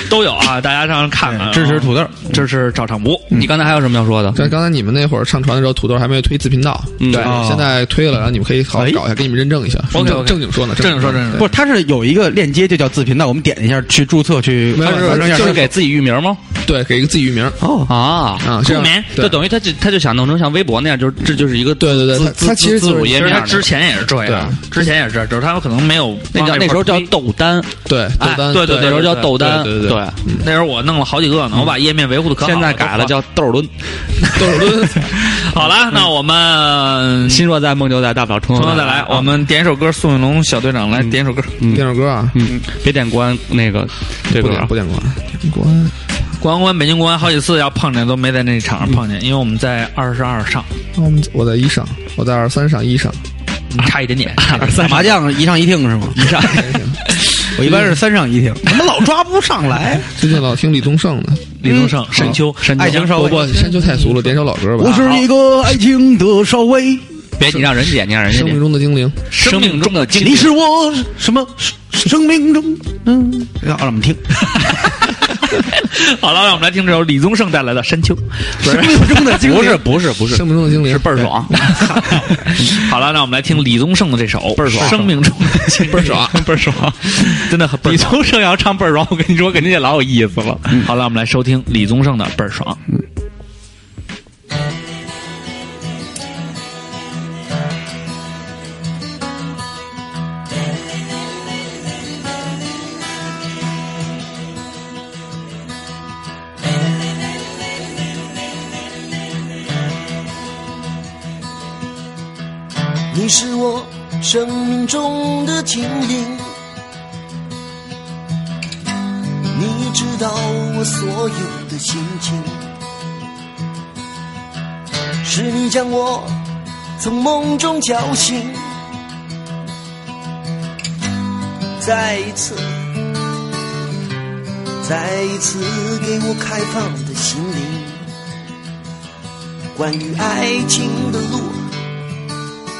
都有啊，大家上看看啊，支持土豆。支持赵尚武。你刚才还有什么要说的？对，刚才你们那会儿上传的时候，土豆还没有推自频道，嗯就是哦现在推了，然后你们可以好好哎搞一下，给你们认证一下。 OK，正 OK 正经说呢，正经说正正经不，它是有一个链接，就叫自频道，我们点一下去注册去。没有没有反正就是给自己域名吗？对，给一个自己域名哦，啊啊，这样公民对就等于他就他就想弄成像微博那样，就是这就是一个对对对自他自他其实自就是主其页实面他儿之前也是这样，之前也是这样，就是他可能没有那叫往那时候叫块儿推豆丹，对豆哎丹，对对那对时候叫豆丹，对对对那时候我弄了好几个呢，我把页面维护的可好了。现在改了都叫豆儿抡。豆儿好了，那我们心若在，梦就在，大不了冲从头再来，嗯我们点一首歌，宋雨龙小队长来点一首歌。抡，点首歌啊，嗯，别点关那个这不个点啊不点关，点关。国安关北京国安好几次要碰见，都没在那场上嗯碰见，因为我们在二十二上，那我们我在一上，我在二三上一上，差一点 点。打麻将一上一听是吗？一上，我一般是三上一听，怎么老抓不上来？最近老听李宗盛的，嗯嗯李宗盛、山丘、山爱情稍不微，不，哦山丘太俗了，点首老歌 吧。我是一个爱情的稍微，别你让人点，你让人家生命点。中的精灵，生命中的经你历，是我什么生命中嗯，让我们听。 好了，让我们来听这首李宗盛带来的《山 丘》。生命中的经历不是不是不是生命中的精灵是倍儿爽，好了，让我们来听李宗盛的这首《倍儿爽》，生命中的倍儿爽，倍儿爽，真的很倍儿李爽。宗盛要唱倍儿爽，我跟你说，肯定也老有意思了。好了，我们来收听李宗盛的《倍儿爽》。你是我生命中的精灵。你知道我所有的心情，是你将我从梦中叫醒，再一次，再一次给我开放的心灵。关于爱情的路，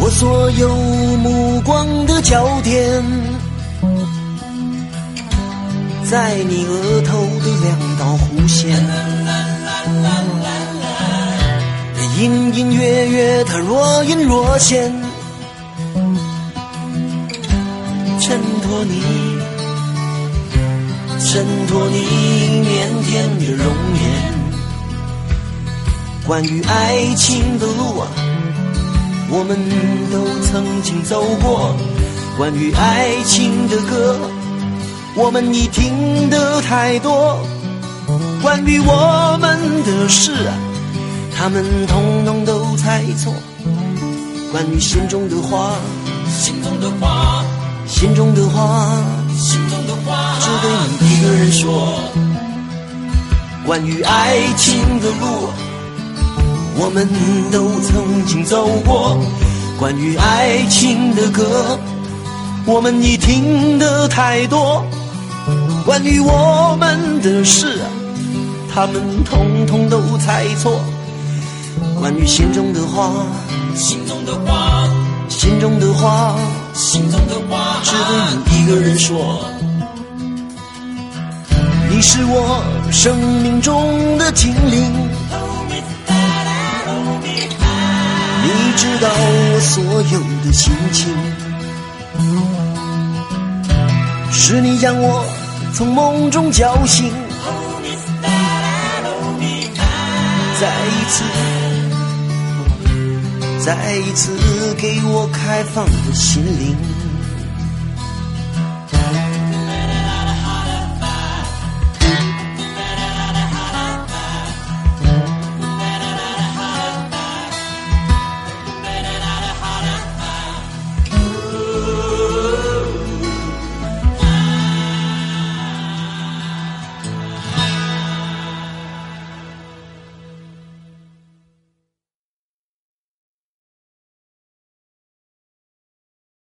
我所有目光的焦点，在你额头的两道弧线，隐隐约约，它若隐若现，衬托你，衬托你腼腆的容颜。关于爱情的路啊。我们都曾经走过。关于爱情的歌，我们已听得太多。关于我们的事啊，他们统统都猜错。关于心中的话，心中的话，心中的话，心中的话，只对你一个人说。关于爱情的路啊。我们都曾经走过。关于爱情的歌，我们已听得太多。关于我们的事，他们统统都猜错。关于心中的话，心中的话，心中的话，心中的话，只对你一个人说。你是我生命中的精灵。你知道我所有的心情，是你将我从梦中叫醒。再一次，再一次给我开放的心灵。